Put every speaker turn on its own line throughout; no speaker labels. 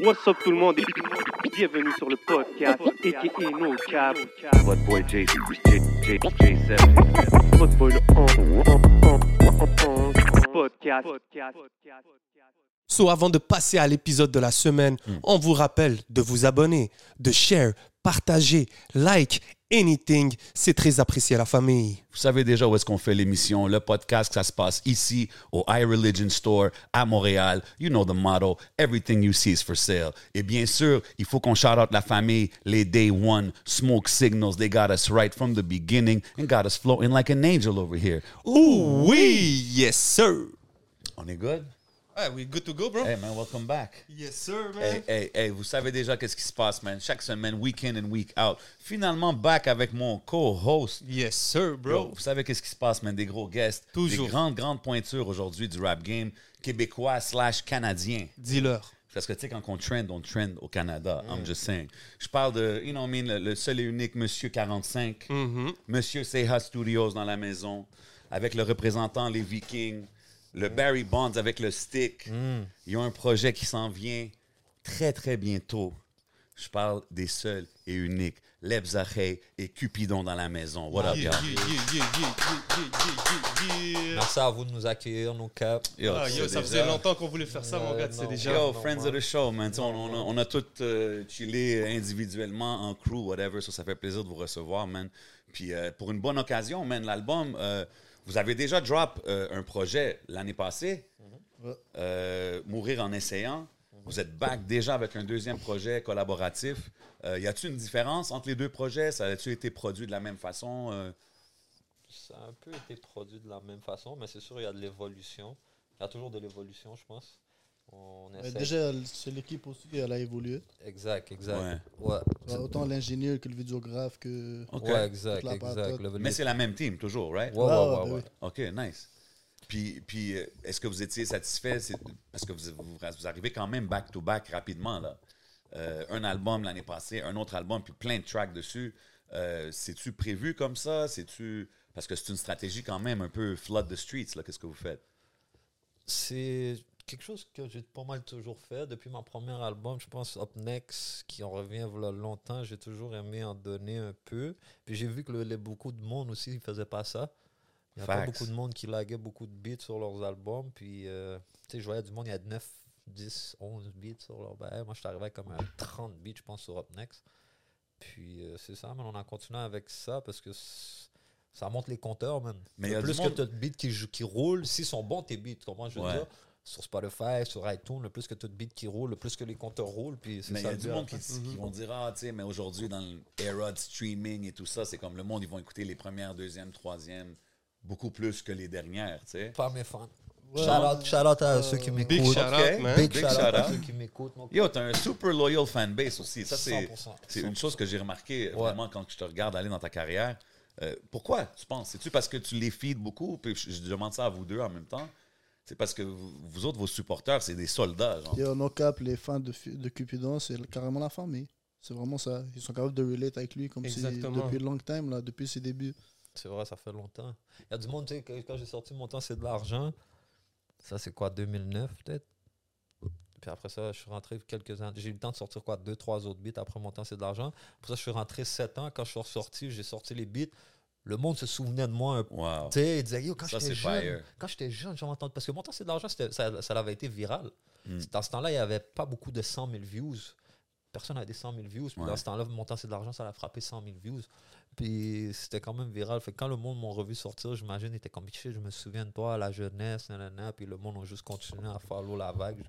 What's up tout le monde et bienvenue sur le podcast aka No Cap.
Votre boy J, J, J, J7.
Votre boy le podcast.
So, avant de passer à l'épisode de la semaine, on vous rappelle de vous abonner, de share, partager, like, anything. C'est très apprécié à la famille.
Vous savez déjà où est-ce qu'on fait l'émission, le podcast, ça se passe ici, au iReligion Store, à Montréal. You know the motto, everything you see is for sale. Et bien sûr, il faut qu'on shout out la famille, les Day One, Smoke Signals. They got us right from the beginning and got us floating like an angel over here.
Ooh, oui, yes, sir. Eh.
On est good?
Ouais, we good to go, bro.
Hey man, welcome back.
Yes, sir, man.
Hey, hey, hey, vous savez déjà qu'est-ce qui se passe, man. Chaque semaine, week in and week out. Finalement, back avec mon co-host,
Yes, sir, bro.
Yo, vous savez qu'est-ce qui se passe, man? Des gros guests.
Toujours.
Des grandes, grandes pointures aujourd'hui du rap game québécois slash canadien.
Dis-leur.
Parce que, tu sais, quand on trend, on trend au Canada. I'm just saying. Je parle de, you know what I mean, le, le seul et unique Monsieur 45. Monsieur Seha Studios dans la maison. Avec le représentant, les Vikings. Le Barry Bonds avec le stick. Ils ont un projet qui s'en vient très, très bientôt. Je parle des seuls et uniques. Leb Zachary et Cupidon dans la maison. What up, y'all?
Merci à vous de nous accueillir, nos caps.
Yo,
Ah, yo,
tu sais
ça
déjà.
faisait longtemps qu'on voulait faire ça, mon
Euh,
gars. C'est
non.
déjà.
Yo,
Non,
friends
ouais.
of the show, man. Tu sais, On, on a, on a tous euh, chillé individuellement en crew, whatever. Ça, ça fait plaisir de vous recevoir, man. Puis euh, pour une bonne occasion, man, l'album, euh, vous avez déjà drop euh, un projet l'année passée,
Mm-hmm.
Euh, Mourir en essayant. Vous êtes back déjà avec un deuxième projet collaboratif. Euh, y a-t-il une différence entre les deux projets? Ça a-t-il été produit de la même façon? Euh,
Ça a un peu été produit de la même façon, mais c'est sûr, il y a de l'évolution. Il y a toujours de l'évolution, je pense. On
Mais
essaie.
déjà, c'est l'équipe aussi, elle a évolué.
Exact, exact. Ouais.
Tu vois, Autant l'ingénieur que le vidéographe que.
OK.
Ouais, exact,
Toute la
exact.
patate.
Le-
Mais c'est la même team, toujours, right?
Ouais, ouais,
Ah,
ouais,
bah
ouais.
oui.
OK, nice. Puis, puis euh, est-ce que vous étiez satisfait? C'est- Parce que vous, vous- vous arrivez quand même back-to-back rapidement. Là. Euh, un album l'année passée, un autre album, puis plein de tracks dessus. Euh, C'est-tu prévu comme ça? C'est-tu... Parce que c'est une stratégie quand même un peu flood the streets, là, qu'est-ce que vous faites?
C'est quelque chose que j'ai pas mal toujours fait. Depuis mon premier album, je pense Up Next, qui en revient voilà longtemps, j'ai toujours aimé en donner un peu. Puis j'ai vu que le- le- beaucoup de monde aussi ne faisait pas ça. Il y a pas
Facts.
beaucoup de monde qui laguait beaucoup de beats sur leurs albums. Puis, euh, tu sais, je voyais du monde, il y a 9, 10, 11 beats sur leur bail. Moi, je suis arrivé comme à 30 beats, je pense, sur Up Next. Puis, euh, c'est ça, mais on a continué avec ça parce que c- ça monte les compteurs, man.
Mais
Le
il y a du
plus que
monde-
tu as de beats qui, jou- qui roulent, s'ils sont bons, tes beats, comment je veux
Ouais.
dire, sur Spotify, sur iTunes, le plus que tu as de beats qui roulent, le plus que les compteurs roulent, puis c'est
Mais il y
ça
a
le
du
but à
monde
la
qui,
fin.
qui vont dire, ah, tu sais, mais aujourd'hui, dans l'era de streaming et tout ça, c'est comme le monde, ils vont écouter les premières, deuxièmes, troisièmes, beaucoup plus que les dernières, tu sais.
Pas mes fans. Euh,
Ouais.
shout, out, shout out à ceux qui
Big
m'écoutent.
shout out,
Ok.
man.
Big
Big
shout out à
shout out.
ceux qui m'écoutent. mon
Yo, t'as un super loyal fanbase aussi. Ça, c'est
100%.
c'est une chose que j'ai remarqué
Ouais.
vraiment quand je te regarde aller dans ta carrière. Euh, pourquoi, tu penses? C'est-tu parce que tu les feeds beaucoup? Puis je, je demande ça à vous deux en même temps. C'est parce que vous, vous autres, vos supporters, c'est des soldats, genre.
Et on nos cap, les fans de, Fu- de Cupidon, c'est carrément la famille. C'est vraiment ça. Ils sont capables de relate avec lui comme si
Exactement.
depuis long time, là, depuis ses débuts.
C'est vrai, ça fait longtemps. Il y a du monde, tu sais, que- quand j'ai sorti mon temps, c'est de l'argent. Ça, c'est quoi, 2009 peut-être? Puis après ça, je suis rentré quelques années. J'ai eu le temps de sortir quoi, deux, trois autres beats après mon temps, c'est de l'argent. Pour ça, je suis rentré sept ans. Quand je suis ressorti, j'ai sorti les beats. Le monde se souvenait de moi un peu.
Wow.
Tu sais, il disait, yo, quand
Ça,
j'étais
c'est
jeune,
fire.
quand j'étais jeune, j'en entendais. Parce que mon temps, c'est de l'argent, c'était- ça, ça avait été viral.
Mm.
Dans ce temps-là, il n'y avait pas beaucoup de 100 000 views. Personne n'avait des 100 000 views. Puis
Ouais.
dans ce temps-là, mon temps, c'est de l'argent, ça a frappé 100 000 views. Puis c'était quand même viral. Fait que quand le monde m'a revu sortir, j'imagine, il était comme, Shit, je me souviens de toi, la jeunesse, nanana. Puis le monde a juste continué à follow la vague.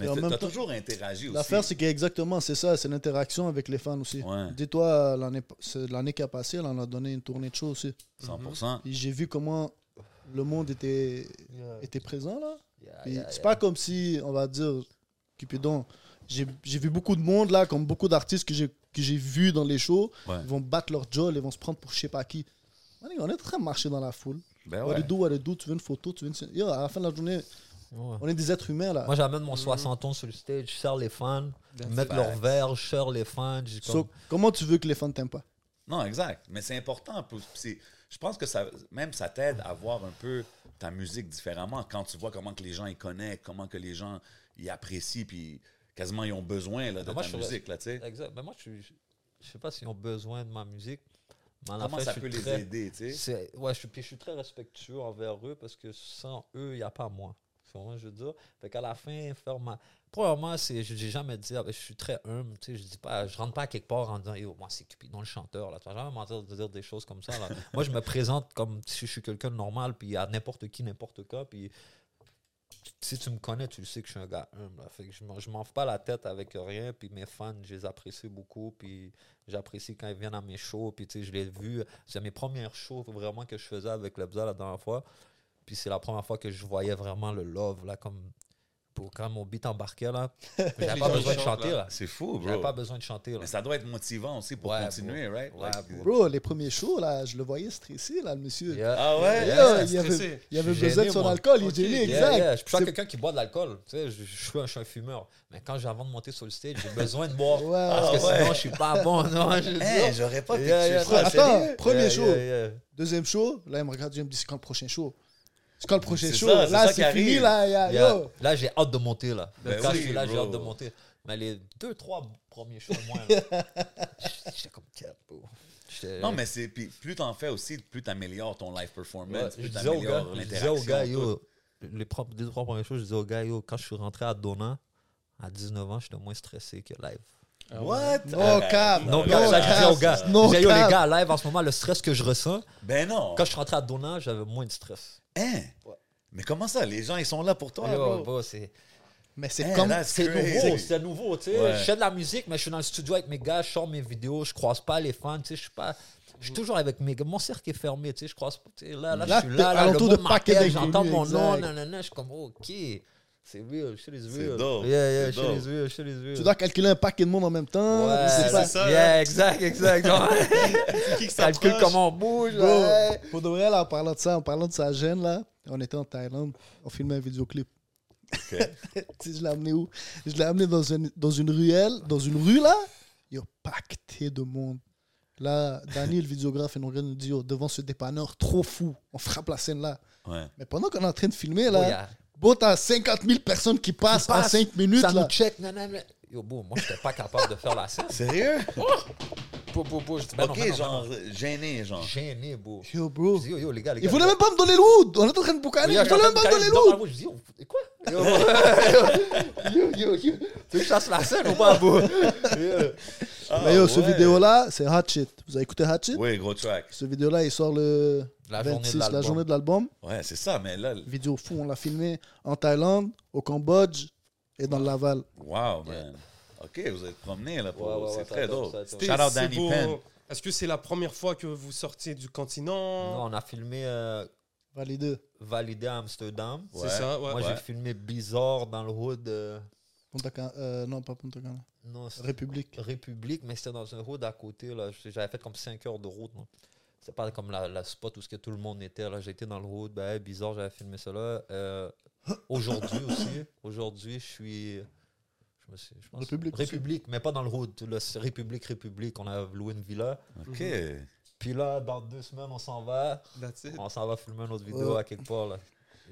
Mais
Et en
t'as-
même
t'as
temps,
toujours interagi aussi.
L'affaire, c'est qu'exactement, c'est ça, c'est l'interaction avec les fans aussi.
Ouais.
Dis-toi, l'année pa- c'est l'année qui a passé, là, on a donné une tournée de show aussi.
100%.
Et j'ai vu comment le monde était, était présent, là.
Yeah,
Puis,
yeah,
c'est
yeah.
pas comme si, on va dire, Cupidon, j'ai j'ai vu beaucoup de monde là, comme beaucoup d'artistes que j'ai que j'ai vu dans les shows,
Ouais.
ils vont battre leur job, ils vont se prendre pour je sais pas qui. Man, On est en train de marcher dans la foule.
Ah
Ben
What
ouais.
to do, what to do, tu veux une photo, tu veux une... Yo, à la fin de la journée,
Ouais.
on est des êtres humains là.
Moi, j'amène
Mm-hmm.
mon 60 tons sur le stage, je sers les fans, mettre leur verre, je sers les fans. j'ai
So,
comme-
comment tu veux que les fans t'aiment pas
Non, exact. Mais c'est important. pour- c'est- Je pense que ça, même ça t'aide à voir un peu ta musique différemment quand tu vois comment que les gens y connectent, comment que les gens y apprécient. Puis quasiment, ils ont besoin là, de
Ah, moi,
ta
je suis-
musique, là, tu sais.
Exact. Mais moi, je suis- je sais pas s'ils ont besoin de ma musique. Mais à la
Comment
fin,
ça
je
peut
suis
les
très-
aider, tu sais?
C'est- Ouais, je suis, puis je suis très respectueux envers eux parce que sans eux, il n'y a pas moi. Tu comprends ce que je veux dire? Fait qu'à la fin, faire ma- Premièrement, c'est, je n'ai jamais dit, ah, ben, je suis très humble, tu sais, je dis pas, je rentre pas à quelque part en disant, yo, moi, c'est Cupidon le chanteur, là. Tu vas jamais mentir de dire des choses comme ça, là. moi, je me présente comme si je suis quelqu'un de normal, puis à n'importe qui, n'importe quoi, puis si tu me connais, tu le sais que je suis un gars humble, là. Fait que je m'en- je m'en fous pas la tête avec rien, puis mes fans, je les apprécie beaucoup, puis j'apprécie quand ils viennent à mes shows, puis tu sais, je l'ai vu, c'est mes premières shows vraiment que je faisais avec Lebza la dernière fois. Puis c'est la première fois que je voyais vraiment le love, là, comme pour quand mon beat embarquait, là. J'avais pas
gens
besoin de
chantent,
chanter,
là.
là.
C'est fou,
J'avais
bro.
pas besoin de chanter, là.
Mais ça doit être motivant aussi pour
Ouais,
continuer, right?
Ouais,
Like,
bro.
Bro, les premiers shows, là, je le voyais stressé, là, le monsieur.
Yeah.
Ah ouais?
Yo,
Yeah,
il, avait,
stressé.
il avait
Je suis
besoin de
gêné,
son
moi.
alcool, il
Ok,
est gêné,
yeah,
exact.
yeah. Je suis pas
C'est-
quelqu'un qui boit de l'alcool. Tu sais, je, je suis un, je suis un fumeur. Mais quand j'ai avant de monter sur le stage, j'ai besoin de boire.
Ouais.
Parce que
ouais.
sinon, je suis pas bon. Non, je veux
Hey,
dire.
j'aurais pas
Yeah,
picturé
yeah.
ça,
Attends.
sérieux.
Premier
Yeah,
show.
yeah, yeah.
Deuxième show, là, il me regarde, il me dit, c'est quand le prochain show C'est quand le prochain
C'est
show
ça, c'est ça
Là,
qui
c'est fini,
arrive.
là, il y a-
Yeah.
yo.
Là, j'ai hâte de monter. Là.
Ben
Quand
oui,
je suis là, j'ai
bro.
hâte de monter. Mais les deux, trois premiers shows, moi, là, j'étais comme quatre. bro. J'étais-
Non, mais c'est. Puis plus t'en fais aussi, plus t'améliores ton live
Ouais,
performance,
je
plus
disais au gars,
t'améliores
je disais au gars,
l'interaction.
yo, les propres- deux, trois premières choses, je disais au gars, yo, quand je suis rentré à Dona, à 19 ans, j'étais moins stressé que live.
What?
No cap.
Non,
No
comme ça, je disais
cap.
au gars,
No
je disais, yo, les
cap.
gars, live, en ce moment, le stress que je ressens,
Ben non.
quand je suis rentré à Dona, j'avais moins de stress.
Hein?
Ouais.
Mais comment ça? Les gens, ils sont là pour toi,
Yo,
bro.
bro, c'est
Mais c'est
Hey,
comme.
that's
c'est
crazy.
nouveau, c'est nouveau, tu sais.
Ouais.
Je fais de la musique, mais je suis dans le studio avec mes gars, je sors mes vidéos, je croise pas les fans, tu sais, je suis pas... Je suis toujours avec mes gars. Mon cercle est fermé, tu sais, je croise pas. tu sais, Là, là,
Là,
je suis
t'es
là, là, le
alentour
monde
de paquets
m'appelle, j'entends
d'inconnus,
mon nom,
exact.
nanana, je suis comme, OK, c'est real, shit is
C'est
real.
dope,
Yeah, yeah,
c'est
shit
dope.
is real, shit is real.
Tu dois calculer un paquet de monde en même temps.
Ouais,
mais c'est pas-
ça,
Yeah, exact, exact.
Qui que ça
Calcule comment on bouge,
Bro,
ouais.
pour de vrai, là, en parlant de ça, en parlant de sa gêne, là, on était en Thaïlande, on filmait un vidéoclip. tu sais, je l'ai amené où Je l'ai amené dans une, dans une ruelle, dans une rue, là. Il a pacté de monde. Là, Danny, le vidéographe, il nous regarde, il nous dit Yo, devant ce dépanneur, trop fou, on frappe la scène là.
Ouais.
Mais pendant qu'on est en train de filmer,
Bro, y
là,
a-
bon, t'as 50 000 personnes qui passent,
Qui passent,
en 5 minutes,
ça
là.
nous check, nanana. Yo, bro, moi, j'étais pas capable de faire la scène.
Sérieux?
Pou, pou, pou, je dis, ben non,
Ok,
ben non, ben
genre, gêné,
non.
genre.
Gêné, bro. Je
Yo, bro.
dis, yo, yo, les gars, les gars.
Il voulait
les
même pas me donner le wood. On est en train de boucaner. Il
gars,
voulait même pas me donner
je
le
dis,
wood.
oh, Je dis, oh, et quoi? Yo, yo, yo, yo. Tu veux que je fasse la scène ou pas, bro? Yo.
Ah,
Mais yo, ce
ouais.
vidéo-là, c'est Hot Shit. Vous avez écouté Hot Shit
Oui, gros track.
Ce vidéo-là, il sort le
La journée de
26, la
l'album.
journée de l'album.
Ouais, c'est ça, mais là,
Vidéo fou, on l'a filmé en Thaïlande, au Cambodge et dans le Laval.
wow, man. Ok, vous êtes promené là pour.
Ouais, ouais,
c'est
ouais, ça a
très
été-
dope.
ça a été-
Shout out
C'est
Danny
pour-
Penn.
Est-ce que c'est la première fois que vous sortiez du continent
Non, on a filmé euh,
Validé.
Validé à Amsterdam.
C'est ça, ouais.
Moi, j'ai
ouais.
filmé Bizarre dans le hood. euh,
Punta Cana- euh, non, pas Punta Cana.
non, c'est-
République.
République, mais c'était dans un road à côté. Là. J- J'avais fait comme 5 heures de route. moi. C'était pas comme la, la spot où ce que tout le monde était. Là. J'étais dans le road. Ben, hey, bizarre, j'avais filmé ça là. Euh, aujourd'hui aussi. Aujourd'hui, je suis. Je me suis. Je pense,
République aussi.
République, mais pas dans le road. Le, c'est République, République. On a loué une villa.
Ok.
Puis là, dans deux semaines, on s'en va.
That's it.
On s'en va filmer une autre vidéo
Ouais.
à quelque part. Là.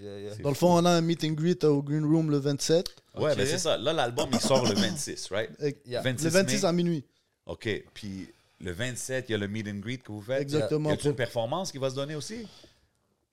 Yeah, yeah.
C'est
Dans le fond, on a un meet and greet au Green Room le 27.
Ouais,
Ok.
mais c'est ça. Là, l'album, il sort le 26, right?
Euh,
Yeah.
Le 26
mai.
à minuit.
Ok, puis le 27, il y a le meet and greet que vous faites. Y
Exactement.
a-t-il une performance qui va se donner aussi?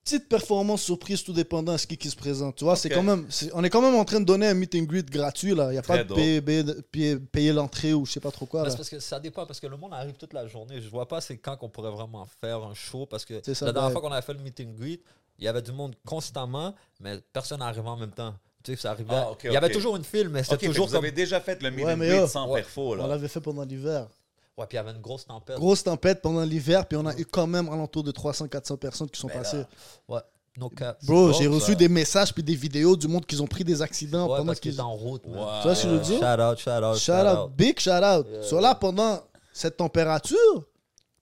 Petite performance surprise, tout dépendant à ce qui, qui se présente. Tu vois, c'est
Ok.
quand même, c'est- on est quand même en train de donner un meet and greet gratuit là. Il n'y a pas
Très
de
drôle.
payer, payer- payer l'entrée ou je sais pas trop quoi.
Mais
là.
c'est parce que ça dépend, parce que le monde arrive toute la journée. Je vois pas c'est quand qu'on pourrait vraiment faire un show, parce que
C'est ça, ben
la dernière
ouais.
fois qu'on avait fait le meet and greet, il y avait du monde constamment, mais personne n'arrivait en même temps. Tu sais, ça arrivait.
Ah, ok,
Il y avait
ok.
toujours une file, mais c'était
Ok, fait que
toujours
vous
comme.
avez déjà fait le meet
Ouais,
and
mais
greet
yo,
sans
ouais.
perfo, là.
On l'avait fait pendant l'hiver.
Ouais, puis il y avait une grosse tempête.
Grosse tempête pendant l'hiver, puis on a eu quand même alentour de 300-400 personnes qui sont
Ben
Mais
passées.
là,
Ouais, no cap.
Bro,
c'est
j'ai
bon,
reçu
ça.
des messages puis des vidéos du monde qui ont pris des accidents
euh, Ouais,
pendant
parce qu'il
qu'ils.
était en route. man.
Wow.
Tu vois ce que je veux dire?
Shout out, shout out.
Shout out, big shout out.
Yeah.
So là, pendant cette température,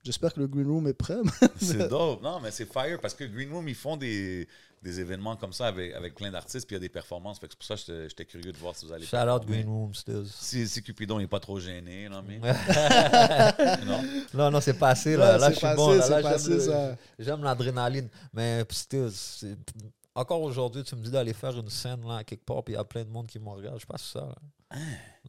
j'espère que le green room est prêt. man.
C'est dope. Non, mais c'est fire parce que Green Room, ils font des, des événements comme ça avec, avec plein d'artistes, puis il y a des performances. Fait que c'est pour ça que j'étais- j'étais curieux de voir si vous allez.
Shout out
performer.
Green Room, Stills.
Si, si Cupidon n'est pas trop gêné, non, mais. non.
Non, non, c'est passé, là.
Ouais,
là,
c'est
je suis
passé,
bon. là,
c'est
là, j'aime
passé,
le-
ça.
J'aime l'adrénaline. Mais Stills, c'est- Encore aujourd'hui, tu me dis d'aller faire une scène là, à quelque part, puis il y a plein de monde qui me regarde. Je passe ça. là.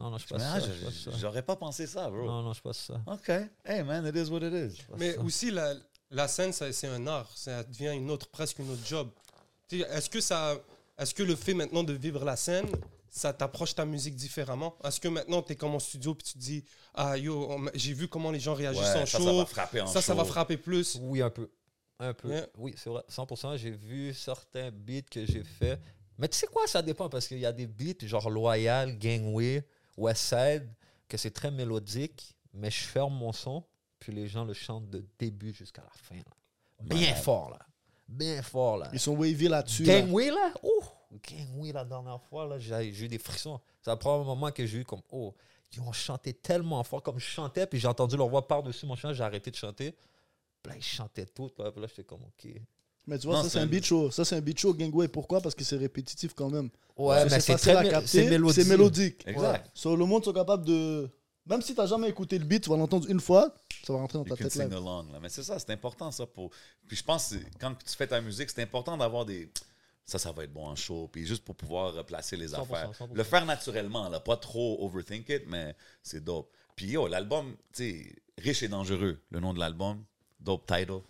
Non, non, je passe
Ah,
ça. je
Hein? je-
suis pas sûr.
J'aurais pas pensé ça, bro.
Non, non, je passe ça.
OK. Hey, man, it is what it is.
Je passe
Mais
ça.
aussi, la, la scène, ça- c'est un art. Ça devient une autre, presque une autre job. Tu sais, Est-ce que, ça, est que le fait maintenant de vivre la scène, ça t'approche ta musique différemment Est-ce que maintenant, tu es comme en studio puis tu te dis Ah yo, on m'a- j'ai vu comment les gens réagissent
Ouais,
en
ça, ça
show.
va frapper en
Ça, ça va
show.
frapper plus.
Oui, un peu. Un peu.
Ouais.
Oui, c'est vrai. 100%. J'ai vu certains beats que j'ai fait. Mais tu sais quoi, ça dépend parce qu'il y a des beats genre Loyal, Gangway, Westside, que c'est très mélodique, mais je ferme mon son, puis les gens le chantent de début jusqu'à la fin. là. Bien
Malade.
fort, là. Bien fort, là.
Ils sont wavy là-dessus. là.
Gangway, là. Ouh! Gangway, la dernière fois, là, j'ai j'ai eu des frissons. C'est le premier moment que j'ai eu comme, oh, ils ont chanté tellement fort, comme je chantais, puis j'ai entendu leur voix par-dessus mon chant, j'ai arrêté de chanter. Puis là, ils chantaient tout, là, puis là, j'étais comme, ok.
Mais tu vois,
Non,
ça,
c'est
c'est un
un-
beat show. Ça, c'est un beat show, Gangway. Pourquoi Parce que c'est répétitif quand même.
Ouais,
Ça,
mais c'est
facile
très
à
mé-
capter,
c'est mélodique.
C'est mélodique.
Exact.
So, le monde sont capables de. Même si tu n'as jamais écouté le beat, tu vas l'entendre une fois, ça va rentrer dans
You
ta
can
tête
sing
là.
along, là. Mais c'est ça, c'est important, ça. Pour... Puis je pense, que c'est- quand tu fais ta musique, c'est important d'avoir des. Ça, ça va être bon en show. Puis juste pour pouvoir replacer les
100%,
affaires.
100%.
Le faire naturellement, là. Pas trop overthink it, mais c'est dope. Puis yo, l'album, tu sais, Riche et dangereux, le nom de l'album. Dope title.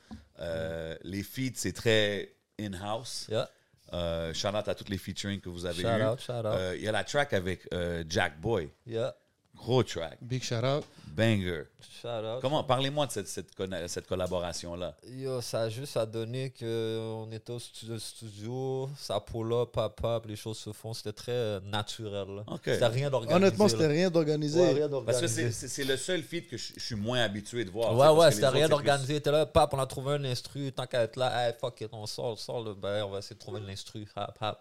Euh, Les feats, c'est très in-house.
Yeah.
Euh, shout out à toutes les featuring que vous avez
Shout
eues.
out, shout out.
Euh, Il y a la track avec euh, Jack Boy.
Yeah.
Gros track.
Big shout out.
Banger.
Shout out.
Comment, parlez-moi de cette, cette, conna- cette collaboration-là.
Yo, ça a juste à donner qu'on était au stu- studio, ça pull up, papa, les choses se font. C'était très euh, naturel. là.
Ok.
C'était rien d'organisé.
Honnêtement,
là.
c'était rien d'organisé.
Ouais, rien
Parce que
d'organisé.
c'est- c'est c'est le seul feat que je je suis moins habitué de voir. tu sais,
Ouais,
parce
ouais,
que
c'était
les
rien
autres, c'est plus-
d'organisé. T'es là, pap, on a trouvé un instru, tant qu'à être là, hey, fuck it, on sort, on sort, le ben, on va essayer de trouver l'instru, hap, hap.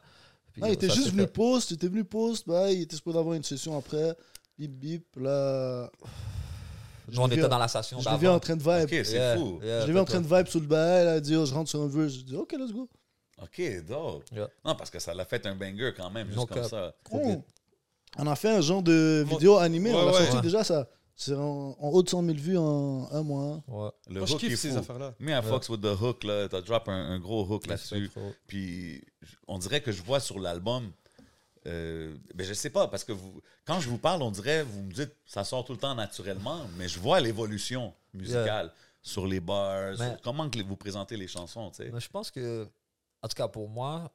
Puis,
Ah, il
euh,
était
ça
juste
s'est
venu
fait.
post, il était venu post, bah, il était supposé avoir une session après. Bip bip, là.
Nous, on
l'ai vu
était
en-
dans la station
Je l'ai vu en
d'avant. euh,
train de vibe.
Ok, c'est
Yeah,
fou.
yeah,
je l'ai vu en
fait,
train de vibe sous le bail, là, dire oh, je rentre sur un vœu. Je dis ok, let's go.
Ok, dope.
Yeah.
Non, parce que ça l'a fait un banger quand même, juste
Donc,
comme
euh,
ça.
Oh. On a fait un genre de vidéo animée,
Ouais,
on l'a
ouais.
sorti
Ouais.
déjà ça. C'est en, en haut de 100 000 vues en un mois.
Ouais.
Le
Moi, je
hook est
kiffe ces
fou.
affaires-là.
Mais à Fox with the hook, là, t'as drop un, un gros hook là-dessus.
c'est trop.
Puis j- on dirait que je vois sur l'album. Euh, ben je sais pas, parce que vous, quand je vous parle, on dirait, vous me dites, ça sort tout le temps naturellement, mais je vois l'évolution musicale sur les bars,
Mais-
sur comment que vous présentez les chansons, tu sais.
Mais je pense que, en tout cas pour moi,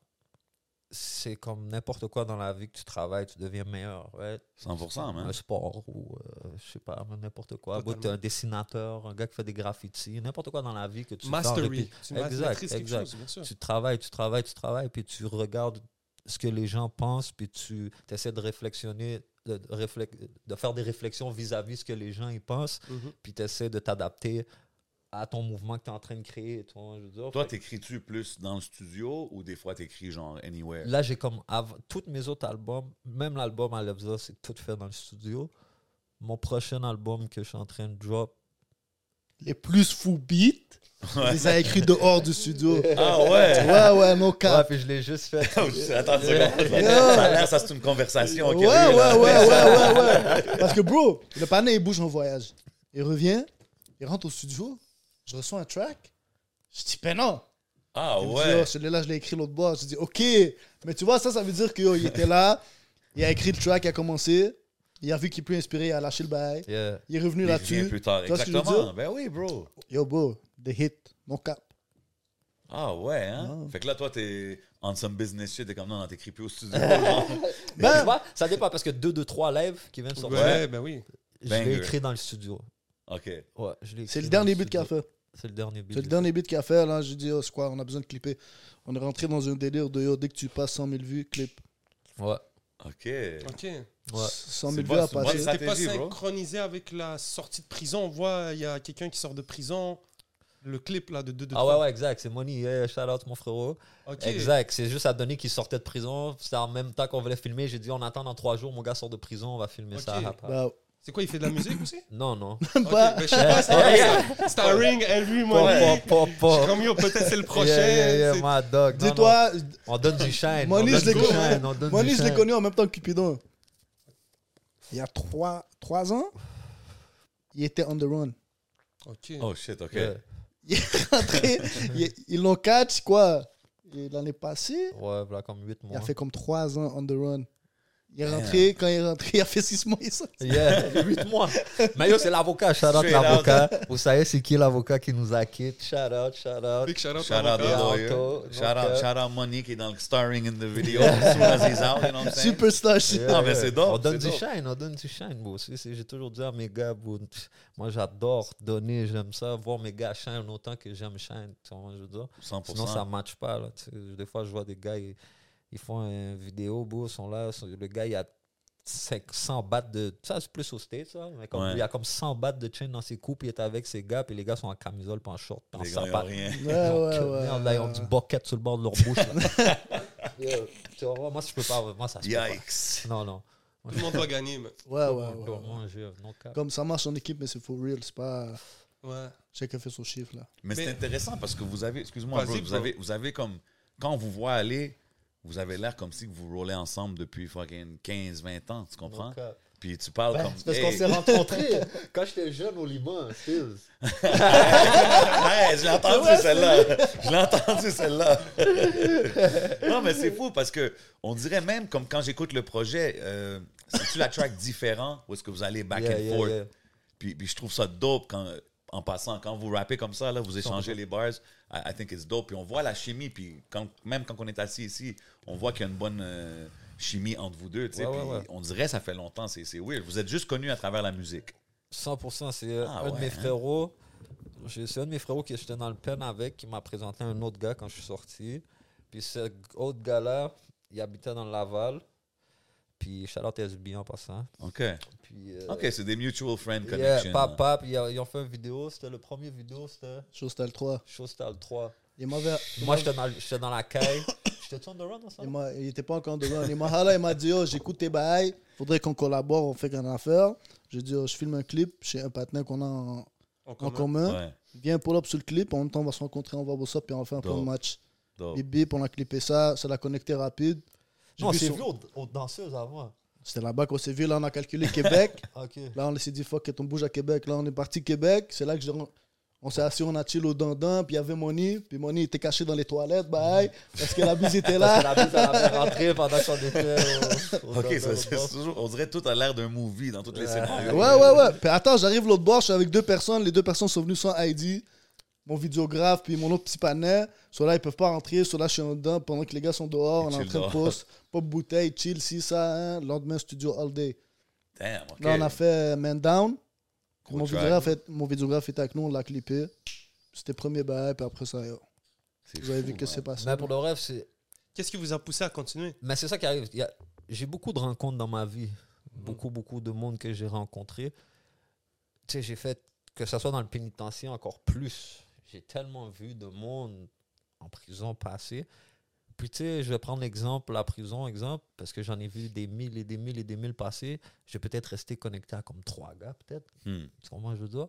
c'est comme n'importe quoi dans la vie que tu travailles, tu deviens meilleur. Ouais.
100%, man.
Un sport ou euh, je sais pas, n'importe quoi.
Totalement.
Ou t'es un dessinateur, un gars qui fait des graffitis, n'importe quoi dans la vie que tu fais en
Mastery.
répé-
Tu ma-
Exact,
maîtrises quelque
exact.
chose, bien sûr.
tu travailles, tu travailles, tu travailles, puis tu regardes ce que les gens pensent, puis tu essaies de réflexionner, de, de réflex- de faire des réflexions vis-à-vis ce que les gens y pensent,
Mhm.
puis tu essaies de t'adapter à ton mouvement que tu es en train de créer. tu vois, je veux dire.
Toi,
Fait
t'écris-tu plus dans le studio ou des fois t'écris genre anywhere?
que Là, j'ai comme. av- Tous mes autres albums, même l'album à Levza, c'est tout fait dans le studio. Mon prochain album que je suis en train de drop,
Les plus fous beats, on les a écrits dehors du studio. ouais,
Ah ouais! Oh,
ouais, no
ouais,
cap.
puis je l'ai juste fait.
Attends une seconde.
Yeah.
Ça a l'air, ça c'est une conversation.
Ouais,
qu'il
ouais,
y a eu,
ouais,
là.
ouais, ouais, ouais. Parce que, bro, le panneau, il bouge en voyage. Il revient, il rentre au studio, je reçois un track. Je dis, ben non.
Ah
Il me dit,
ouais!
oh, celui-là, je l'ai écrit l'autre bord. Je dis, OK. Mais tu vois, ça, ça veut dire qu'il était là, il a écrit le track, il a commencé, il a vu qu'il peut inspirer, il a lâché le bail.
Yeah.
Il est revenu
Il revient
là-dessus.
plus tard.
Tu vois ce que je veux
Exactement.
dire?
Ben oui, bro.
Yo, bro, the hit, mon cap.
Ah ouais, hein?
Non.
Fait que là, toi, t'es on some business shit, t'es comme non, non, t'écris plus au studio. genre.
Tu vois, ça dépend parce que 2 de 3 live qui viennent de sortir,
Ouais, ben oui.
je
Banger.
l'ai écrit dans le studio.
OK.
Ouais, je l'ai
C'est
écrit
le
dans
dernier but qu'il
studio.
a fait.
C'est le dernier beat.
C'est le dernier beat qu'il a fait. Là, j'ai dit, oh, c'est quoi, on a besoin de clipper. On est rentré dans un délire de yo, dès que tu passes 100 000 vues, clip.
Ouais.
OK.
Ok.
100
C'est
000
bon,
vues à
c'est bon,
passer.
ça.
T'es pas
stratégie, bro.
synchronisé avec la sortie de prison. On voit, il y a quelqu'un qui sort de prison. Le clip là de 2 de
Ah ouais, ouais, exact. C'est Money. Yeah, shout out, mon frérot.
Ok.
Exact. C'est juste à donner qu'il sortait de prison. C'était en même temps qu'on voulait filmer. J'ai dit, on attend dans trois jours, mon gars sort de prison, on va filmer
Ok.
ça. Hop, hop.
Bah,
C'est quoi, il fait de la musique aussi
Non, non.
Ok, ben, je sais pas, c'est- c'est Starring, Henry, moi.
Pas,
lui.
pas, pas,
J'ai
pas.
comme yo, peut-être c'est le prochain.
Yeah, yeah, yeah,
c'est-
my dog. Non,
Dis-toi,
non. On donne du shine.
Money,
on donne
je l'ai
du
connu.
shine, on donne
Money,
du
je l'ai
shine.
connu en même temps que Cupidon. Il y a 3, ans, il était on the run.
Ok.
Oh shit, OK.
Yeah.
Rentré, il- ils l'ont catch, quoi. Et l'année passée,
Ouais, voilà, comme 8
il
mois.
a fait comme 3 ans on the run. Il est rentré, quand il est rentré, il a fait 6 mois. Il est sorti.
Yeah, 8 mois. Mais yo, c'est l'avocat. Shout out
Straight out.
l'avocat. Vous savez, c'est qui l'avocat qui nous acquitte? Shout out, shout out.
Big shout out
Shout
à
out
mon
the
gars.
Yeah,
lawyer.
Anto,
Shout out,
Anto.
shout out Money qui est dans le starring in the video as soon as he's out, you know what I'm saying?
Superstar.
Yeah,
Non, mais
yeah.
c'est dope,
On donne
c'est
du
dope.
shine, on donne du shine, bro. C'est- c'est- J'ai toujours dit à mes gars, bro, pff, moi j'adore donner, j'aime ça, voir mes gars shine autant que j'aime shine. Tu vois, je veux dire.
100%.
Sinon, ça ne match pas. Là, tu sais. des fois, je vois des gars, ils, ils font une vidéo, bro, ils sont là, sont- le gars, il a 500 bahts de. Ça, c'est plus au States, ça, mais comme,
Ouais.
il y a comme 100 bahts de chain dans ses coupes, il est avec ses gars, puis les gars sont en camisole, pas en short, pas en
Les gars, ils ont
sapate.
rien.
Ouais,
Donc,
ouais,
euh,
ouais.
merde, là, ils ont du bucket sur le bord de leur bouche. là. Yo, tu vas voir, moi, si je peux pas, moi, ça se peut pas.
Yikes.
Non, non.
Tout le monde doit gagner, mais.
Ouais, ouais,
Mon-
ouais, ouais.
mon Dieu, non, cap.
Comme ça marche en équipe, mais c'est for real. C'est pas
Ouais.
chacun fait son chiffre, là.
Mais c'est
Mais-
intéressant parce que vous avez, excuse-moi,
Vas-y,
bro, vous
bro.
avez, vous avez comme, quand on vous voit aller, vous avez l'air comme si vous roulez ensemble depuis fucking 15, 20 ans, tu comprends?
Non, cap.
Puis tu parles
Ben,
comme.
c'est parce
hey.
qu'on s'est rencontrés quand j'étais jeune au Liban, Stills.
Ouais, je l'ai entendu celle-là. Je l'ai entendu celle-là. non, mais c'est fou parce que on dirait même comme quand j'écoute le projet, euh, c'est-tu la track différent ou est-ce que vous allez back
Yeah,
and
yeah,
forth?
yeah.
Puis, puis je trouve ça dope quand, en passant, quand vous rappez comme ça, là, vous échangez les bars. I, I think it's dope. Puis on voit la chimie. Puis quand, même quand on est assis ici, on voit qu'il y a une bonne euh, chimie entre vous deux. tu sais.
Ouais, ouais,
Puis
ouais.
On dirait que ça fait longtemps. C'est c'est weird. Vous êtes juste connus à travers la musique.
100%, c'est euh,
Ah
un de
ouais,
mes
hein.
frérots. J'ai- C'est un de mes frérots que j'étais dans le pen avec qui m'a présenté un autre gars quand je suis sorti. Puis cet autre gars-là, il habitait dans Laval. Puis Charlotte SB en passant.
OK.
Puis, euh,
OK, hein. c'est des mutual friend
yeah,
connection. là.
papa, puis ils ont- ils ont fait une vidéo. C'était le premier vidéo, c'était
Showstyle 3.
Showstyle 3.
Il m'a vers-
Moi, j'étais dans, j'étais dans la caille. j'étais tourné around
Il
ensemble.
m'a- il était pas encore de run. Il m'a râlé, il m'a dit oh, j'écoute tes bails, faudrait qu'on collabore, on fait qu'un affaire. J'ai dit oh, je filme un clip chez un partenaire qu'on a en,
En
en
commun.
commun.
Ouais,
Viens pull up sur le clip, en même temps on va se rencontrer, on va bosser up, puis on va faire un
Dope.
plan de match.
dope.
Bip bip, on a clippé ça, ça l'a connecté rapide. J'ai
Non,
vu
c'est
son-
vu aux, aux danseuses avant.
C'était là-bas qu'on s'est vu, là on a calculé Québec.
Ok.
là on s'est dit fuck it, on bouge à Québec. Là on est parti Québec, c'est là que je- On s'est assis, on a chill au dandan, puis il y avait Moni, puis Moni était caché dans les toilettes, bye, parce que la bise était
Parce que
là.
la bise, elle avait rentré pendant qu'on était. au- au
OK, ça,
au-
c'est toujours, on dirait tout a l'air d'un movie dans toutes les
Ouais.
scénarios.
Ouais, ouais, ouais. Puis attends, j'arrive l'autre bord, je suis avec deux personnes. Les deux personnes sont venues sans ID. Mon vidéographe, puis mon autre petit panel. Ceux là, ils peuvent pas rentrer. Ceux là, je suis en dedans. Pendant que les gars sont dehors,
Ils
on est en
chillent
train de
dehors.
post. Pop bouteille, chill, si, ça. hein. Lendemain, studio all day.
Damn, OK.
Là, on a fait euh, Man Down.
Gros
Mon
track.
vidéographe, est- mon vidéographe était avec nous, on l'a clippé. C'était premier bail, puis après ça, yo.
C'est
vous avez
fou, hein.
vu que
man.
c'est passé.
Mais pour le rêve, c'est.
Qu'est-ce qui vous a poussé à continuer
Mais c'est ça qui arrive. Il y a- J'ai beaucoup de rencontres dans ma vie.
Mhm.
Beaucoup, beaucoup de monde que j'ai rencontré. Tu sais, j'ai fait, que ce soit dans le pénitencier encore plus. J'ai tellement vu de monde en prison passer. Puis tu sais, je vais prendre l'exemple, la prison, exemple, parce que j'en ai vu des mille et des mille et des mille passer. J'ai peut-être resté connecté à comme trois gars, peut-être.
Hmm.
Tu comprends, je veux dire?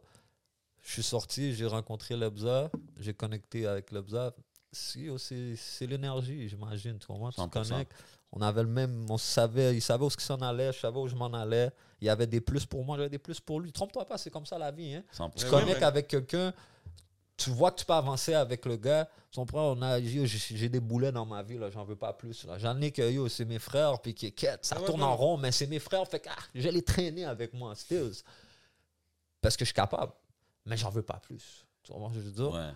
Je suis sorti, j'ai rencontré Lebza, j'ai connecté avec Lebza. Si, oh, c'est c'est l'énergie, j'imagine. Tu comprends? Tu te
100%.
connectes. On avait le même, on savait, il savait où ce s'en allait, je savais où je m'en allais. Il y avait des plus pour moi, j'avais des plus pour lui. Trompe-toi pas, c'est comme ça la vie. Hein? Tu
100%.
Ouais,
connectes
ouais, ouais.
avec quelqu'un, tu vois que tu peux avancer avec le gars. Son prend, on a, yo, j'ai j'ai des boulets dans ma vie, là, j'en veux pas plus. là. J'en ai que yo, c'est mes frères, puis qui quête, ça
Ah Ouais, ouais,
tourne
ouais.
en rond, mais c'est mes frères, fait que ah, je les traîner avec moi, Stills. Parce que je suis capable, mais j'en veux pas plus. Tu vois ce que je veux dire?
Ouais.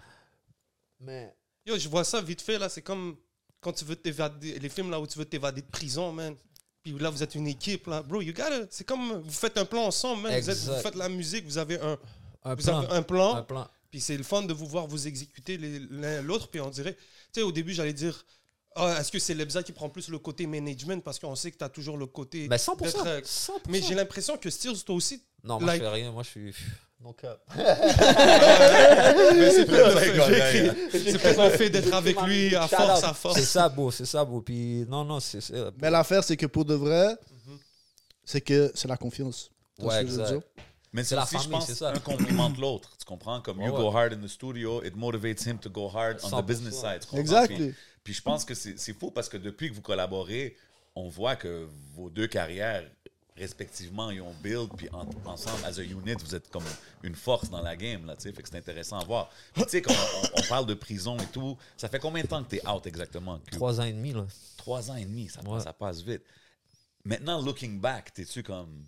Mais
Yo, je vois ça vite fait là, c'est comme quand tu veux t'évader, les films là où tu veux t'évader de prison, man. Puis là, vous êtes une équipe là, bro. You gotta, c'est comme vous faites un plan ensemble, man. Vous, êtes-
Exact.
vous faites la musique, vous avez un,
un
vous
plan,
avez un plan.
un plan.
Puis c'est le fun de vous voir vous exécuter les- l'un l'autre. Puis on dirait, tu sais, au début, j'allais dire, Ah, est-ce que c'est Lebza qui prend plus le côté management parce qu'on sait que tu as toujours le côté.
Mais 100%,
d'être, euh,
100%.
Mais j'ai l'impression que Steels, toi aussi,
Non, moi,
like-
je fais rien, moi, je suis... Non cap.
Mais c'est peut-être
Ouais,
le fait-
ouais,
j'ai écrit- c'est peut-être le fait d'être avec lui à
Shout
force,
out.
à
C'est
force.
ça, beau, c'est ça, beau. Puis non, non, c'est... c'est-
Mais l'affaire, c'est que pour de vrai, c'est que c'est la confiance. Tu vois
Ouais,
ce que je veux
exact.
dire?
Mais c'est
la
aussi, je
famille,
pense,
c'est ça.
un complimente l'autre. Tu comprends? Comme
Ouais,
you
ouais.
go hard in the studio, it motivates him to go hard on
100%.
the business side. tu comprends? Puis,
Exactly.
puis je pense que c'est c'est fou parce que depuis que vous collaborez, on voit que vos deux carrières respectivement, ils ont build, puis en- ensemble, as a unit, vous êtes comme une force dans la game, là, tu sais. Fait que c'est intéressant à voir. Puis, tu sais, quand on, on- on parle de prison et tout, ça fait combien de temps que t'es out exactement? Q?
Trois ans et demi, là.
Trois ans et demi, ça,
Ouais.
passe, ça passe vite. Maintenant, looking back, t'es-tu comme.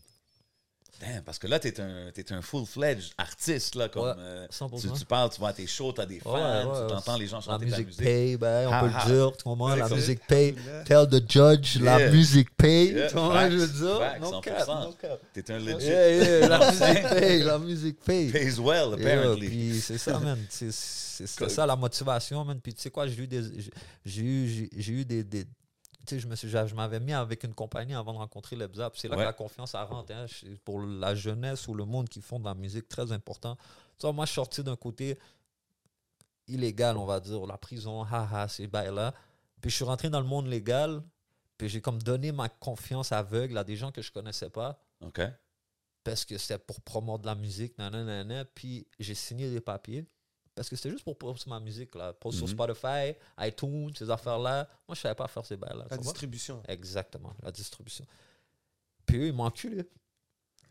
Damn, parce que là, t'es un, t'es un full-fledged artiste, là, comme.
Ouais,
euh,
100%.
tu, tu parles, tu vas à tes shows, t'as des fans, tu t'entends les gens chanter
La
ta
musique
musique.
paye, ben, on
Ha,
peut
ha.
le dire, tu comprends? La
Exact.
musique paye. Tell the judge, la
Yeah.
musique paye.
Yeah,
tu comprends, je veux
facts,
dire?
facts,
No cap,
100%.
no cap.
T'es un legit.
Yeah, yeah, la musique
Pays
paye, la musique paye.
Pays well,
Et, euh,
apparently.
puis c'est ça, man. C'est- c'est- C'était
Cool.
ça la motivation, man. Puis tu sais quoi, j'ai eu des. j'ai- J'ai eu, j'ai- j'ai eu des. des- tu sais, je me suis- je m'avais mis avec une compagnie avant de rencontrer l'EBSA. Puis C'est là
Ouais.
que la confiance ça rentre. hein. Je- Pour la jeunesse ou le monde qui font de la musique, très important. Tu vois, moi, je suis sorti d'un côté illégal, on va dire, la prison, haha, c'est bail-là. Puis je suis rentré dans le monde légal. Puis j'ai comme donné ma confiance aveugle à des gens que je connaissais pas
OK.
parce que c'était pour promouvoir de la musique, nanana, nanana. Puis j'ai signé des papiers parce que c'était juste pour poster ma musique, là. Poster
Mhm.
sur Spotify, iTunes, ces affaires-là. Moi, je savais pas faire ces bails-là.
La
tu vois.
distribution.
Exactement, la distribution. Puis eux, ils m'ont enculé.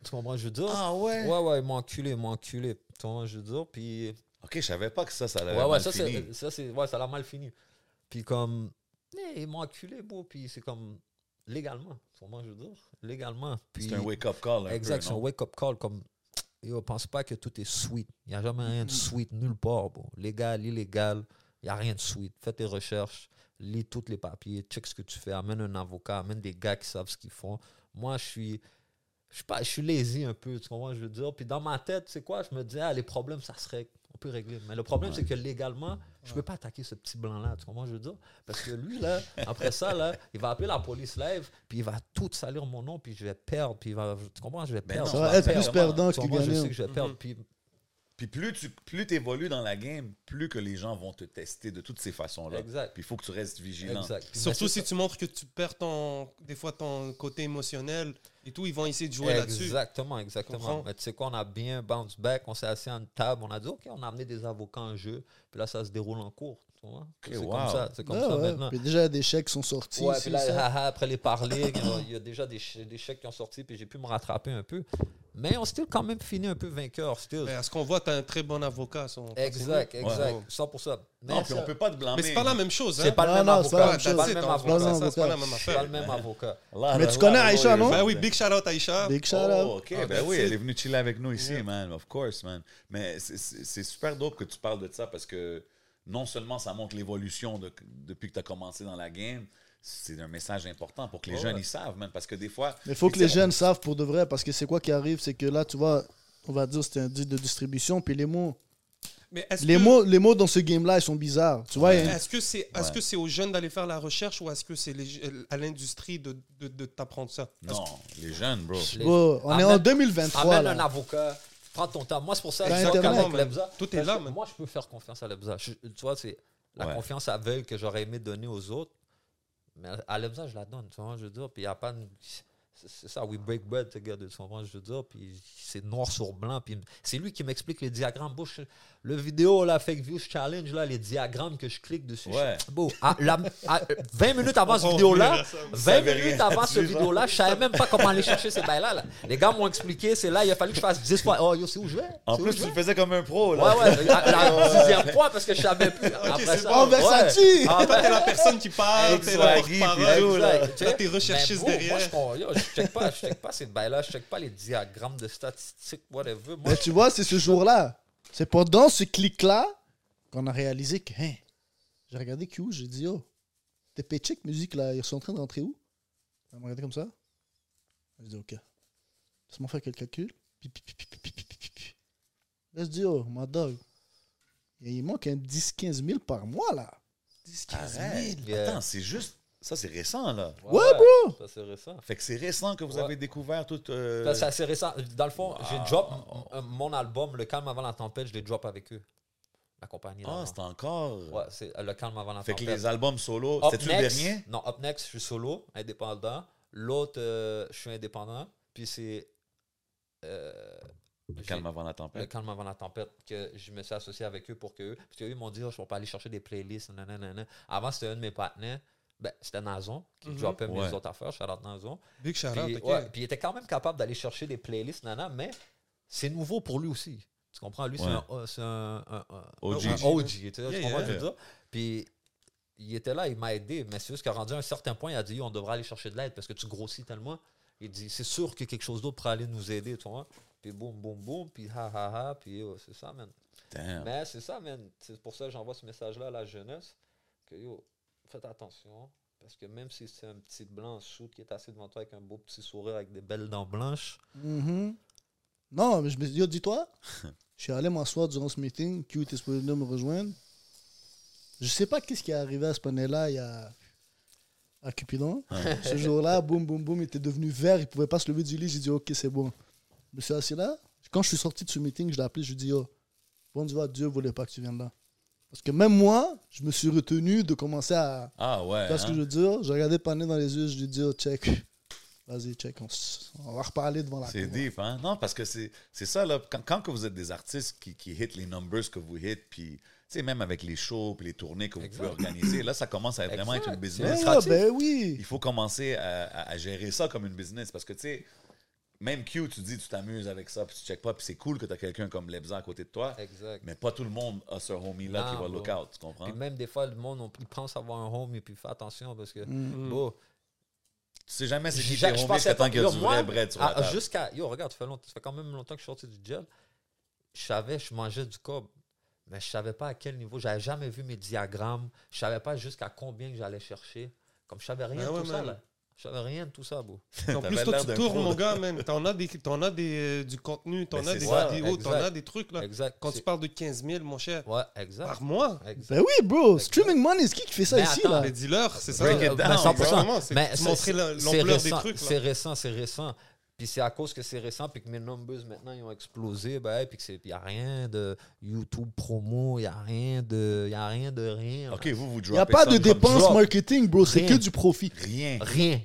Tu comprends, je veux dire?
Ah ouais?
Ouais, ouais, ils m'ont enculé, ils m'ont enculé. Tu comprends, je veux dire? Puis
OK, je savais pas que ça, ça l'avait
Ouais, ouais,
mal
ça,
fini.
c'est, ça, c'est, ouais, ça l'a mal fini. Puis comme, eh, ils m'ont acculé, bro. Puis c'est comme, légalement, sûrement, je veux dire, légalement. Puis,
C'est un wake-up call, un
Exact,
peu,
c'est un
non?
wake-up call, comme, yo, pense pas que tout est sweet. Il n'y a jamais rien de sweet nulle part, bro. Légal, illégal, il n'y a rien de sweet. Fais tes recherches, lis tous les papiers, check ce que tu fais, amène un avocat, amène des gars qui savent ce qu'ils font. Moi, je suis... Je suis, pas, je suis lazy un peu, tu comprends ce que je veux dire? Puis dans ma tête, tu sais quoi? Je me disais, ah, les problèmes, ça se règle. On peut régler. Mais le problème, c'est que légalement, je peux pas attaquer ce petit blanc-là, tu comprends ce que je veux dire? Parce que lui, là, après ça, là, il va appeler la police live, puis il va tout salir mon nom, puis je vais perdre, puis il va, tu comprends? Je vais
Mais non,
perdre. je
Ça
vais
va être
perdre.
plus perdant
Tu
que
comprends? hein. Je sais
gagnant.
que je vais perdre, puis
Puis plus tu plus évolues dans la game, plus que les gens vont te tester de toutes ces façons-là.
Exact.
Puis il faut que tu restes vigilant.
exact. Puis,
Surtout
mais
si
Bah, c'est
tu montres que tu perds ton, des fois ton côté émotionnel et tout, ils vont essayer de
ça.
jouer là-dessus.
Exactement, exactement.
Comprends?
Mais tu sais quoi, on a bien bounce back, on s'est assis à une table, on a dit, OK, on a amené des avocats en jeu, puis là, ça se déroule en cours. tu vois? c'est
wow.
comme ça, c'est comme
Ah
ça
ouais.
maintenant.
Puis déjà, des chèques sont sortis.
Ouais,
ici,
puis là,
ça.
haha, après les parler, il y a- il y a déjà des, ch- des chèques qui ont sorti, puis j'ai pu me rattraper un peu. Mais on s'est quand même fini un peu vainqueur, still.
Mais Ben, à ce qu'on voit, tu as un très bon avocat. si on continue.
Exact, exact.
Ouais.
100%. Mais
Non, puis
ça-
on peut pas te blâmer.
Mais c'est pas la même chose.
c'est
hein.
pas le
Non,
même
non, c'est pas la
avocat.
même
C'est
chose.
pas le même
on se voit
avocat.
Non,
ça,
non,
ça, c'est pas la
avocat.
même
C'est pas le
affaire.
même avocat.
Là,
Mais
là, là,
tu connais
ah,
là,
Aïcha,
là,
non?
là,
Ben oui, big shout out Aïcha.
Big shout
Oh,
out.
OK. ben
Ah, merci.
oui, elle est venue chiller avec nous ici, man. Of course, man. Mais c'est- c'est c'est super dope que tu parles de ça parce que non seulement ça montre l'évolution de- depuis que tu as commencé dans la game, c'est un message important pour que les
Oh,
Ouais.
jeunes y savent, man. Parce que des fois.
Mais il faut
tu
que
sais,
les
on-
jeunes savent pour de vrai, parce que c'est quoi qui arrive, c'est que là, tu vois, on va dire c'était un deal de distribution, puis les mots,
Mais est-ce
les
que-
mots, les mots dans ce game-là, ils sont bizarres. Tu vois, il y a une-
Est-ce que c'est est-ce que c'est aux jeunes d'aller faire la recherche ou est-ce que c'est les- à l'industrie de, de, de t'apprendre ça Parce
Non, les jeunes, bro.
Les-
Oh, on est
Amène-
en 2023.
Amène
là.
un avocat. Prends ton temps. Moi, c'est pour ça
T'as
je suis
Internet,
d'accord avec
man.
l'EBSA.
Tout est là,
Parce que
man.
Moi, je peux faire confiance à l'EBSA. Je- Tu vois, c'est la
Ouais.
confiance aveugle que j'aurais aimé donner aux autres. Mais à l'EBSA, je la donne. Tu vois, je veux dire. Puis il n'y a pas. de- C'est c'est ça, we break bread together. Tu comprends, je veux dire. Puis c'est noir sur blanc. Puis c'est lui qui m'explique les diagrammes. Bro, je- le vidéo, la fake views challenge, là, les diagrammes que je clique dessus.
Ouais.
je- Bro, à- la- à- 20 minutes avant cette
On
vidéo-là,
reviendra ça,
20
savez
minutes
rien
avant
là-dessus,
cette
hein.
genre.
vidéo-là, là, je savais même pas comment aller chercher ces bails-là. là. Les gars m'ont expliqué, c'est là, il a fallu que je fasse 10 fois. Oh, yo, c'est où je vais?
En
C'est où
plus,
je
tu
vais?
le faisais comme un pro,
Ouais,
là.
ouais, la, la dixième fois parce que je savais plus. Après
c'est
ça,
bon,
ouais.
Oh, Versace!
Ah,
que
ben,
T'es la personne qui parle,
Avec
t'es
Swaggy,
la
puis
porte-parole.
tout, là.
exact, tu
Là,
sais.
t'es recherchiste
Mais bon,
derrière.
Moi, je con- yo, je check pas, je check pas ces bails-là, je check pas les diagrammes de statistiques, whatever. Moi,
Mais tu vois, c'est ce jour-là. C'est pendant ce clic-là qu'on a réalisé que, hein, j'ai regardé Q, j'ai dit, oh, t'es péché, musique, là, ils sont en train de rentrer où Elle m'a regardé comme ça. J'ai dit, ok. Laisse-moi faire quelques calculs. Pi, pi, pi, pi, pi, pi, pi, pi, pi. Là, je dis, oh, my dog. Il manque un 10-15 000 par mois, là.
10-15 000. Attends, c'est juste. Ça, c'est récent, là.
ouais, bro! Ça, c'est récent.
Fait que c'est récent que vous
Ouais.
avez découvert tout. euh,
Ça, C'est assez récent. Dans le fond, j'ai drop m- m- mon album, Le Calme avant la tempête, je l'ai drop avec eux. La compagnie. là,
Ah,
là.
c'est encore.
Ouais, c'est euh, Le Calme avant la
Fait
tempête.
que les albums solo,
Up
c'était-tu le
Next-
dernier?
Non, Up Next, je suis solo, indépendant. L'autre, euh, je suis indépendant. Puis c'est. euh, j'ai-
Calme avant la tempête.
le calme avant la tempête, que je me suis associé avec eux pour que eux. Parce qu'eux, ils m'ont dit, oh, je vais pas aller chercher des playlists. nanana. Avant, c'était un de mes partenaires. Ben, c'était Nazon qui
Mhm.
droppait mes
Mm-hmm. Ouais.
autres affaires, Charlotte Nazon.
Big shout
Puis, ouais, puis il était quand même capable d'aller chercher des playlists, nana, mais c'est nouveau pour lui aussi. Tu comprends? Lui, c'est
Ouais.
un, euh, c'est un, un- un-
OG.
un OG, tu sais, tu
Yeah,
comprends ce que je veux
yeah.
dire? Puis il était là, il m'a aidé, mais c'est juste qu'à rendu à un certain point, il a dit on devrait aller chercher de l'aide parce que tu grossis tellement. Il dit c'est sûr que quelque chose d'autre pourrait aller nous aider, tu vois? Puis boum, boum, boum, puis ha, ha, ha, puis yo, c'est ça, man.
Damn.
Mais c'est ça, man. C'est pour ça que j'envoie ce message-là à la jeunesse. Que yo, faites attention. Parce que même si c'est un petit blanc shoot qui est assis devant toi avec un beau petit sourire avec des belles dents blanches.
Mhm. Non, mais je me suis dit, Yo, dis-toi, je suis allé m'asseoir durant ce meeting, Q était supposé venir me rejoindre. Je sais pas qu'est-ce qui est arrivé à ce panel-là, il y a à Cupidon. Ce jour-là, boum, boum, boum, il était devenu vert, il pouvait pas se lever du lit. J'ai dit, ok, c'est bon. Je me suis assis là. Quand je suis sorti de ce meeting, je l'ai appelé, je lui ai dit, oh, bon, tu vois, Dieu voulait pas que tu viennes là. Parce que même moi, je me suis retenu de commencer à.
Ah ouais.
Tu vois ce que
hein?
je veux dire? J'ai regardé Pané dans les yeux, je lui ai dit, oh, check. Vas-y, check, on, s- on va reparler devant la
C'est
cour.
deep, hein? Non, parce que c'est c'est ça, là. Quand, quand que vous êtes des artistes qui, qui hit les numbers que vous hit, puis, tu sais, même avec les shows, puis les tournées que vous
Exact.
pouvez organiser, là, ça commence à être vraiment être
Exact.
une
Ouais,
business.
ouais, ben oui.
Il faut commencer à, à- à gérer ça comme une business, parce que, tu sais, même Q, tu dis, tu t'amuses avec ça, puis tu check pas, puis c'est cool que tu as quelqu'un comme Lebza à côté de toi,
Exact.
mais pas tout le monde a ce homie-là qui
Non,
va
bro.
look out, tu comprends?
Puis même des fois, le monde, on, il pense avoir un home et puis fais attention parce que. Bon,
Tu sais jamais c'est qui
J'a-
tes homies que tant qu'il y a
yo,
du
moi,
vrai bread sur
à-
la table.
Jusqu'à. Yo, regarde, ça fait, longtemps, ça fait quand même longtemps que je suis sorti du gel. Je savais, je mangeais du cob, mais je savais pas à quel niveau. J'avais jamais vu mes diagrammes. Je savais pas jusqu'à combien que j'allais chercher. Comme je savais rien
Ben
de
ouais,
tout ça,
man.
là. Je savais rien de tout ça, beau.
En
T'avais
plus, toi,
l'air
tu
d'un
tournes,
pro,
mon
là.
gars, man. T'en as, des, t'en as des, euh, du contenu, t'en
Mais
as
Ben, c'est
des
ça,
vidéos, t'en
exact.
as des trucs, là.
Exact.
Quand
C'est-
tu parles de 15 000, mon cher,
Ouais, exact.
par mois,
Exact.
Ben oui, bro. Streaming money, c'est qui qui fait ça
Mais
ici,
Ben attends,
là?
les dealers, c'est ça.
Break it
Ben,
down, Ben,
100%.
exactement. C'est-
Mais
c'est
c'est-
montrer la-
c'est
l'ampleur des
récent,
trucs, là.
C'est récent, c'est récent. Puis c'est à cause que c'est récent, puis que mes numbers maintenant ils ont explosé, ben, hey, puis qu'il n'y a rien de YouTube promo, il n'y a rien de, y a rien de rien.
OK, vous, vous
Il n'y a
droppez
pas
ça
de
comme
dépenses
drop.
marketing, bro. C'est que
Rien.
du profit.
Rien.
Rien,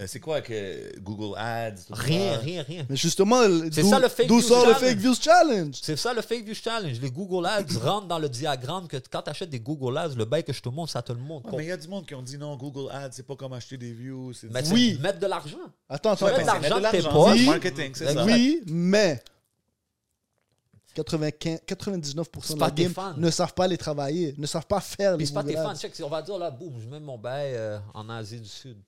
Euh, c'est quoi que Google Ads? tout
rien,
ça?
rien, rien.
Mais justement, le-
C'est
d'où-
ça, le fake
d'où
views
sort le
challenge.
fake views challenge.
C'est ça le fake view challenge. Les Google Ads rentrent dans le diagramme que t- quand tu achètes des Google Ads, le bail que je te montre, ça te le montre.
Ouais, mais il y a du monde qui ont dit non, Google Ads, c'est pas comme acheter des views. C'est
Mais
du-
Ben, c'est
Oui.
mettre de l'argent.
Attends, attends,
Ouais,
mais
mais
attends.
l'argent
c'est
de tes
l'argent,
poches.
c'est marketing, c'est ça.
Ben Oui, mais 95, 99% de la game
Spotify.
ne savent pas les travailler, ne savent pas faire les
Puis c'est pas tes
Google
fans.
Ads.
Check, si on va dire là, boum, je mets mon bail euh, en Asie du Sud.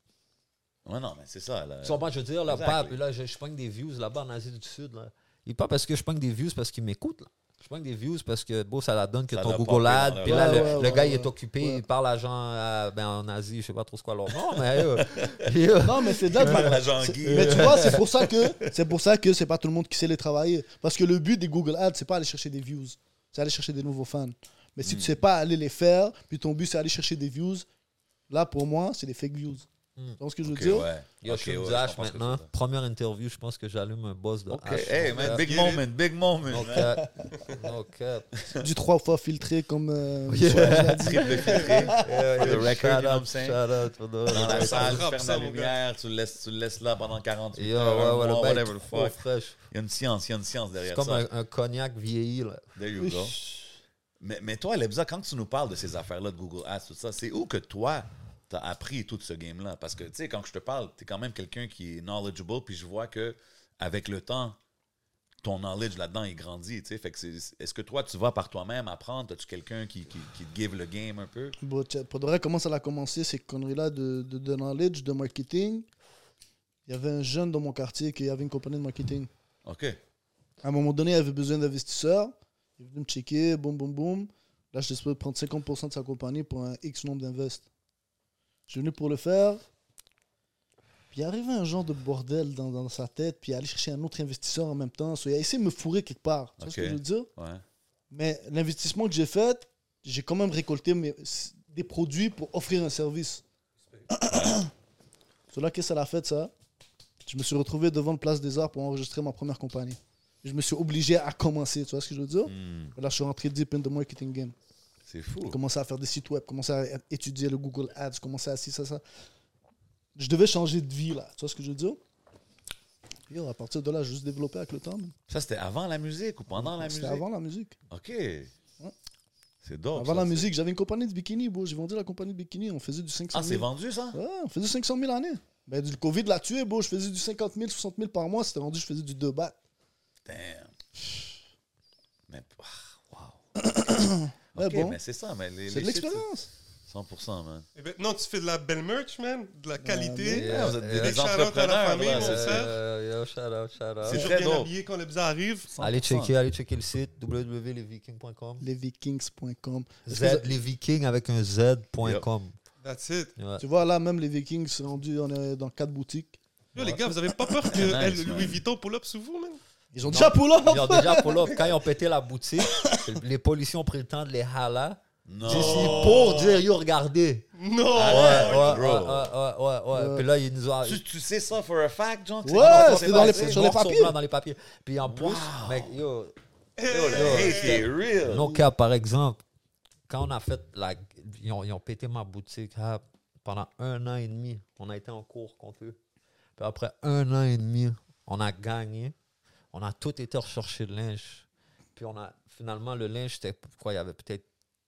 Ouais, non, mais c'est ça. Là.
Tu comprends, je veux dire, là,
Exactly.
bah, puis là, je, je pogne des views là-bas en Asie du Sud. Là. Et pas parce que je pogne des views parce qu'ils m'écoutent. là. Je pogne des views parce que, beau, ça la donne que
Ça
ton
doit
Google
popper
Ads,
dans leur-
puis là,
Ouais,
le,
ouais,
le
ouais,
gars,
ouais.
il est occupé,
Ouais.
il parle à gens euh, ben, en Asie, je sais pas trop ce quoi leur nom, mais euh, puis, euh,
Non, mais c'est de là
Par
que-
la Jean-Guy.
Mais tu vois, c'est pour ça que c'est pour ça que c'est pas tout le monde qui sait les travailler. Parce que le but des Google Ads, c'est pas aller chercher des views, c'est aller chercher des nouveaux fans. Mais si tu sais pas aller les faire, puis ton but c'est aller chercher des views, là pour moi, c'est des fake views.
Mm.
Tu vois ce que je veux
Ok,
dire
ouais.
yo,
Ok,
je suis
ouais,
une
je
H
comprends ce que
maintenant.
tu veux dire.
Première interview, je pense que j'allume un boss de
OK,
H.
hey, man, big
Get it.
moment, big moment.
No
man.
cap. No cap.
Du trois fois filtré comme. euh,
Triple filtré. the
Yeah,
record, you
yeah,
know
shout
what
out,
I'm saying?
shout out for the-
Dans la
Ça
salle, tu
frappe,
fermes
ça,
la
mon gars.
lumière, tu le laisses, tu le laisses là pendant 48
Yo,
heures, un
ouais, ouais, le
mois,
bail est
whatever the
trop
fuck.
fraîche.
Il y a une science, il y a une science
C'est
derrière
comme
ça.
un, un cognac vieilli, là.
There you go. Mais, mais toi, Lebza, quand tu nous parles de ces affaires-là de Google Ads, tout ça, c'est où que toi, t'as appris tout ce game-là? Parce que, tu sais, quand je te parle, t'es quand même quelqu'un qui est knowledgeable, puis je vois que avec le temps, ton knowledge là-dedans, il grandit, tu sais. Fait que c'est- est-ce que toi, tu vas par toi-même apprendre? As-tu quelqu'un qui, qui, qui te give le game un peu?
Bon, tiens, pour de vrai, comment ça a commencé, ces conneries-là de, de, de knowledge, de marketing Il y avait un jeune dans mon quartier qui avait une compagnie de marketing.
OK.
À un moment donné, il avait besoin d'investisseurs. Il est venu me checker, boum, boum, boum. Là, j'étais supposé prendre 50% de sa compagnie pour un X nombre d'invest. Je suis venu pour le faire. Puis il arrivait un genre de bordel dans, dans sa tête, puis il allait chercher un autre investisseur en même temps. So, il a essayé de me fourrer quelque part. Tu vois ce que
Ok.
je veux dire
Ouais.
mais l'investissement que j'ai fait, j'ai quand même récolté mes- des produits pour offrir un service. Cela, qu'est-ce que ça l'a fait, ça Je me suis retrouvé devant le Place des Arts pour enregistrer ma première compagnie. Je me suis obligé à commencer, tu vois ce que je veux dire
Hmm,
Là, je suis rentré deep in the marketing game.
c'est fou.
Commencer à faire des sites web, commencer à étudier le Google Ads, commencer à ci, ça, ça. Je devais changer de vie, là. Tu vois ce que je veux dire Yo, à partir de là, j'ai juste développé avec le temps. man.
Ça, c'était avant la musique ou pendant la musique?
C'était avant la musique.
OK. C'est dope.
Mm. Avant
Ah, ça,
la
c'est-
musique, j'avais une compagnie de bikini, bro. J'ai vendu la compagnie de bikini. On faisait du 500
Ah,
000.
c'est vendu, ça?
Ouais, on faisait 500 000 l'année. Ben, du le Covid l'a tué, bro. Je faisais du 50 000, 60 000 par mois. C'était rendu, je faisais du 2 bahts.
Damn. Mais, ah, wow.
Ouais,
OK,
bon.
mais c'est ça, mais les,
C'est de
les shit,
l'expérience.
c'est 100%, man.
Et maintenant, Eh ben, tu fais de la belle merch, man. De la qualité.
mais- Yeah,
vous êtes des,
yeah.
des
Shout out à la
entrepreneurs,
famille,
là,
mon
c'est ça.
frère.
Euh, yo, shout out, shout out.
C'est
Toujours
très
bien
dope.
habillé quand les bizarres arrivent.
100%.
Allez checker, allez checker le site www.lesvikings.com.
Lesvikings.com. Est-ce que
Z, les Vikings avec un Z.com.
That's it.
Ouais.
Ah.
Tu vois, là, même les Vikings sont rendus on est dans quatre boutiques.
Yo, les gars, vous avez pas peur que elle,
Nice, man. Ah
Louis Vuitton pull up sous vous, man?
Ils ont
Non.
déjà pull up.
Ils ont déjà pull up. Quand ils ont pété la boutique, les policiers ont pris le temps de les haler. C'est ici
Non.
pour dire, yo, regardez.
Non!
Ouais, ouais, ouais,
bro.
ouais, ouais, ouais.
Ouais.
Puis là, ils nous ont.
Tu, tu sais ça for a fact, John?
Ouais,
Ah non,
c'est
pas
dans les-
assez,
sur les
noir
papiers.
blanc dans les papiers. Puis en plus, mec, yo,
Yo, le hate, c'est real.
Non, car par exemple, quand on a fait la. Ils ont, ils ont pété ma boutique ah, pendant un an et demi. On a été en cours contre eux. Puis après un an et demi, on a gagné. On a tout été rechercher de linge. Puis on a finalement le linge, c'était quoi Il y avait peut-être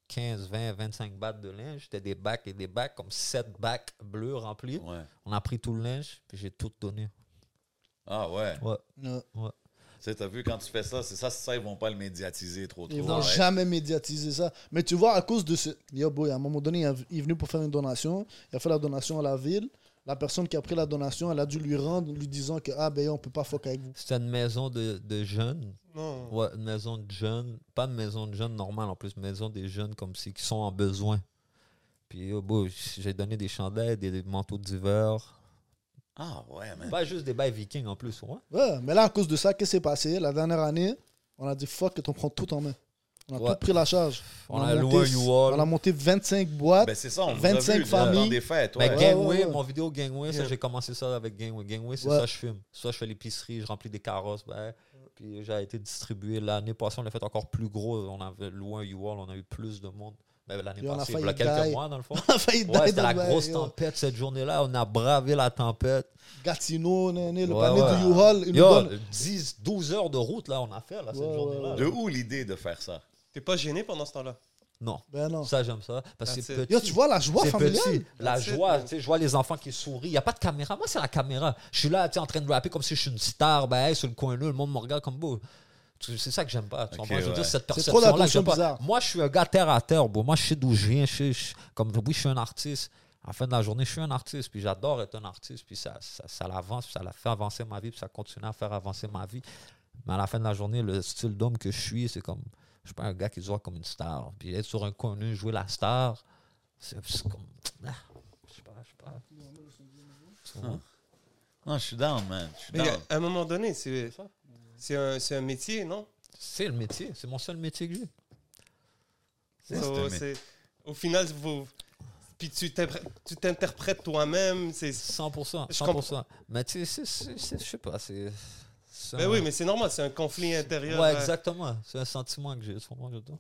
15, 20, 25 battes de linge. C'était des bacs et des bacs, comme 7 bacs bleus remplis.
Ouais.
On a pris tout le linge, puis j'ai tout donné.
Ah ouais.
Ouais.
Non,
Tu sais, t'as vu, quand tu fais ça, c'est ça, c'est ça, ils vont pas le médiatiser trop trop.
Ils vont
ouais.
jamais médiatiser ça. Mais tu vois, à cause de ce. Yo, boy, à un moment donné, il a- il est venu pour faire une donation. Il a fait la donation à la ville. La personne qui a pris la donation, elle a dû lui rendre, lui disant que, ah, ben, on peut pas fuck avec vous.
C'était une maison de, de jeunes.
Non.
Ouais, une maison de jeunes. Pas une maison de jeunes normale en plus, maison des jeunes comme si qui sont en besoin. Puis oh, bon, j'ai donné des chandelles, des, des manteaux d'hiver.
Ah ouais, man.
Pas juste des bails vikings en plus, ouais.
Ouais, mais là, à cause de ça, qu'est-ce qui s'est passé La dernière année, on a dit fuck, que on prend tout en main. On a
Ouais.
tout pris la charge.
On a loué un U-Haul.
On a monté 25 boîtes.
Ben c'est ça, on
25
vous a vu dans
Bah, familles. Bah,
des fêtes.
Mais
Ouais.
gang-
Ben, Gangway,
ouais, ouais.
mon vidéo Gangway, ça
Yeah.
j'ai commencé ça avec Gangway. Gangway, c'est
Ouais.
ça je filme. Soit je fais l'épicerie, je remplis des carrosses, ben, puis j'ai été distribué. L'année passée, on l'a fait encore plus gros. On avait loué un U-Haul, on a eu plus de monde. Ben, l'année
Et on a
passée, il y a
failli
quelques
die.
mois dans le fond.
On a failli
Ouais,
die
c'était
dans
la
le-
grosse
yo.
tempête cette journée-là. On a bravé la tempête.
Gatineau, né, né, le
Ouais,
panier
ouais.
de U-Haul. ils nous
Yo,
donnent-
10, 12 heures de route, là, on a fait, là, cette
Ouais, ouais,
journée-là.
ouais.
De où l'idée de faire ça?
T'es pas gêné pendant ce temps-là?
Non.
Ben non.
Ça, j'aime ça. Parce que
That's
c'est
it.
petit.
Yo, tu vois la joie
c'est
familiale
petit. La
That's it,
joie,
man.
tu sais, je vois les enfants qui sourient. Il n'y a pas de caméra. Moi, c'est la caméra. Je suis là, tu sais, en train de rapper comme si je suis une star. Ben, hey, sur le coin-là, le monde me regarde comme beau. Tu- C'est ça que j'aime pas. Tu
Ok,
comprends? Je veux
ouais.
dire, cette
C'est
perception
trop
là que
d'attention
j'aime pas.
bizarre.
Moi, je suis un gars terre à terre, bro. Moi, je sais d'où je viens. Je sais- je- comme, oui, je suis un artiste. À la fin de la journée, je suis un artiste. Puis j'adore être un artiste. Puis ça, ça, ça l'avance, puis ça la fait avancer ma vie, puis ça continue à faire avancer ma vie. Mais à la fin de la journée, le style d'homme que je suis, c'est comme. Je suis pas un gars qui se voit comme une star. Puis être sur un connu, jouer la star, c'est c'est comme. ah, je sais pas, je sais Hein? pas. Tu comprends?
Non, je suis down, man. Je suis
Mais
down.
à un moment donné, c'est c'est un, c'est un métier, non?
C'est le métier, c'est mon seul métier que j'ai.
Ouais,
So,
c'est un mé-
c'est- au final, vous, puis tu t'impré- tu t'interprètes toi-même. c'est-
100%.
Je comprends.
100%. Mais tu sais, c'est- c'est- c'est- je sais pas, c'est. c'est
Ben
un-
oui, mais c'est normal, c'est un conflit intérieur.
Ouais,
hein.
exactement. C'est un sentiment que j'ai. tu comprends, Jodo?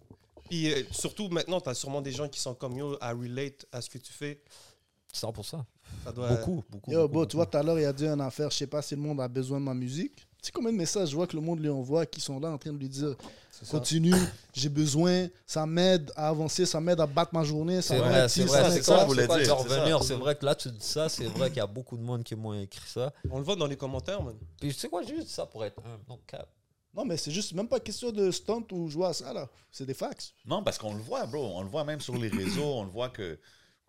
Puis euh, surtout maintenant, t'as sûrement des gens qui sont comme yo à relate à ce que tu fais.
100%.
Ça doit.
Beaucoup, beaucoup.
Yo,
beaucoup,
bro, tu vois,
beaucoup.
tout à l'heure, il a dit une affaire, je sais pas si le monde a besoin de ma musique. Tu sais combien de messages je vois que le monde lui envoie qui sont là en train de lui dire continue, j'ai besoin, ça m'aide à avancer, ça m'aide à battre ma journée, ça
C'est
m'aide
vrai,
à
c'est
ci,
vrai,
ça
c'est
m'aide
ça,
ça.
vous
C'est
voulez
quoi de
dire, c'est
revenir.
ça.
C'est vrai que là, tu dis ça. C'est vrai qu'il y a beaucoup de monde qui m'ont écrit ça.
On le voit dans les commentaires, man.
Puis tu sais quoi, j'ai juste ça pour être un. Donc, cap.
Non, mais c'est juste même pas question de stunt ou jouer à ça, là. C'est des fax.
Non, parce qu'on le voit, bro. On le voit même sur les réseaux. on le voit que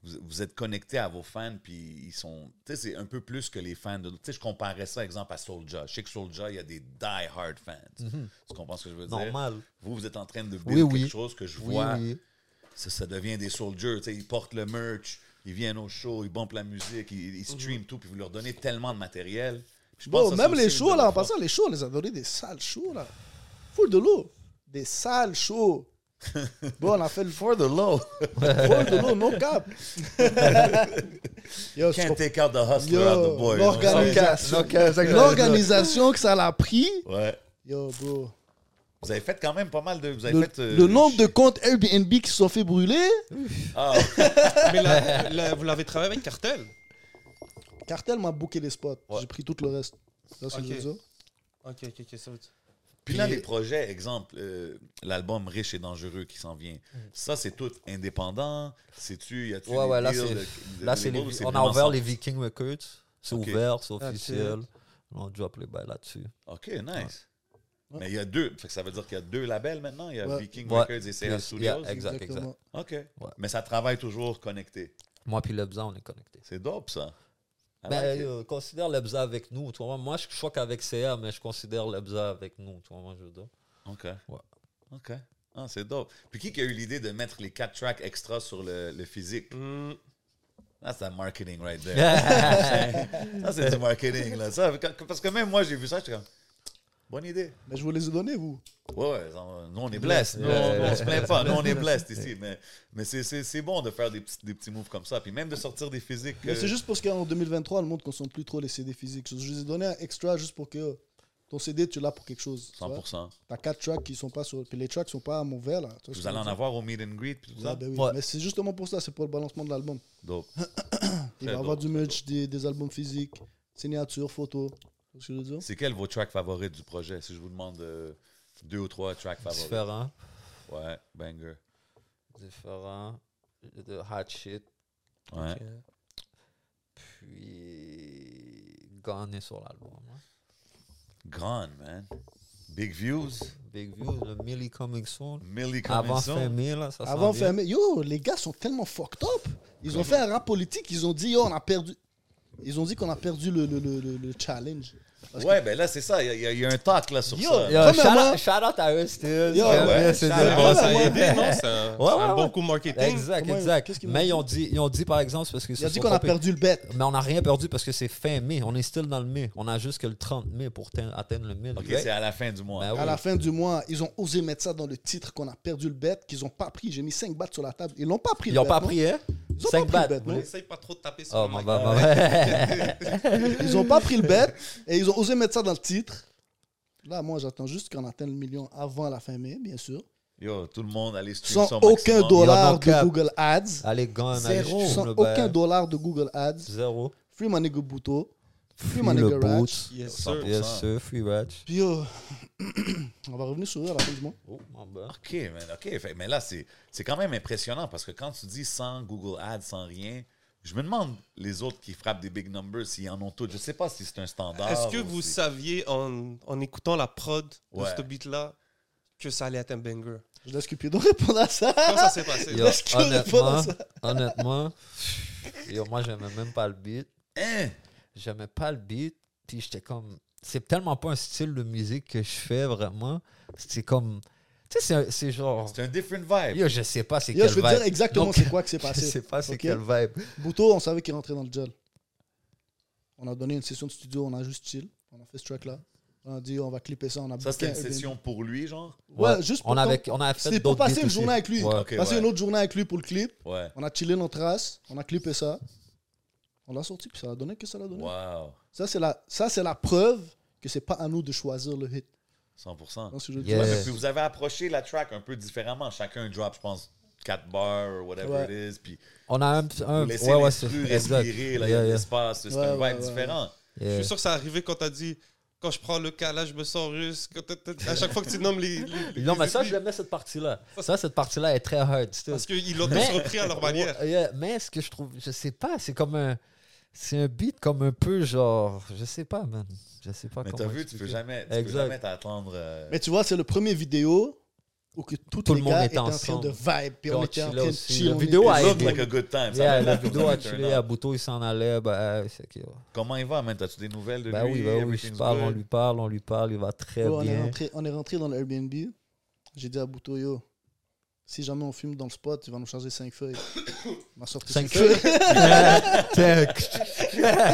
vous, vous êtes connecté à vos fans, puis ils sont. Tu sais, c'est un peu plus que les fans de. Tu sais, je comparais ça, exemple, à Soulja. Je sais que Soulja, il y a des die-hard fans.
Mhm.
Tu comprends ce que je veux dire?
Normal.
Vous, vous êtes en train de build
Oui, oui.
quelque chose que je vois. Ça, ça devient des Soldiers. tu sais, Ils portent le merch, ils viennent au show, ils bumpent la musique, ils,
Mhm.
ils streament tout, puis vous leur donnez tellement de matériel. Je pense
Bon,
que ça,
même
c'est
les
aussi une
shows,
de
là,
vos
en passant, les shows, on les a donné des sales shows, là. Full de l'eau. Des sales shows. bon, on a fait le
forces. For the low.
full de l'eau, no cap. Yo, je
Can't
comprends-
take out the hustler
Yo,
out the boy.
l'organisation.
No cap, no cap.
L'organisation que ça l'a pris.
Ouais.
Yo, bro.
Vous avez fait quand même pas mal de. Vous avez
Le,
fait, euh,
le nombre de comptes Airbnb qui se sont fait brûler.
Ah,
Mais là, là, vous l'avez travaillé avec Cartel.
Cartel m'a booké les spots. J'ai pris tout le reste. Tu vois ce que
Ok.
je veux dire?
Ok, ok, ok, ça veut dire-
Puis là, les projets, exemple, euh, l'album Riche et Dangereux qui s'en vient, ça, c'est tout indépendant. C'est-tu, y a-tu
Mm. Ouais,
des
ouais, là,
deals euh,
c'est-
de- de
Là, c'est les-
labels ou c'est
on a
vraiment
ouvert
ça?
les Viking Records. C'est
Ok.
ouvert, c'est
Ah,
officiel. On drop les bails là-dessus.
OK, nice. Mais il y a deux. Fait que ça veut dire qu'il y a deux labels maintenant. Il y a
Ouais.
Viking
Ouais.
Records et CR
Plus-
Studios.
yeah, exact, exact.
OK. Mais ça travaille toujours connecté.
Moi puis Lebza, on est connectés.
C'est dope, ça. I
Ben,
like it.
euh, considère Lebza avec nous. tu vois. Moi, je suis choque avec CA, mais je considère Lebza avec nous. tu vois, moi, je veux dire.
OK.
euh, Ouais.
OK. Ah, c'est dope. Puis qui qui a eu l'idée de mettre les quatre tracks extra sur le, le physique?
Hmm.
That's that marketing right there. ça, c'est du marketing, là. Ça, quand- parce que même moi, j'ai vu ça, j'étais comme... Bonne idée.
Mais je vous les ai donnés, vous.
Ouais, ouais, on- nous on est blessed. Nous,
Yeah.
on, on se plaint pas. Nous on est blessed ici. Mais, mais c'est- c'est c'est bon de faire des petits, des petits moves comme ça. Puis même de sortir des physiques.
Mais
euh,
c'est juste parce qu'en 2023, le monde ne consomme plus trop les CD physiques. Je les ai donnés un extra juste pour que ton CD, tu l'as pour quelque chose. tu vois.
100%.
T'as quatre tracks qui sont pas sur. Puis les tracks sont pas à mon verre, là. Tu vois ce
Vous
que
allez
je
en
veux dire?
avoir au meet and greet. Puis tout ça.
Ouais, Hein? ben oui.
Ouais.
Mais c'est justement pour ça, c'est pour le balancement de l'album.
Dope.
Il
Très
va y avoir
dope,
du
très
merch, des, des albums physiques, signatures, photos. Tu vois ce que je veux dire?
C'est quels vos tracks favoris du projet Si je vous demande euh, deux ou trois tracks favoris.
Différent.
Ouais, banger.
Différent. De hot shit.
Ouais.
Puis. Gone est sur l'album. hein.
Gone, man. Big views.
Big View, le Millie Coming Soon.
Millie
Avant
Coming Soon.
Fermé, là, ça s'en
Avant,
vient.
fermé. Yo, les gars sont tellement fucked up. Ils ont fait un rap politique. Ils ont dit, yo, on a perdu. Ils ont dit qu'on a perdu le, le, le, le- le challenge. Parce
Ouais, ben là, c'est ça. Il y a- il y, a- il y a un talk là sur
Yo,
ça.
Yo,
Premièrement-
shout, out, shout out à eux, still.
Yo,
Yeah,
ouais,
yeah, c'est
shout
dope.
out.
Bon, ça a
ouais.
aidé, non? C'est un,
Ouais,
c'est un
ouais,
bon
ouais.
coup marketing.
Exact,
Comment- qu'est-ce
exact.
qu'ils m'ont
Mais
dit?
ils ont dit, ils ont dit par exemple, c'est parce qu'ils
Il
se
a dit
sont
qu'on a
trompés.
perdu le bet.
Mais on n'a rien perdu parce que c'est fin mai. On est still dans le mai. On a jusque le 30 mai pour tein- atteindre le 1000.
Ok,
right?
c'est à la fin du mois.
Ben oui.
À la fin du mois, ils ont osé mettre ça dans le titre qu'on a perdu le bet, qu'ils n'ont pas pris. J'ai mis 5 battes sur la table. Ils l'ont pas pris.
Ils
le
n'ont
bet,
pas
non?
pris, hein?
Ils ont
5
pas pris le
battes.
bet, non?
Essaye pas trop de taper sur
Oh,
le
ma
mic.
bah, bah,
Ils ont pas pris le bet et ils ont osé mettre ça dans le titre. Là, moi, j'attends juste qu'on atteigne le million avant la fin mai, bien sûr.
Yo, tout le monde, allez stream
Sans
son
aucun
maximum.
dollar de
cap.
Google Ads.
Allez, gone, allez,
Zéro.
shoot
Sans
Ah, oh, le
aucun
bail.
dollar de Google Ads.
Zéro.
Free my nigga Bouto. Free
Fume
my
le
nigga
boot.
Ratch.
Yes,
Sans-
sir.
Yes, sir, free ratch.
Puis, euh, on va revenir sur eux à la fin du mois.
Oh, mon bon.
OK, man, OK. Fait- mais là, c'est c'est quand même impressionnant parce que quand tu dis sans Google Ads, sans rien, je me demande les autres qui frappent des big numbers s'ils en ont toutes. Je sais pas si c'est un standard.
Est-ce que
ou
vous
si-
saviez en, en écoutant la prod de
Ouais.
ce beat-là que ça allait être un banger?
Je laisse Cupidon répondre à ça.
Ah,
Comment ça s'est passé?
Yo,
Est-ce que
honnêtement,
réponse
honnêtement, yo, moi, j'aimais même pas le beat.
Hein?
J'aimais pas le beat. Puis j'étais comme. C'est tellement pas un style de musique que je fais vraiment. C'est comme. Tu sais, c'est un- c'est genre.
C'est un different vibe.
Yo, je sais pas c'est
Yo,
quel
je veux
vibe.
dire exactement
Donc,
c'est quoi que c'est
Je sais
passé.
pas c'est
Ok.
quel vibe.
Bouto, on savait qu'il rentrait dans le gel. On a donné une session de studio, on a juste chill. On a fait ce track-là. On a dit, on va clipper ça. On a
Ça, c'était une
booké un Airbnb.
session pour lui, genre?
Ouais, juste pour
on
qu'on-
avait, on a fait
C'était pour
d'autres
passer
beats
une
aussi.
journée avec lui.
Ouais.
OK,
Passer
ouais.
une autre journée avec lui pour le clip.
Ouais.
On a chillé nos traces, on a clippé ça. On l'a sorti, puis ça a donné que ça l'a donné.
Wow.
Ça, c'est la, ça, c'est la preuve que c'est pas à nous de choisir le hit.
100
Dans ce jeu de
Yeah.
Ouais, mais
Euh.
puis vous avez approché la track un peu différemment. Chacun drop, je pense, 4 bars, or whatever
Ouais.
it is. Puis
On a un, un
vous laissez
ouais, ouais, c'est
l'instru
exact.
respirer, là, il y a
Yeah,
de
yeah,
l'espace. C'est
Ouais,
un vibe
ouais, ouais.
différent.
Je
yeah.
suis sûr que ça arrivé quand t'as dit quand je prends le cas, là, je me sens russe. Quand t'as- t'as- À chaque fois que tu nommes les. les-
Non,
les
mais ça,
ethnies,
j'aimais cette partie-là. Ça, cette partie-là est très hard. still.
Parce qu'ils l'ont
Mais-
tous repris à leur manière.
Ouais, euh, yeah, mais ce que je trouve, je sais pas, c'est comme un. C'est un beat comme un peu genre. Je sais pas, man. Je sais pas
Mais
comment.
t'as vu, tu
expliquer.
peux jamais tu peux
Exact.
jamais t'attendre. euh,
Mais tu vois, c'est le premier vidéo où que tous
Tout
les
le monde
gars
était
étaient en train
ensemble.
de vibe, puis
Puis on
on était en
chillait
train de
aussi.
chill.
La
on
vidéo
était-
a
Look
aidé.
like a good time. Ça
Yeah,
veut
la
dire que
vidéo
vous
a
êtes un
chillé,
homme.
Abuto, il s'en allait. Ben, c'est que-
Comment il va, man? T'as-tu des nouvelles de
Ben
lui?
oui, ben oui, je
Everything's
parle, on
good?
lui parle, on lui parle, il va très
Yo, on, est
bien.
rentré, on est rentré dans l'Airbnb. J'ai dit à Bouto, yo, si jamais on fume dans le spot, tu vas nous charger 5 feuilles. On m'a sorti 5
Cinq
feuilles.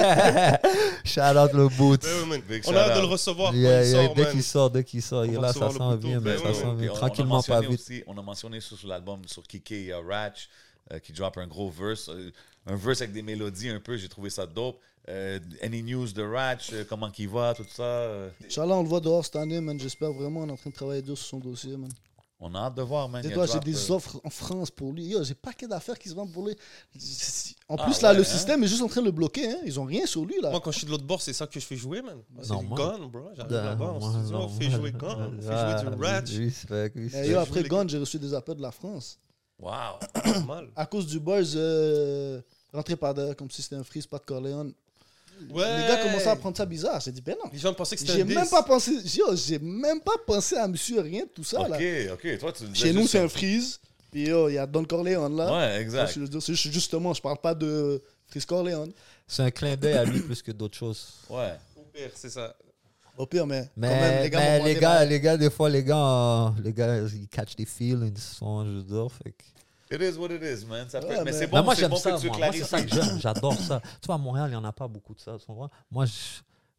Shout out le boot.
Ben oui, man.
Big
On a hâte de
shout-out.
le recevoir quand
Yeah,
il
yeah,
sort,
dès
man.
qu'il sort, dès qu'il sort, il est
On
là,
va
ça
recevoir
s'en
le couteau.
vient, mais
Ben
ça
oui,
s'en
Puis
vient
on-
tranquillement,
on a
pas
mentionné
vite.
aussi- on a mentionné sur, sur l'album, sur Kike, il y a Ratch euh, qui drop un gros verse, euh, un verse avec des mélodies un peu, j'ai trouvé ça dope. Euh, any news de Ratch, euh, comment qu'il va, tout ça. euh.
Inch'Allah, on le voit dehors cette année, man. J'espère vraiment, on est en train de travailler dur sur son dossier, man.
On a hâte de voir, man.
Dis
Il a
toi, j'ai
drop,
des
euh,
offres en France pour lui. Yo, j'ai paquet d'affaires qui se vendent pour lui. En
Ah
plus, là,
ouais,
le
hein?
système est juste en train de le bloquer. hein. Ils ont rien sur lui, là.
Moi, quand je suis de l'autre bord, c'est ça que je fais jouer, man. Moi, C'est
Non,
du
moi-
gun, bro. J'arrive
Ouais,
euh, là-bas, on
ouais,
se dit, on
non,
fait
ouais.
jouer gun, on
Ah,
fait jouer du ratch.
respect, respect.
Mais yo,
je
après
voulais-
Gone, j'ai reçu des appels de la France.
Wow.
Normal.
À cause du buzz, euh, rentré par derrière comme si c'était un freeze, pas de Corleone.
Ouais.
Les gars commençaient à prendre ça bizarre. J'ai dit, ben non.
Les gens pensaient que c'était un
J'ai même
diss.
pas pensé, yo, j'ai même pas pensé à monsieur rien de tout ça, là.
OK, OK. Toi, tu le disais
Chez nous,
juste
c'est un freeze. Puis yo, il y a Don Corleone, là.
Ouais,
Moi, je
exact.
veux dire, c'est juste- justement, je parle pas de freeze Corleone.
C'est un clin d'œil à lui plus que d'autres choses.
Ouais.
Au pire, C'est ça.
Au pire, mais,
Mais,
quand même, les gars,
mais
m'ont
les,
demandé
gars les gars, des fois, les gars, euh, les gars ils catchent des feelings. Ils sont, je veux dire, fait que-
It is what it is, man. Ça
Ouais,
fait... Mais
mais-
c'est
Mais
bon,
moi,
c'est
j'aime
bon
ça.
que tu
moi. Moi, c'est ça
clarifies.
que j'aime. J'adore ça. Tu vois, à Montréal, il n'y en a pas beaucoup de ça. tu comprends? Moi, j-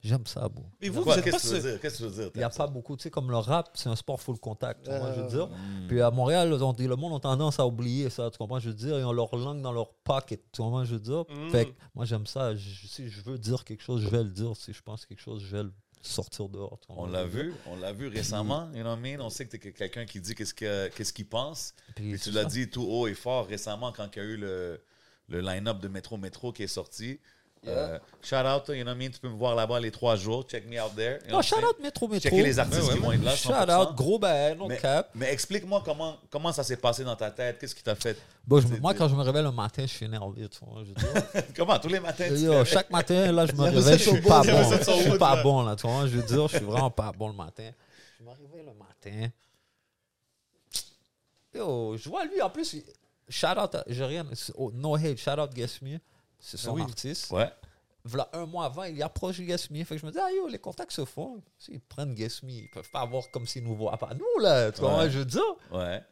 j'aime ça, bro.
Mais vous, vous
Quoi,
êtes pas
Qu'est-ce que tu
ce.
veux dire? Qu'est-ce que tu veux dire?
Il n'y a pas beaucoup. Tu sais, comme le rap, c'est un sport full contact. tu comprends, je veux
Euh,
dire.
hmm.
Mm.
Puis à Montréal, on dit- le monde a tendance à oublier ça. Tu comprends? Je veux dire, ils ont leur langue dans leur pocket. Tu comprends? Je veux dire.
Hmm.
Mm.
Fait que moi, j'aime ça. Je- si je veux dire quelque chose, je vais le dire. Si je pense quelque chose, je vais le sortir dehors. tu comprends,
On
je
l'a
veux dire.
vu, on l'a vu récemment, you know what I mean? On sait que t'es quelqu'un qui dit qu'est-ce que- qu'est-ce qu'il pense.
Puis
Puis tu
c'est
l'as
ça.
dit tout haut et fort récemment quand il y a eu le, le line-up de Métro Métro qui est sorti. Euh, shout out, you know what I mean? Tu peux me voir là-bas les trois jours. Check me out there. you know
Non,
what I'm
shout
saying?
out Métro Métro.
hein, Checker les artistes
Ouais, ouais,
qui vont être là.
Shout
100%.
out, gros ben, non
Mais-
cap.
Mais explique-moi comment, comment ça s'est passé dans ta tête. Qu'est-ce qui t'a fait?
Bon, je-
C'est-
moi,
c'est-
quand je me réveille le matin, je suis énervé. Tu vois, je veux dire.
comment? Tous les matins,
Yo,
tu
yo, chaque matin, là, je me
Il y avait
réveille, je
sept
suis
au
pas
bout, il y
bon.
avait
Je
sept sur
suis
route,
pas
là.
bon, là, tu vois. Je veux dire, je suis vraiment pas bon le matin. Je me réveille le matin. Yo, je vois lui, en plus, il- shout out, à- j'ai rien, c'est- oh, no hate, shout out Guess Me. C'est son
Ah oui.
artiste.
Ouais.
Voilà, un mois avant, il approche Guess Me. Fait que je me dis, ah yo, les contacts se font. S'ils prennent Guess Me, ils peuvent pas avoir comme s'ils nous voient pas nous, là. Tu vois,
Ouais.
je veux dire.
Ouais.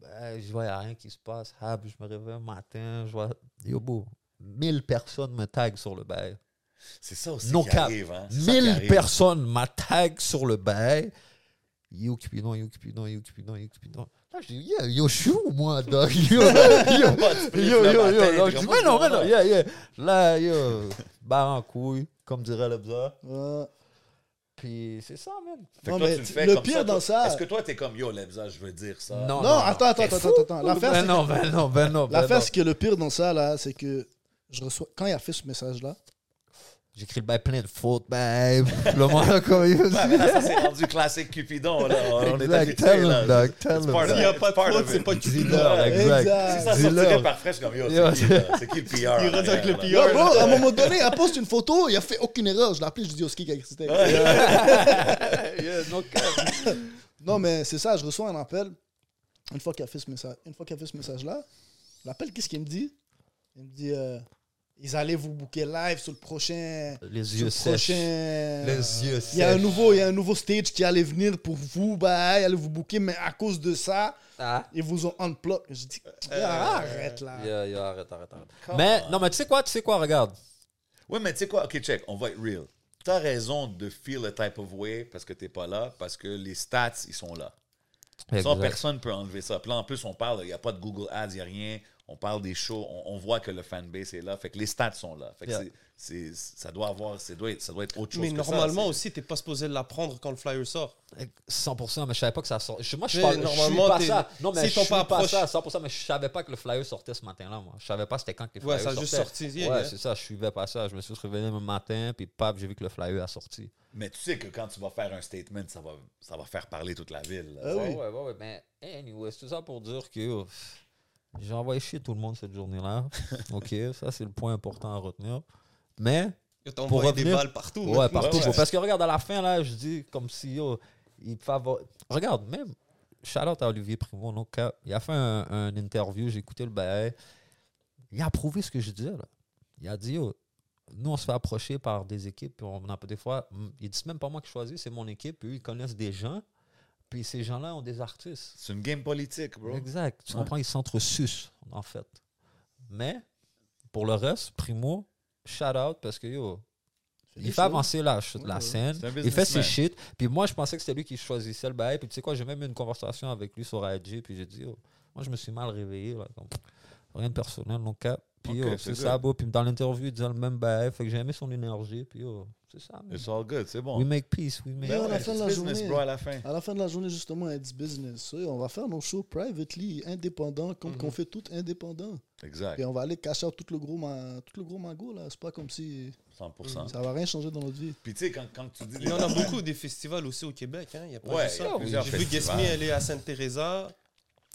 Ben, je vois y a rien qui se passe. Ah, puis je me réveille un matin, je vois, yo, beau, 1000 personnes me taguent sur le bail.
C'est ça aussi
No
qui
cap.
arrive. Hein? C'est ça qui
1000
arrive.
personnes m'attaquent sur le bail. Yo Cupidon, yo Cupidon, yo Cupidon, yo Cupidon. Là, je dis, yeah, yo, je suis où, moi, dog?
Tu
Yo, yo, yo,
te lèves
yo,
la
yo.
tête,
Là, je
comment
dis, mais
tout
non,
le
mais
monde
non,
a-
yeah, yeah. Là, yo, barre en couille, comme dirait le bza.
Ouais.
Puis c'est ça, man.
Fait que
euh, Non,
toi,
mais
tu le fais
le
comme
pire
toi.
dans ça-
Est-ce que toi, t'es comme yo, Lebza, je veux dire ça?
Non,
Non, attends, attends,
T'es
attends,
fou?
attends, attends. L'affaire,
Ben
c'est
non, ben non, ben non. ben
L'affaire,
non.
ce qui est le pire dans ça, là, c'est que je reçois. Quand il a fait ce message-là,
J'écris le bail plein de fautes, babe. Le monde, comme il
Ouais, mais là, ça s'est rendu classique Cupidon. Là. On est
Exact,
habitué.
tell
là.
him, dog,
It's
tell him.
part of
S'il
it.
n'y a pas de
Part of
faute, c'est
it.
pas du
Dealer, exact.
Exact.
Si ça
Dealer.
sortirait par fraîche comme yo,
Yo.
c'est qui, là? C'est qui le PR?
Il rentre avec le
Yo,
PR.
bro,
là.
à un moment donné, elle poste une photo, il a fait aucune erreur. Je l'ai appelé, je dis au ski qu'il c'était. Non, mais c'est ça, je reçois un appel. Une fois qu'il a fait ce message, une fois qu'il a fait ce message-là, l'appel, qu'est-ce qu'il me dit Il me dit, euh, ils allaient vous booker live sur le prochain,
Les
sur
yeux
le
sèches.
euh, prochain. euh,
Les yeux
Il y a un
sèches.
nouveau, il y a un nouveau stage qui allait venir pour vous, bah, il allait vous booker, mais à cause de ça,
Ah.
ils vous ont unblock. Je dis, Ah, arrête là.
Euh, Yeah, yeah, arrête, arrête, arrête.
Come
Mais
on.
non, mais tu sais quoi, tu sais quoi, regarde.
Oui, mais tu sais quoi? OK, check, on va être real. T'as raison de feel the type of way parce que t'es pas là, parce que les stats, ils sont là. Ça, personne peut enlever ça. Puis là, en plus, on parle, il n'y a pas de Google Ads, il n'y a rien. On parle des shows, on, on voit que le fanbase est là. Fait que les stats sont là. Fait que
Yeah.
c'est- c'est- ça doit avoir, ça doit être, ça doit être autre chose
Mais
que ça,
normalement
c'est-
aussi, t'es pas supposé l'apprendre quand le flyer sort.
100%, mais je savais pas que ça sort. Je- Moi, je
Mais
parle
normalement,
normalement, je
t'es-
suis pas ça. Non, mais
s'ils
je
t'ont
suis
pas
pas,
approché-
ça à 100%, mais je savais pas que le flyer sortait ce matin-là, moi. Je savais pas c'était quand que les
Ouais,
flyers
ça a
sortaient.
juste sorti. yeah,
Ouais,
yeah.
c'est ça, je suivais pas ça. Je me suis réveillé le matin, puis pap, j'ai vu que le flyer a sorti.
Mais tu sais que quand tu vas faire un statement, ça va, ça va faire parler toute la ville. là.
Ah oui.
ouais, ouais, ouais. Mais anyway, c'est tout ça pour dire que euh, pff, j'ai envoyé chier tout le monde cette journée-là. OK, ça, c'est le point important à retenir. Mais
T'as
Pour
envoyé des
revenir-
balles partout.
Ouais, partout.
Ouais, ouais.
Parce que regarde, à la fin, là, je dis comme si, yo, il favor- Regarde, même, Charlotte à Olivier Primo, no cap. il a fait un, un interview, j'ai écouté le bail. Il a approuvé ce que je disais, là. Il a dit, yo, nous, on se fait approcher par des équipes, puis on a des fois, mm, ils disent même pas moi qui choisis, c'est mon équipe, puis eux, ils connaissent des gens, puis ces gens-là ont des artistes.
C'est une game politique, bro.
Exact. Tu
Ouais.
comprends, ils s'entresucent, en fait. Mais, pour le reste, Primo, shout out, parce que, yo, il fait avancer la, ch- la
Ouais.
scène.
C'est un
Il fait ses
businessman.
shit. Puis moi, je pensais que c'était lui qui choisissait le bail. Puis tu sais quoi, j'ai même eu une conversation avec lui sur IG. Puis j'ai dit, oh, moi, je me suis mal réveillé. Là, comme, rien de personnel, donc. Puis
Ok,
oh,
c'est
c'est
good.
ça, beau. Puis dans l'interview, il disait le même bail. Fait que j'ai aimé son énergie. Puis oh, C'est ça. man.
It's all good, c'est bon.
We make peace, we make
Ben
Yo, à la
ouais,
fin de
it's
la
business,
journée.
bro, à la fin.
À la fin de la journée, justement, elle dit business. Oui, on va faire nos shows privately, indépendants, comme
Mhm.
qu'on fait tout indépendant.
Exact,
Et on va aller cacher tout le gros, ma- tout le gros magot, là. C'est pas comme si
100%.
ça va rien changer dans notre vie.
Puis tu sais, quand, quand tu dis...
Il y en a beaucoup des festivals aussi au Québec. Hein. Il y a pas
Ouais,
juste
il y a
ça.
plusieurs
J'ai vu
festivals.
Gasmi, elle est à Sainte-Teresa.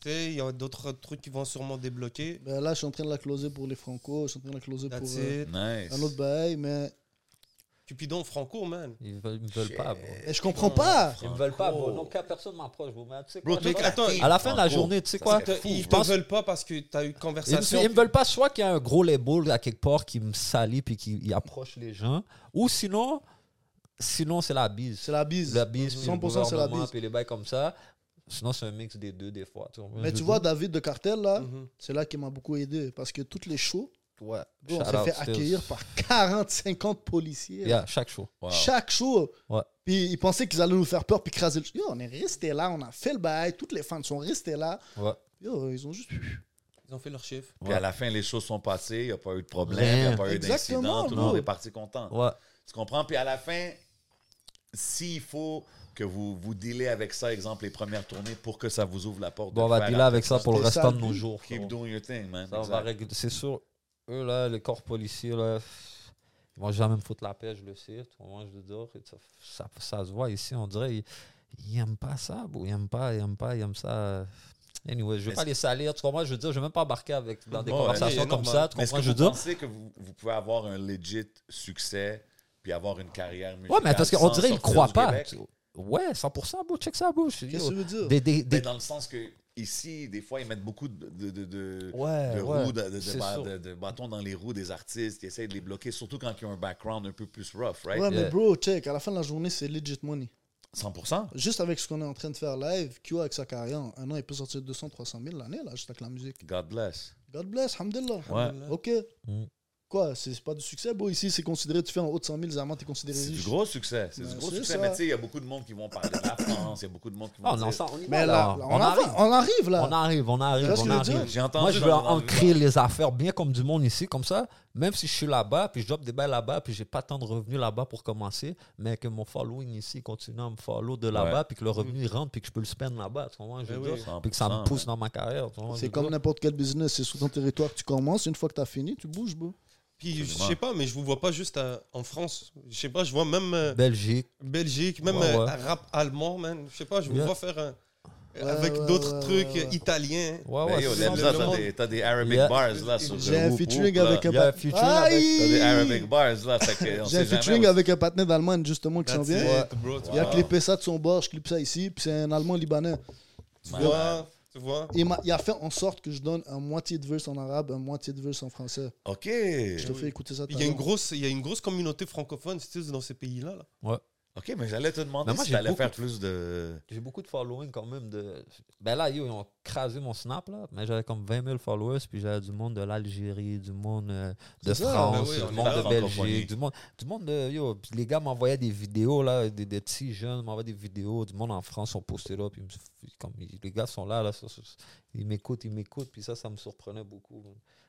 Tu sais, il y a d'autres trucs qui vont sûrement débloquer.
Ben là, je suis en train de la closer pour les Franco, je suis en train de la closer pour
That's
euh,
it.
Nice.
un autre bail, mais
Cupidon Franco, man.
Ils veulent, ils me veulent pas, bro.
mais je comprends pas.
Ils me veulent pas, bro. Donc, qu'à personne m'approche, bro. Mais tu sais
Bro,
quoi,
t'es
je-
attends,
claqué,
à la fin de la
Franco.
journée, tu sais
Ça
quoi,
serait
Te-
fou,
Ils
bro.
ne veulent pas parce que tu as eu
Ils me,
conversation.
ils me veulent pas soit qu'il y a un gros label à quelque part qui me salit puis qui il approche les gens, ou sinon, sinon c'est la bise.
C'est la bise.
La bise, puis le
100% c'est la
gouvernement,
bise.
puis les bails comme ça. Sinon, c'est un mix des deux des fois. tu Mm-hmm. comprends ce
Mais
que je
tu
veux
vois,
dire?
David de Cartel, là,
Mhm.
c'est là qui m'a beaucoup aidé. Parce que toutes les shows,
ouais.
bro, on
Shout
s'est
out
fait
Stills.
accueillir par 40, 50 policiers.
Yeah, chaque show.
Wow.
Chaque show.
Ouais.
Puis ils pensaient qu'ils allaient nous faire peur puis craser le. Yo, on est restés là, on a fait le bail, toutes les fans sont restées là.
Ouais.
Yo, ils ont juste.
Ils ont fait leur chiffre.
Puis à la fin, les choses sont passées, il n'y a pas eu de problème, il n'y a
Ouais.
pas eu
Exactement,
d'incident, tout le
bro.
monde est parti content.
Ouais.
Tu comprends? Puis à la fin, s'il faut que vous vous dealez avec ça, exemple, les premières tournées, pour que ça vous ouvre la porte.
Bon, on
de
va
faire
dealer avec ça pour le
C'était
restant
ça,
de
le
nos
but.
jours.
Keep
frérot.
doing your thing, man.
Ça, on
Exact.
va régler. C'est sûr, eux, là, les corps policiers, là, pff, ils vont jamais me foutre la paix, je le sais. Tout le monde, je le dis. et Ça, ça, ça se voit ici, on dirait, ils, ils aiment pas ça, bro. Ils aiment pas, ils aiment pas, ils aiment ça. Anyway, je veux
Mais
pas les salir, tu comprends, je veux dire, je vais même pas embarquer avec, dans des
Ouais,
conversations
ouais,
comme
normal.
ça, tu
Mais est-ce
comprends,
que
je veux
vous
dire.
pensez que vous, vous pouvez avoir un legit succès puis avoir une carrière musicale
Ouais, mais parce qu'on
sans
dirait, ils
sortir
croient
du
pas.
Québec?
Ouais, 100%, bro, check ça, bro. Je-
Qu'est-ce que
yo,
ça veut dire?
Des, des,
Mais Ben,
des...
dans le sens que ici, des fois, ils mettent beaucoup de, de, de- de-
Ouais,
de
ouais,
roues, de, de- de
c'est
ba-
sûr.
de- de bâtons dans les roues des artistes. Ils essayent de les bloquer, surtout quand ils ont un background un peu plus rough, right?
Ouais,
Yeah.
mais bro, check, à la fin de la journée, c'est legit money.
100%.
Juste avec ce qu'on est en train de faire live, Q avec sa carrière, en un an, il peut sortir 200, 300 000 l'année, là, juste avec la musique.
God bless.
God bless, Alhamdulillah.
Ouais.
Ok.
Mm.
Quoi, c'est c'est pas du succès, bro. Ici, c'est considéré, tu fais en haut de 100 000 amants, t'es considéré
C'est du
riche.
gros succès. C'est
Ben,
du gros
c'est
succès.
ça.
Mais tu sais, il y a beaucoup de monde qui vont parler de la France. Il y a beaucoup de monde qui vont
Ah, on, en
dire...
sent- on y va,
Mais là,
là.
là,
on
on, en-
arrive.
on arrive, là.
On arrive, on
Tu
arrive,
vois ce
on
que je veux
arrive.
dire?
J'ai entendu
Moi, je
dans
veux
une
ancrer les affaires bien comme du monde ici, comme ça. Même si je suis là-bas, puis je drop des bails là-bas, puis j'ai pas tant de revenus là-bas pour commencer, mais que mon following ici continue à me follow de là-bas, puis que le revenu il rentre, puis que je peux le spend là-bas. Tu comprends? Je veux
Ben
dire?
oui.
Puis que ça me
100%,
pousse dans ma carrière. tu comprends, je
C'est
veux
comme
dire?
n'importe quel business, c'est sur ton territoire que tu commences, une fois que t'as fini, tu bouges, bro.
Puis je
Absolument.
sais pas, mais je vous vois pas juste à- en France. Je sais pas, je vois même euh,
Belgique.
Belgique, même
Ouais,
euh,
ouais.
rap allemand, man. Je sais pas, je vous
Yeah.
vois faire un-
Ouais,
avec
ouais,
d'autres
ouais,
trucs
ouais, ouais.
euh, italiens.
Ouais,
Ben,
ouais,
yo,
c'est
là,
ça.
Lemza,
le
t'as
monde-
des- t'as des Arabic
Yeah.
bars, là, sur le
J'ai un
whoop,
featuring
whoop, là.
avec un
Il y a un
pat-
featuring avec-
Aïe
T'as des Arabic bars, là. fait que on
J'ai un
sait jamais
featuring
où-
avec un partenaire d'Allemagne, justement, qui s'en
That's
vient.
it, bro, tu
Il a
vois.
clippé ça de son bord, je clippe ça ici, puis c'est un Allemand libanais.
Tu vois, tu vois.
Il, m'a- il a fait en sorte que je donne un moitié de verse en arabe, un moitié de verse en français.
OK. Eh
Je te fais écouter ça. tout
Il
à
y a une
l'heure.
grosse, il y a une grosse communauté francophone tu sais, dans ces pays-là. là.
OK, mais j'allais te demander
Mais moi,
si
j'ai
t'allais
beaucoup
faire
de-
plus de...
J'ai beaucoup de following quand même. De... Ben là, yo, ils ont crasé mon snap, là, mais j'avais comme 20 000 followers, puis j'avais du monde de l'Algérie, du monde euh, de
C'est ça,
France,
ben oui, on
du
est
monde
là,
de
francophonie.
Belgique, du monde, du monde de. Yo, puis les gars m'envoyaient des vidéos, là, des, des petits jeunes m'envoyaient des vidéos, du monde en France, on postait là, puis ils me- comme, ils- les gars sont là, là, ça, ça, ça, ils m'écoutent, ils m'écoutent, puis ça, ça me surprenait beaucoup.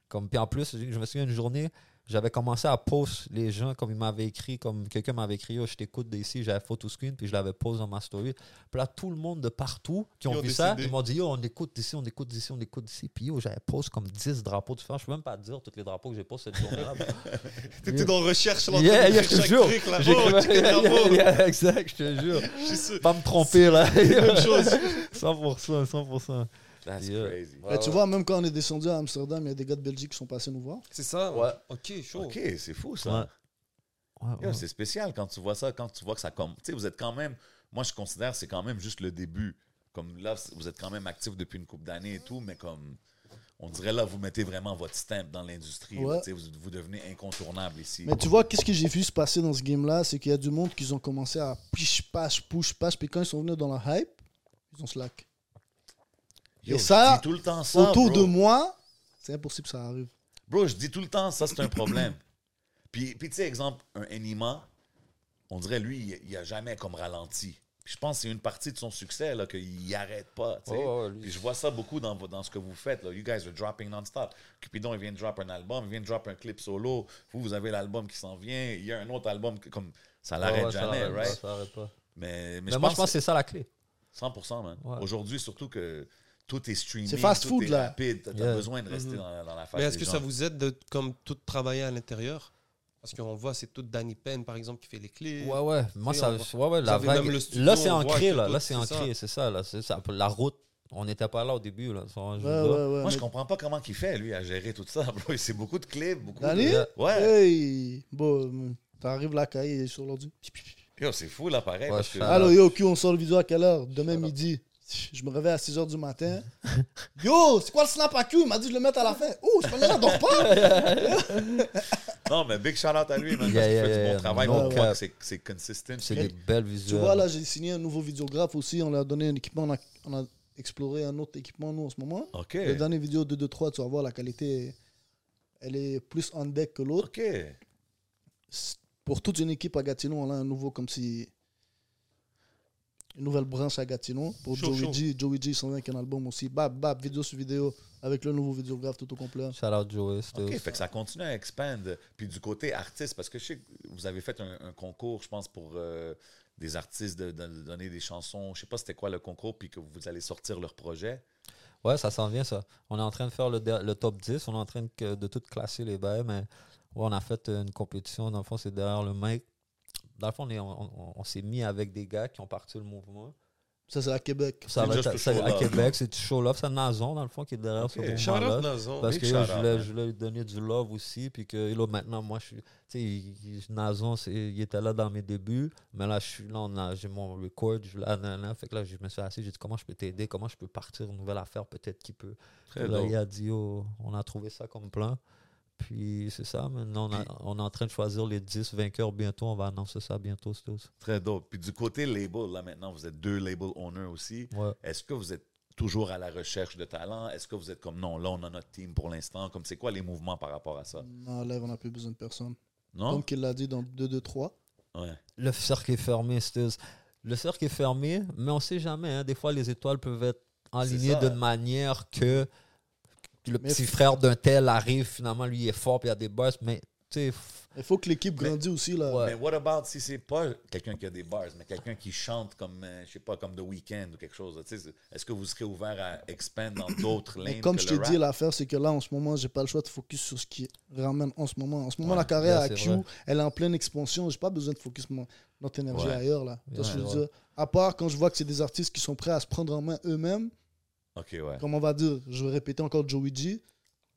Comme, puis en plus, je me souviens une journée, j'avais commencé à post les gens comme ils m'avaient écrit, comme quelqu'un m'avait écrit, Yo, je t'écoute d'ici, j'avais photo screen, puis je l'avais post dans ma story. Puis là, tout le monde de partout qui ont,
Qui ont
vu ça,
décidé.
ils m'ont dit, yo, on écoute d'ici, on écoute d'ici, on écoute d'ici. Puis yo, j'avais post comme 10 drapeaux différents. Je peux même pas te dire tous les drapeaux que j'ai postés cette journée-là.
T'étais dans recherche, là.
Yeah,
t'as
yeah,
vu
je te
chaque
jure.
truc, là.
J'ai
Oh,
cru-
check it out,
Yeah,
bro.
yeah, exact, je te jure.
Je suis sûr.
Pas me tromper, là.
Même chose.
100%, 100%.
That's
Yeah.
crazy.
Mais tu vois, même quand on est descendu à Amsterdam, il y a des gars de Belgique qui sont passés nous voir.
C'est ça.
Ouais.
Ok, chaud.
OK, c'est fou, ça.
Ouais. Ouais,
Yo,
ouais.
C'est spécial quand tu vois ça, quand tu vois que ça comme. Tu sais, vous êtes quand même. Moi, je considère que c'est quand même juste le début. Comme là, c- vous êtes quand même actif depuis une couple d'années et tout, mais comme. On dirait là, vous mettez vraiment votre stamp dans l'industrie. là,
Ouais.
tu sais, vous, vous devenez incontournable ici.
Mais tu vois, qu'est-ce que j'ai vu se passer dans ce game-là C'est qu'il y a du monde qui ont commencé à piche, pache, push, pache. Puis quand ils sont venus dans la hype, ils ont slack.
Yo,
et ça,
je dis tout le temps ça.
Autour
bro.
de moi, c'est impossible que ça arrive.
Bro, je dis tout le temps, ça, c'est un problème. puis, puis tu sais, exemple, un Enima, on dirait lui, il- il a jamais comme ralenti. Puis je pense que c'est une partie de son succès, là, qu'il n'arrête pas. tu sais.
Oh, ouais, lui.
Puis je vois ça beaucoup dans, vo- dans ce que vous faites. Là. You guys are dropping non-stop. Cupidon, il vient de drop un album, il vient de drop un clip solo. Vous, vous avez l'album qui s'en vient. Il y a un autre album que- comme ça
Ouais,
l'arrête
ouais, ça
jamais,
l'arrête pas,
right?
ça l'arrête pas.
Mais, mais
Mais moi, je pense que c'est ça la clé.
100%, man.
Ouais.
Aujourd'hui, surtout que tout est streamé,
C'est fast
tout
food,
est
là.
rapide. T'as
Yeah. Mm-hmm.
besoin de rester dans, la, dans la face
Mais est-ce
des
que
gens.
ça vous aide de comme tout travailler à l'intérieur Parce qu'on voit, c'est tout Danny Penn, par exemple, qui fait les clés.
Ouais, ouais. Moi,
Et
ça.
on
Ouais, ouais, la
avez
vague.
même le studio,
là, c'est
on voit
ancré,
que
là.
tout-
Là, c'est
c'est ça.
ancré, c'est ça, là. C'est ça. La route, on n'était pas là au début, là. Enfin, je
Ouais,
veux dire.
ouais, ouais.
Moi, je
mais-
comprends pas comment il fait, lui, à gérer tout ça. bro. C'est beaucoup de clips, beaucoup
Danny?
de... Ouais.
Hey! Bon, t'arrives là, cahier, il est sur l'ordi.
Yo, c'est fou, là, pareil.
Ouais,
parce que-
je fais-
Allô, yo, Q, on sort le vidéo à quelle heure? Demain midi. Je me réveille à 6h du matin. Yo, c'est quoi le snap à Q? Il m'a dit de le mettre à la fin. Oh, je suis pas là, donc pas!
Non, mais big shout-out à lui, man,
Yeah,
parce qu'il
yeah,
fait du
yeah.
bon travail.
No
mon
cap.
fuck, c'est- C'est consistent.
C'est des belles visuels.
Tu vois, là, j'ai signé un nouveau vidéographe aussi. On lui a donné un équipement. On a, on a exploré un autre équipement, nous, en ce moment.
OK.
Le dernier vidéo de 2-3, tu vas voir, la qualité, elle est plus en deck que l'autre.
OK.
C'est- Pour toute une équipe à Gatineau, on a un nouveau, comme si. Une nouvelle branche à Gatineau. Pour
Chaud,
Joey
chaud.
G, Joey G, ils sont avec un album aussi. Bap, bap, vidéo sur vidéo, avec le nouveau vidéographe tout au complet.
Shout out Joey. c'était-
OK, fait que ça continue à expand. Puis du côté artiste, parce que je sais que vous avez fait un, un concours, je pense, pour euh, des artistes de, de donner des chansons. Je sais pas c'était quoi le concours, puis que vous allez sortir leur projet.
Ouais, ça s'en vient, ça. On est en train de faire le, der- le top 10. On est en train de, de tout classer les bails, mais ouais, on a fait une compétition. Dans le fond, c'est derrière le mic. Dans le fond, on, est- on- on- on s'est mis avec des gars qui ont parti le mouvement.
Ça, c'est à Québec.
Ça va
Just
être
to
ça-
show
à
love.
Québec. C'est du show love. C'est Nazon, dans le fond, qui est derrière
Ok.
ce
Shout out
mouvement-là.
Nazon.
Parce
Big
que yo, je
shout-out,
voulais,
man.
je voulais lui donner du love aussi. Puis que là, maintenant, moi, je suis. Tu sais, il- il- Nazon, c'est- il était là dans mes débuts. Mais là, je suis là, on a- j'ai mon record. Je, là, là, là. fait que là, je me suis assis. J'ai dit, comment je peux t'aider? Comment je peux partir une nouvelle affaire? Peut-être qui peut.
Très
Là,
dope.
il a dit, oh, on a trouvé ça comme plan. Puis c'est ça, maintenant on, a- on est en train de choisir les 10 vainqueurs bientôt. On va annoncer ça bientôt, c'est tout.
Très dope. Puis du côté label, là maintenant, vous êtes deux label owners aussi.
Ouais.
Est-ce que vous êtes toujours à la recherche de talent? Est-ce que vous êtes comme non, là, on a notre team pour l'instant? Comme c'est quoi les mouvements par rapport à ça?
Non, live, on n'a plus besoin de personne.
Non?
Comme il l'a dit dans 2-2-3.
Ouais.
Le cercle est fermé, c'est tout. Le cercle est fermé, mais on sait jamais. hein. Des fois, les étoiles peuvent être alignées
ça,
d'une
hein.
manière que le
Mais
petit
f-
frère d'un tel arrive, finalement, lui il est fort, puis il a des buzz. Mais tu sais, f-
Il faut que l'équipe grandisse aussi, là.
Ouais.
Mais what about si c'est pas quelqu'un qui a des bars, mais quelqu'un qui chante comme, euh, je sais pas, comme The Weeknd ou quelque chose? là, tu sais, c'est- Est-ce que vous serez ouvert à expand dans d'autres
Mais
lanes?
comme
que
je
le
t'ai dit,
rap?
l'affaire, c'est que là, en ce moment, j'ai pas le choix de focus sur ce qui ramène en ce moment. En ce moment,
Ouais,
la carrière
là,
à
c'est
Q,
vrai.
elle est en pleine expansion. J'ai pas besoin de focus mon, notre énergie
Ouais.
ailleurs, là. Tu vois ce que
Ouais,
je veux
c'est
dire? À part quand je vois que c'est des artistes qui sont prêts à se prendre en main eux-mêmes,
Ok, ouais.
comme on va dire, je vais répéter encore Joey G.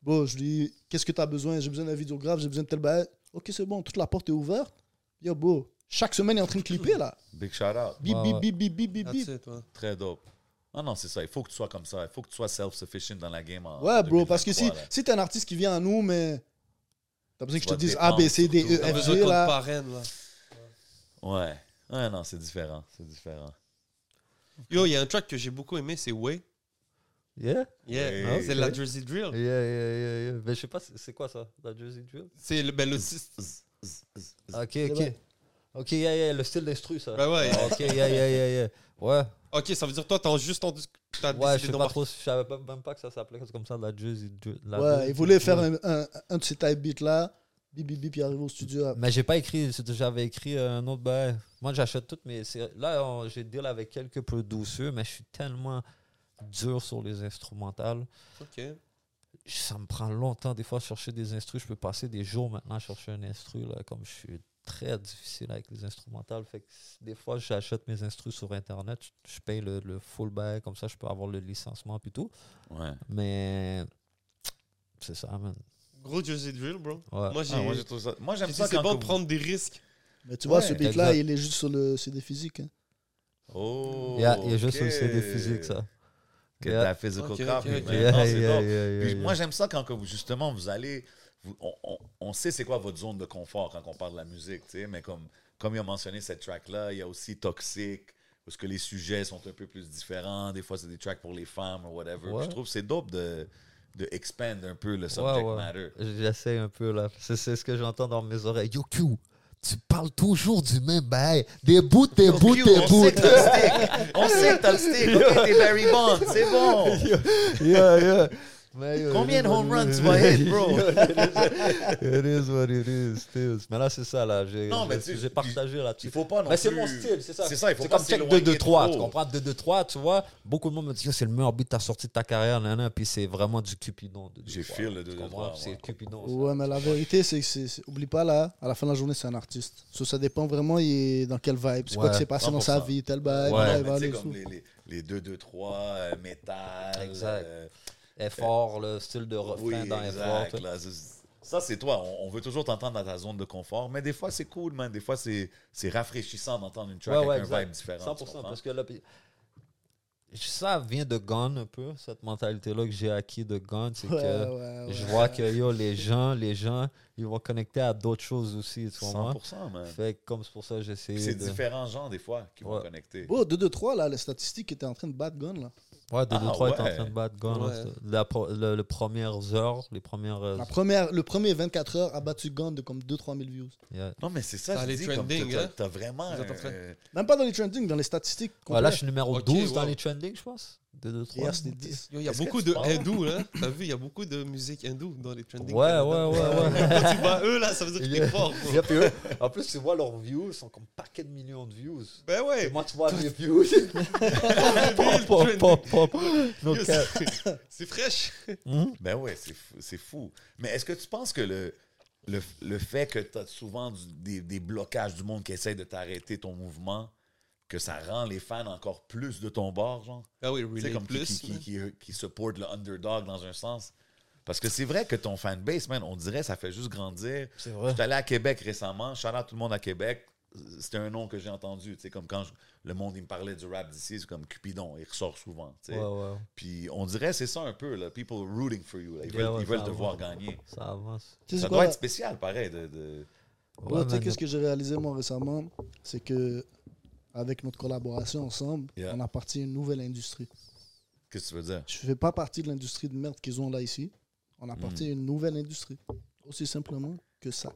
Bon, je lui dis, qu'est-ce que tu as besoin J'ai besoin d'un vidéographe, j'ai besoin de tel bail. Ok, c'est bon, toute la porte est ouverte. Yo, beau. Chaque semaine, il est en train de clipper, là.
Big shout out.
Bip,
Ouais,
bip,
ouais.
bip, bip, bip, bip, bip.
That's it, ouais.
Très dope. Ah non, c'est ça. Il faut que tu sois comme ça. Il faut que tu sois self-sufficient dans la game. En
Ouais, bro, parce que si,
2023, là.
si t'es un artiste qui vient à nous, mais t'as besoin que
Tu
je te
vas te
dise A,
défendre,
B, C, D, E,
surtout.
T'as
F,
besoin
G,
qu'on te
là.
parraine, là.
Ouais. Ouais, non, c'est différent. C'est différent.
Yo, il y a un track que j'ai beaucoup aimé, c'est Way.
yeah,
Yeah,
Ouais.
c'est
Ah, Ok.
la Jersey Drill.
yeah, yeah, yeah, yeah. Mais je sais pas, c'est c'est quoi ça, la Jersey Drill?
C'est le, ben, le six-
Ok, ok.
vrai.
Ok, yeah, yeah, le style d'instru, ça.
Ouais, ouais.
Ok, yeah, yeah, yeah, yeah. Ouais.
Ok, ça veut dire toi, t'as juste entendu. T'as
Ouais, je
décidé
sais
d'en
pas
marquer.
trop, je savais pas- même pas que ça s'appelait comme ça, la Jersey. Dr- la
Ouais,
Jersey
il voulait
Drill.
faire un, un, un de ces type beats là. Bip, bip, bip, il arrive au studio.
Mais j'ai pas écrit, c'est- j'avais écrit un autre bail. Moi, j'achète toutes mes. c'est- Là, on- j'ai deal avec quelques peu douceux, mais je suis tellement dur sur les instrumentales.
Ok.
Ça me prend longtemps, des fois, à chercher des instrus. Je peux passer des jours maintenant à chercher un instru, là, comme je suis très difficile avec les instrumentales. Fait que des fois, j'achète mes instrus sur Internet. Je- Je paye le, le full bail, comme ça, je peux avoir le licenciement puis tout.
Ouais. Ah,
Mais c'est ça, man.
Gros Jersey Drill, bro.
Ouais.
Moi, j'ai.
Ah, moi, je trouve ça- moi, j'aime
j'ai dit,
ça
c'est
quand
bon
que
de
vous-
prendre des risques.
Mais tu vois,
Ouais,
ce beat là,
exact.
il est juste sur le CD physique. hein.
Oh,
Il y a, il y a juste
ok.
le CD physique, ça.
Que
Yeah.
de la physical
Ok, ok,
copy,
ok.
man.
Yeah,
Non, c'est
yeah,
dope.
yeah, yeah,
Puis
yeah.
moi, j'aime ça quand que vous, justement, vous allez. vous- on, on- on sait c'est quoi votre zone de confort quand on parle de la musique, tu sais, mais comme, comme il a mentionné cette track-là, il y a aussi Toxic, parce que les sujets sont un peu plus différents. Des fois, c'est des tracks pour les femmes ou whatever.
Ouais.
Je trouve que c'est dope de, de expand un peu le subject
ouais.
matter.
J'essaie un peu là. C'est c'est ce que j'entends dans mes oreilles. Yo, Q,
Tu parles toujours du même
ben,
bail. Des bouts, des bouts,
Q,
des
on
bouts.
sait que t'as le stick. On sait que t'as le stick. OK, t'es Barry Bonds. C'est bon.
Yeah, yeah. Mais, euh,
Combien
it
de
is
home
what it
runs
is.
tu vas hit, bro?
It is what it is, Stills.
Mais là, c'est ça, là. J'ai,
Non, mais
j'ai-
tu sais,
j'ai partagé là-dessus.
Il faut pas non
Mais c'est
plus-
mon style, c'est ça.
C'est ça, il faut
c'est
pas
comme check
s'éloigner
2-2-3,
trop.
tu comprends? 2-2-3, tu vois? Beaucoup de monde me dit, Yo, c'est le meilleur but que t'as sorti de ta carrière, nan, nan. puis c'est vraiment du Cupidon. 2-2-3,
J'ai feel le
tu
2-2-3,
comprends?
ouais.
C'est Cupidon. Oh, ça.
Ouais, mais la vérité, c'est que, c'est- c'est- oublie pas là, à la fin de la journée, c'est un artiste. So, ça dépend vraiment il est dans quel vibe, c'est quoi
Ouais,
qui s'est passé dans sa
100%.
vie, tel bail,
Ouais,
là, il
mais
va
tu sais,
aller
comme
sous.
les, les, les 2-2-3, euh, métal.
Exact.
euh,
Effort, le style de refrain
oui,
dans Effort.
exact.
tout.
là, c'est- ça, c'est toi. On, on veut toujours t'entendre dans ta zone de confort, mais des fois, c'est cool, man. Des fois, c'est c'est rafraîchissant d'entendre une track
Ouais, ouais,
avec un
exact.
vibe différent. tu
100%,
comprends?
parce que là, puis- ça vient de Gone un peu, cette mentalité-là que j'ai acquis de Gone, c'est
Ouais,
que
ouais, ouais.
je vois que yo, les gens, les gens, ils vont connecter à d'autres choses aussi, tu vois.
100%, man.
Fait que comme c'est pour ça que j'essaie
Puis C'est
de...
différents genres, des fois, qui vont
Ouais.
connecter.
Oh, 2-2-3, là, les statistiques étaient en train de battre Gun, là.
Ouais, 2 2
Ah,
3 est en
ouais.
train de battre Gone. hein,
Ouais.
c'est- La, pro- le, les premières heures, les premières... euh,
La première, le premier 24 heures a battu Gun de comme 2-3 000 views.
yeah.
Non, mais c'est ça,
Ça
je
allait
dis, comme
trending,
t'as-
hein?
t'as vraiment...
Vous êtes en train-
euh,
Même pas dans les trending, dans les statistiques.
Ouais, là, je
complètes.
suis numéro
Ok,
12 dans
wow.
les trending, je pense. 2 2 3
Hier, c'était 10.
Yo, Il y a
Est-ce que
beaucoup
tu
de
parles?
hindous, là. T'as vu, il y a beaucoup de musique hindoue dans les trending.
Ouais,
Canada.
ouais, ouais, ouais.
Quand tu bats eux, là, ça veut dire que t'es fort. bro.
Yeah, puis eux, en plus, tu vois leurs views, ils sont comme paquet de millions de views.
Ben
Et
ouais.
moi, tu vois mes views.
Pop,
pop, pop, pop.
Yo,
Donc, euh,
c'est- C'est fraîche.
Ben ouais, c'est fou- c'est fou. Mais est-ce que tu penses que le, le, le fait que tu as souvent du- des, des blocages du monde qui essaie de t'arrêter ton mouvement, que ça rend les fans encore plus de ton bord, genre?
Ah oui,
Tu sais,
relate
comme qui-
plus.
qui, qui, qui, qui supporte le underdog dans un sens. Parce que c'est vrai que ton fanbase, man, on dirait, ça fait juste grandir.
C'est vrai.
Je suis allé à Québec récemment. Shout out tout le monde à Québec. C'était un nom que j'ai entendu. Tu sais, comme quand je- le monde il me parlait du rap d'ici, c'est comme Cupidon. Il ressort souvent. tu sais.
Ouais, ouais.
Puis on dirait, c'est ça un peu. Là, people rooting for you. là. Ils
Yeah,
veulent,
ouais,
ils veulent
ça
te
avance.
voir gagner.
Ça avance.
Tu sais,
Ça
c'est
doit
quoi,
être spécial, pareil. De, de-
Ouais,
Ouais,
tu sais,
man,
qu'est-ce que j'ai réalisé moi récemment, c'est que avec notre collaboration ensemble,
Yeah.
on a parti à une nouvelle industrie.
Qu'est-ce que tu veux dire?
Je fais pas partie de l'industrie de merde qu'ils ont là ici. On a parti à une nouvelle industrie. Aussi simplement que ça.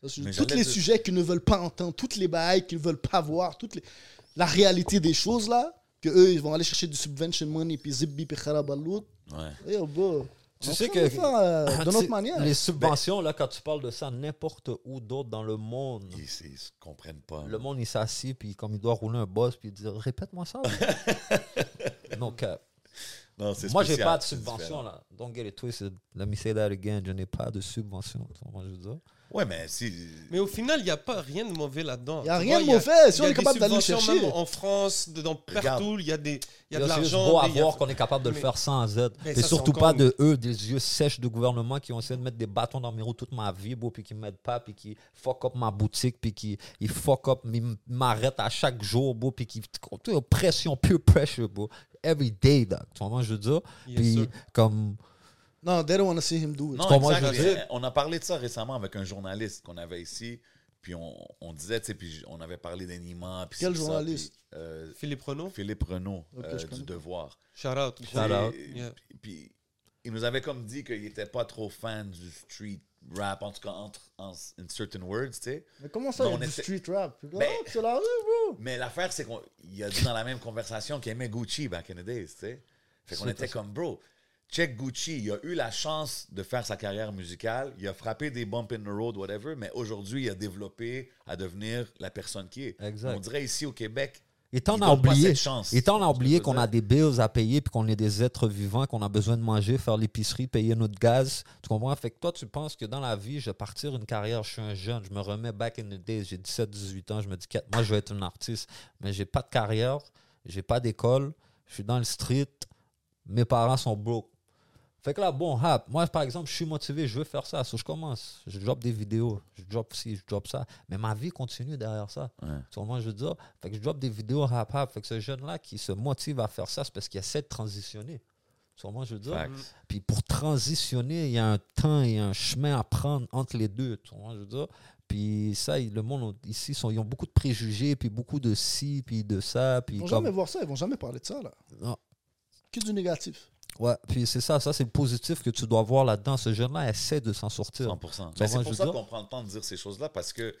Parce que
Mais
tous
j'allais
les
te-
sujets qu'ils ne veulent pas entendre, toutes les bails qu'ils ne veulent pas voir, toutes les... la réalité des choses là, que eux ils vont aller chercher du subvention money puis zibbi puis kharaballout.
Ouais.
Eh, oh, bah,
Tu
on
sais
peut
que- Ah,
le faire, euh, de
Tu
notre
sais,
manière.
Les subventions, là, quand tu parles de ça, n'importe où d'autre dans le monde,
Ils, ils se comprennent pas.
le monde, il s'assit, puis comme il doit rouler un boss, puis il dit Répète-moi ça. là. Donc, euh,
Non, c'est
moi, j'ai
spécial,
pas de
c'est
subvention,
différent.
là. Don't get it twisted. Let me say that again. Je n'ai pas de subvention. Tu comprends ce que je veux dire?
Ouais, mais si.
Mais au final, il n'y a pas rien de mauvais là-dedans.
Il n'y a
Tu
rien
vois,
de
y
mauvais. Si
y
on
a
est
des
capable d'aller
subventions,
chercher.
même en France, de- dans partout, il y a des, il y a de
Yo, C'est juste
l'argent.
beau à
mais il y a-
voir qu'on est capable de le
Mais-
faire sans aide.
Mais
Et
ça,
surtout
c'est
pas
encore
de eux, des yeux sèches de gouvernement qui ont essayé de mettre des bâtons dans mes roues toute ma vie, bro, puis qui m'aident pas, puis qui fuck up ma boutique, puis qui ils fuck up, ils m- m'arrêtent à chaque jour, bro, puis qui. tu sais, Pression, pure pressure, bro. Every day, dog. Tu comprends, ce que je veux dire?
Yes,
Puis,
sir.
comme.
Non, they don't want to see him do it.
Non,
Tu comprends,
exact,
je veux
mais
dire-
on a parlé de ça récemment avec un journaliste qu'on avait ici. Puis on, on disait, tu sais, puis on avait parlé d'animaux. puis
Quel
c'est ça,
journaliste?
puis, euh,
Philippe Renaud,
Philippe Renaud
Ok,
euh,
je
du
connais.
Devoir.
shout out.
Puis-
Shout out.
Yeah.
Puis, puis il nous avait comme dit qu'il était pas trop fan du street rap, en tout cas, entre, en, in certain words, tu sais.
Mais comment ça,
Non,
il y a
on
du
essaie-
street rap
Ben-
Oh, C'est la rue, bro.
Mais l'affaire, c'est qu'il a dit dans la même conversation qu'il aimait Gucci back in the days, tu sais. Fait qu'on
C'est
était
ça.
comme, bro, check Gucci, il a eu la chance de faire sa carrière musicale, il a frappé des bumps in the road, whatever, mais aujourd'hui, il a développé à devenir la personne qui est.
Exact.
On dirait ici au Québec,
Et t'en
Ils
as
donnent pas
oublié.
cette chance.
Et t'en as
Tu
oublié
veux
qu'on
dire?
a des bills à payer, puis qu'on est des êtres vivants, qu'on a besoin de manger, faire l'épicerie, payer notre gaz. Tu comprends? Fait que toi, tu penses que dans la vie, je vais partir une carrière, je suis un jeune, je me remets back in the days, j'ai 17, 18 ans, je me dis, Quête, moi, je vais être un artiste, mais j'ai pas de carrière, j'ai pas d'école, je suis dans le street, mes parents sont broke. Fait que là, bon, hap, moi, par exemple, je suis motivé, je veux faire ça. So, je commence, je drop des vidéos, je drop ci, je drop ça. Mais ma vie continue derrière ça. Tu vois, moi, je veux dire, fait que je drop des vidéos rap rap. Fait que ce jeune-là qui se motive à faire ça, c'est parce qu'il essaie de transitionner. Tu vois, moi, je veux dire.
Facts.
Puis pour transitionner, il y a un temps et un chemin à prendre entre les deux. Tu vois, je veux dire. Puis ça, il- le monde ont- ici, sont- ils ont beaucoup de préjugés, puis beaucoup de ci, puis de ça. Puis
Ils vont
comme...
jamais voir ça, ils vont jamais parler de ça, là.
Non.
Que du négatif.
Ouais, puis c'est ça, ça c'est le positif que tu dois voir là-dedans. Ce jeune-là essaie de s'en sortir.
100%.
Tu
Ben,
vois,
c'est
je
pour
veux
ça
dire-
qu'on prend le temps de dire ces choses-là, parce que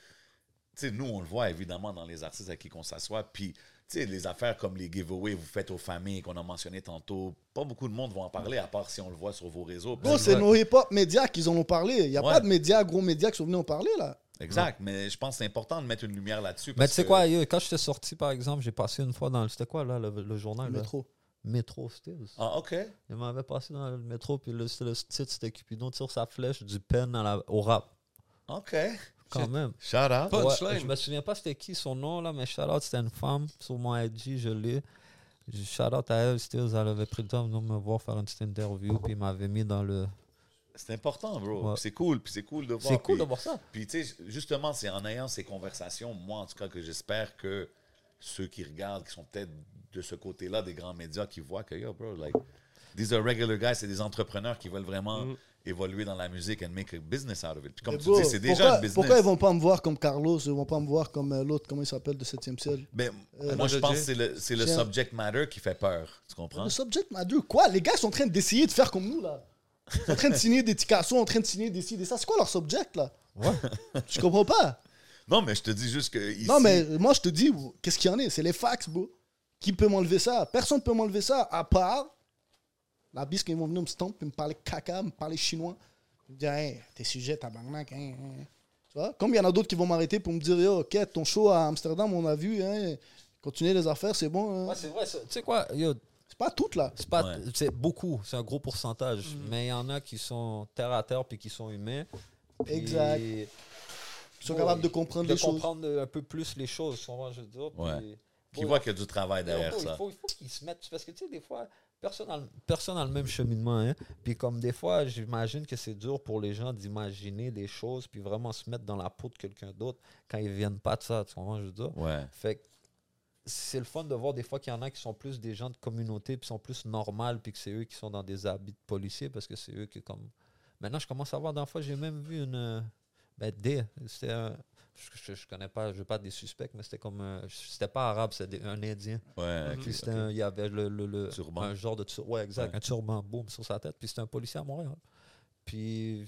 sais, nous, on le voit évidemment dans les artistes à qui on s'assoit. Puis, tu sais, les affaires comme les giveaways que vous faites aux familles qu'on a mentionné tantôt, pas beaucoup de monde vont en parler à part si on le voit sur vos réseaux. Puis
Gros,
ça,
c'est
ouais.
nos hip-hop médias qu'ils en ont parlé. Il n'y a
Ouais.
pas de médias, gros médias qui sont venus en parler, là.
Exact, mais je pense que c'est important de mettre une lumière là-dessus.
Mais
parce
tu sais
que-
quoi, yo, quand j'étais sorti, par exemple, j'ai passé une fois dans le. C'était quoi, là, le, le journal là?
Métro.
Métro Stills.
Ah, OK.
Il m'avait passé dans le métro, puis le, le titre, c'était Cupidon tire sa flèche du pen à la- au rap.
OK.
Quand même.
Shout out.
Ouais,
Punchline.
je me souviens pas c'était qui son nom, là, mais shout out, c'était une femme sur mon IG, je l'ai. Je- Shout out à elle, Stills, elle avait pris le temps de venir me voir faire une petite interview, puis il m'avait mis dans le.
C'est important, bro.
Ouais.
Puis C'est cool. Puis c'est cool de voir.
C'est cool
Puis-
de voir ça.
Puis, tu sais, justement, c'est en ayant ces conversations, moi, en tout cas, que j'espère que ceux qui regardent, qui sont peut-être de ce côté-là des grands médias, qui voient que, yo, bro, like, these are regular guys, c'est des entrepreneurs qui veulent vraiment
Mm.
évoluer dans la musique and make a business out of it. Puis, comme
Mais
tu
bro,
dis, c'est déjà
pourquoi,
un business.
Pourquoi ils vont pas me voir comme Carlos Ils vont pas me voir comme euh, l'autre, comment il s'appelle, de 7 e ciel
Ben,
Euh,
moi,
je
je pense
dis-
que c'est le, c'est le
Tiens.
subject matter qui fait peur. Tu comprends?
Le subject matter, quoi Les gars sont en train d'essayer de faire comme nous, là. Ils sont en train de signer des Picasso, en train de signer des ci, des ça. C'est quoi leur subject, là
Ouais.
Je comprends pas.
Non, mais je te dis juste que. Ici,
Non, mais moi, je te dis, qu'est-ce qu'il y en a C'est les fax, bro. Qui peut m'enlever ça Personne peut m'enlever ça, à part la bise qu'ils vont venir me stomp, puis me parler caca, me parler chinois. Ils me dire, hey, t'es sujet, tabarnak. Hein, hein. Tu vois Comme il y en a d'autres qui vont m'arrêter pour me dire, yo, ok, ton show à Amsterdam, on a vu, hein. Continuez les affaires, c'est bon. hein.
Ouais, c'est vrai, ça. tu sais quoi, yo,
C'est pas toutes, là.
C'est pas
Ouais. Mm.
c'est beaucoup, c'est un gros pourcentage. Mais il y en a qui sont terre à terre puis qui sont humains. Puis
Exact. Ils sont capables de comprendre
de
les choses.
comprendre euh, un peu plus les choses, tu comprends, je veux dire. Puis-
Ouais. Qui
Bon,
voient
il-
qu'il y a du travail derrière
il faut,
ça.
il faut, il faut qu'ils se mettent. Parce que tu sais, des fois, personne n'a le- personne n'a le même cheminement. Hein. Puis comme des fois, j'imagine que c'est dur pour les gens d'imaginer des choses puis vraiment se mettre dans la peau de quelqu'un d'autre quand ils viennent pas de ça, tu comprends, je veux dire.
Ouais.
Fait que c'est le fun de voir des fois qu'il y en a qui sont plus des gens de communauté, puis sont plus normales, puis que c'est eux qui sont dans des habits de policiers, parce que c'est eux qui, comme. Maintenant, je commence à voir, dans fois, j'ai même vu une. euh, Ben, D. C'était un. Je, je, je connais pas, je veux pas des suspects, mais c'était comme. un- C'était pas arabe, c'était des- un Indien.
Ouais.
Puis c'était un- Euh, il y avait le, le- le-
Turban.
un genre de tur- ouais exact
Mhm. Ouais.
un turban boum sur sa tête puis c'était un policier à Montréal puis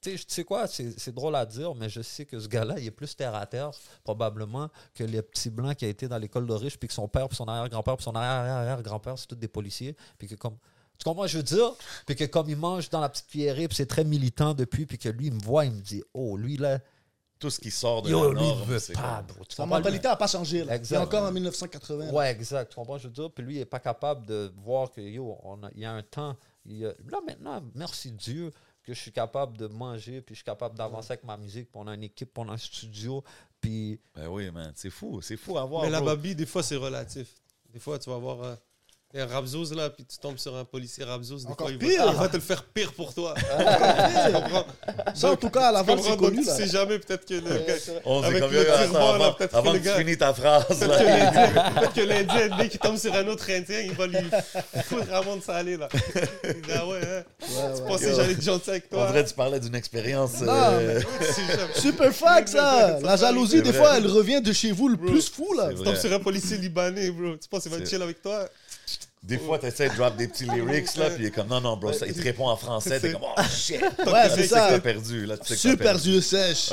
tu sais- tu sais quoi c'est c'est drôle à dire mais je sais que ce gars-là il est plus terre à terre probablement que les petits blancs qui a été dans l'école de riche puis que son père puis son arrière-grand-père puis son arrière-arrière-grand-père c'est tous des policiers puis que comme tu comprends ce que je veux dire? Puis que comme il mange dans la petite cuillerée, puis c'est très militant depuis, puis que lui, il me voit, il me dit « Oh, lui, là,
Tout ce qui sort de
yo,
la
lui,
norme,
il veut
c'est
pas,
comme-
bro. Tu
Sa
comprends?
mentalité n'a pas changé. Là.
Exact.
C'est encore en 1980. là.
Ouais, exact. Tu comprends, je veux dire. Puis lui, il n'est pas capable de voir que, yo, on a- il y a un temps. il y a- là, maintenant, merci Dieu que je suis capable de manger, puis je suis capable d'avancer avec ma musique, puis on a une équipe, puis on a un studio, puis...
Ben oui, man. C'est fou. C'est fou à voir.
Mais la
bro.
babi, des fois, c'est relatif. Des fois, tu vas voir euh, un Rabzouz là, puis tu tombes sur un policier Rabzouz. Des
Encore
fois, il
pire.
Va, il va te le faire pire pour toi.
Ouais. Ça, en tout cas, à
Tu
Laval,
comprends?
c'est
Donc,
connu.
tu
Là.
sais jamais, peut-être que le gars.
On s'est
Avec
Oh, comme
le
Attends,
tiroir, là,
avant,
peut-être
avant
que
que
le gars-
tu finis ta phrase.
Peut-être que
Là.
l'Indien- peut-être que l'Indien, dès qu'il tombe sur un autre Indien, il va lui foutre un monde salé, là. Il dit, Ah ouais, hein,
Ouais,
je
ouais.
pensais que j'allais être gentil avec
On
toi.
dirait que tu parlais d'une expérience.
Non,
euh,
Si jamais-
Super fact, ça. La jalousie,
C'est
des
vrai.
fois, elle revient de chez vous le plus fou.
C'est
là.
Tu
vrai.
tombes sur un policier libanais, bro. Tu penses qu'il va
C'est-
chill avec toi?
Des fois, tu essaies de drop des petits lyrics, là, puis il est comme non, non, bro, ça, il te répond en français. T'es comme oh shit.
Ouais,
Tu sais
c'est
que t'as
ça.
perdu. Là, tu sais que t'as
Super
perdu.
yeux sèches.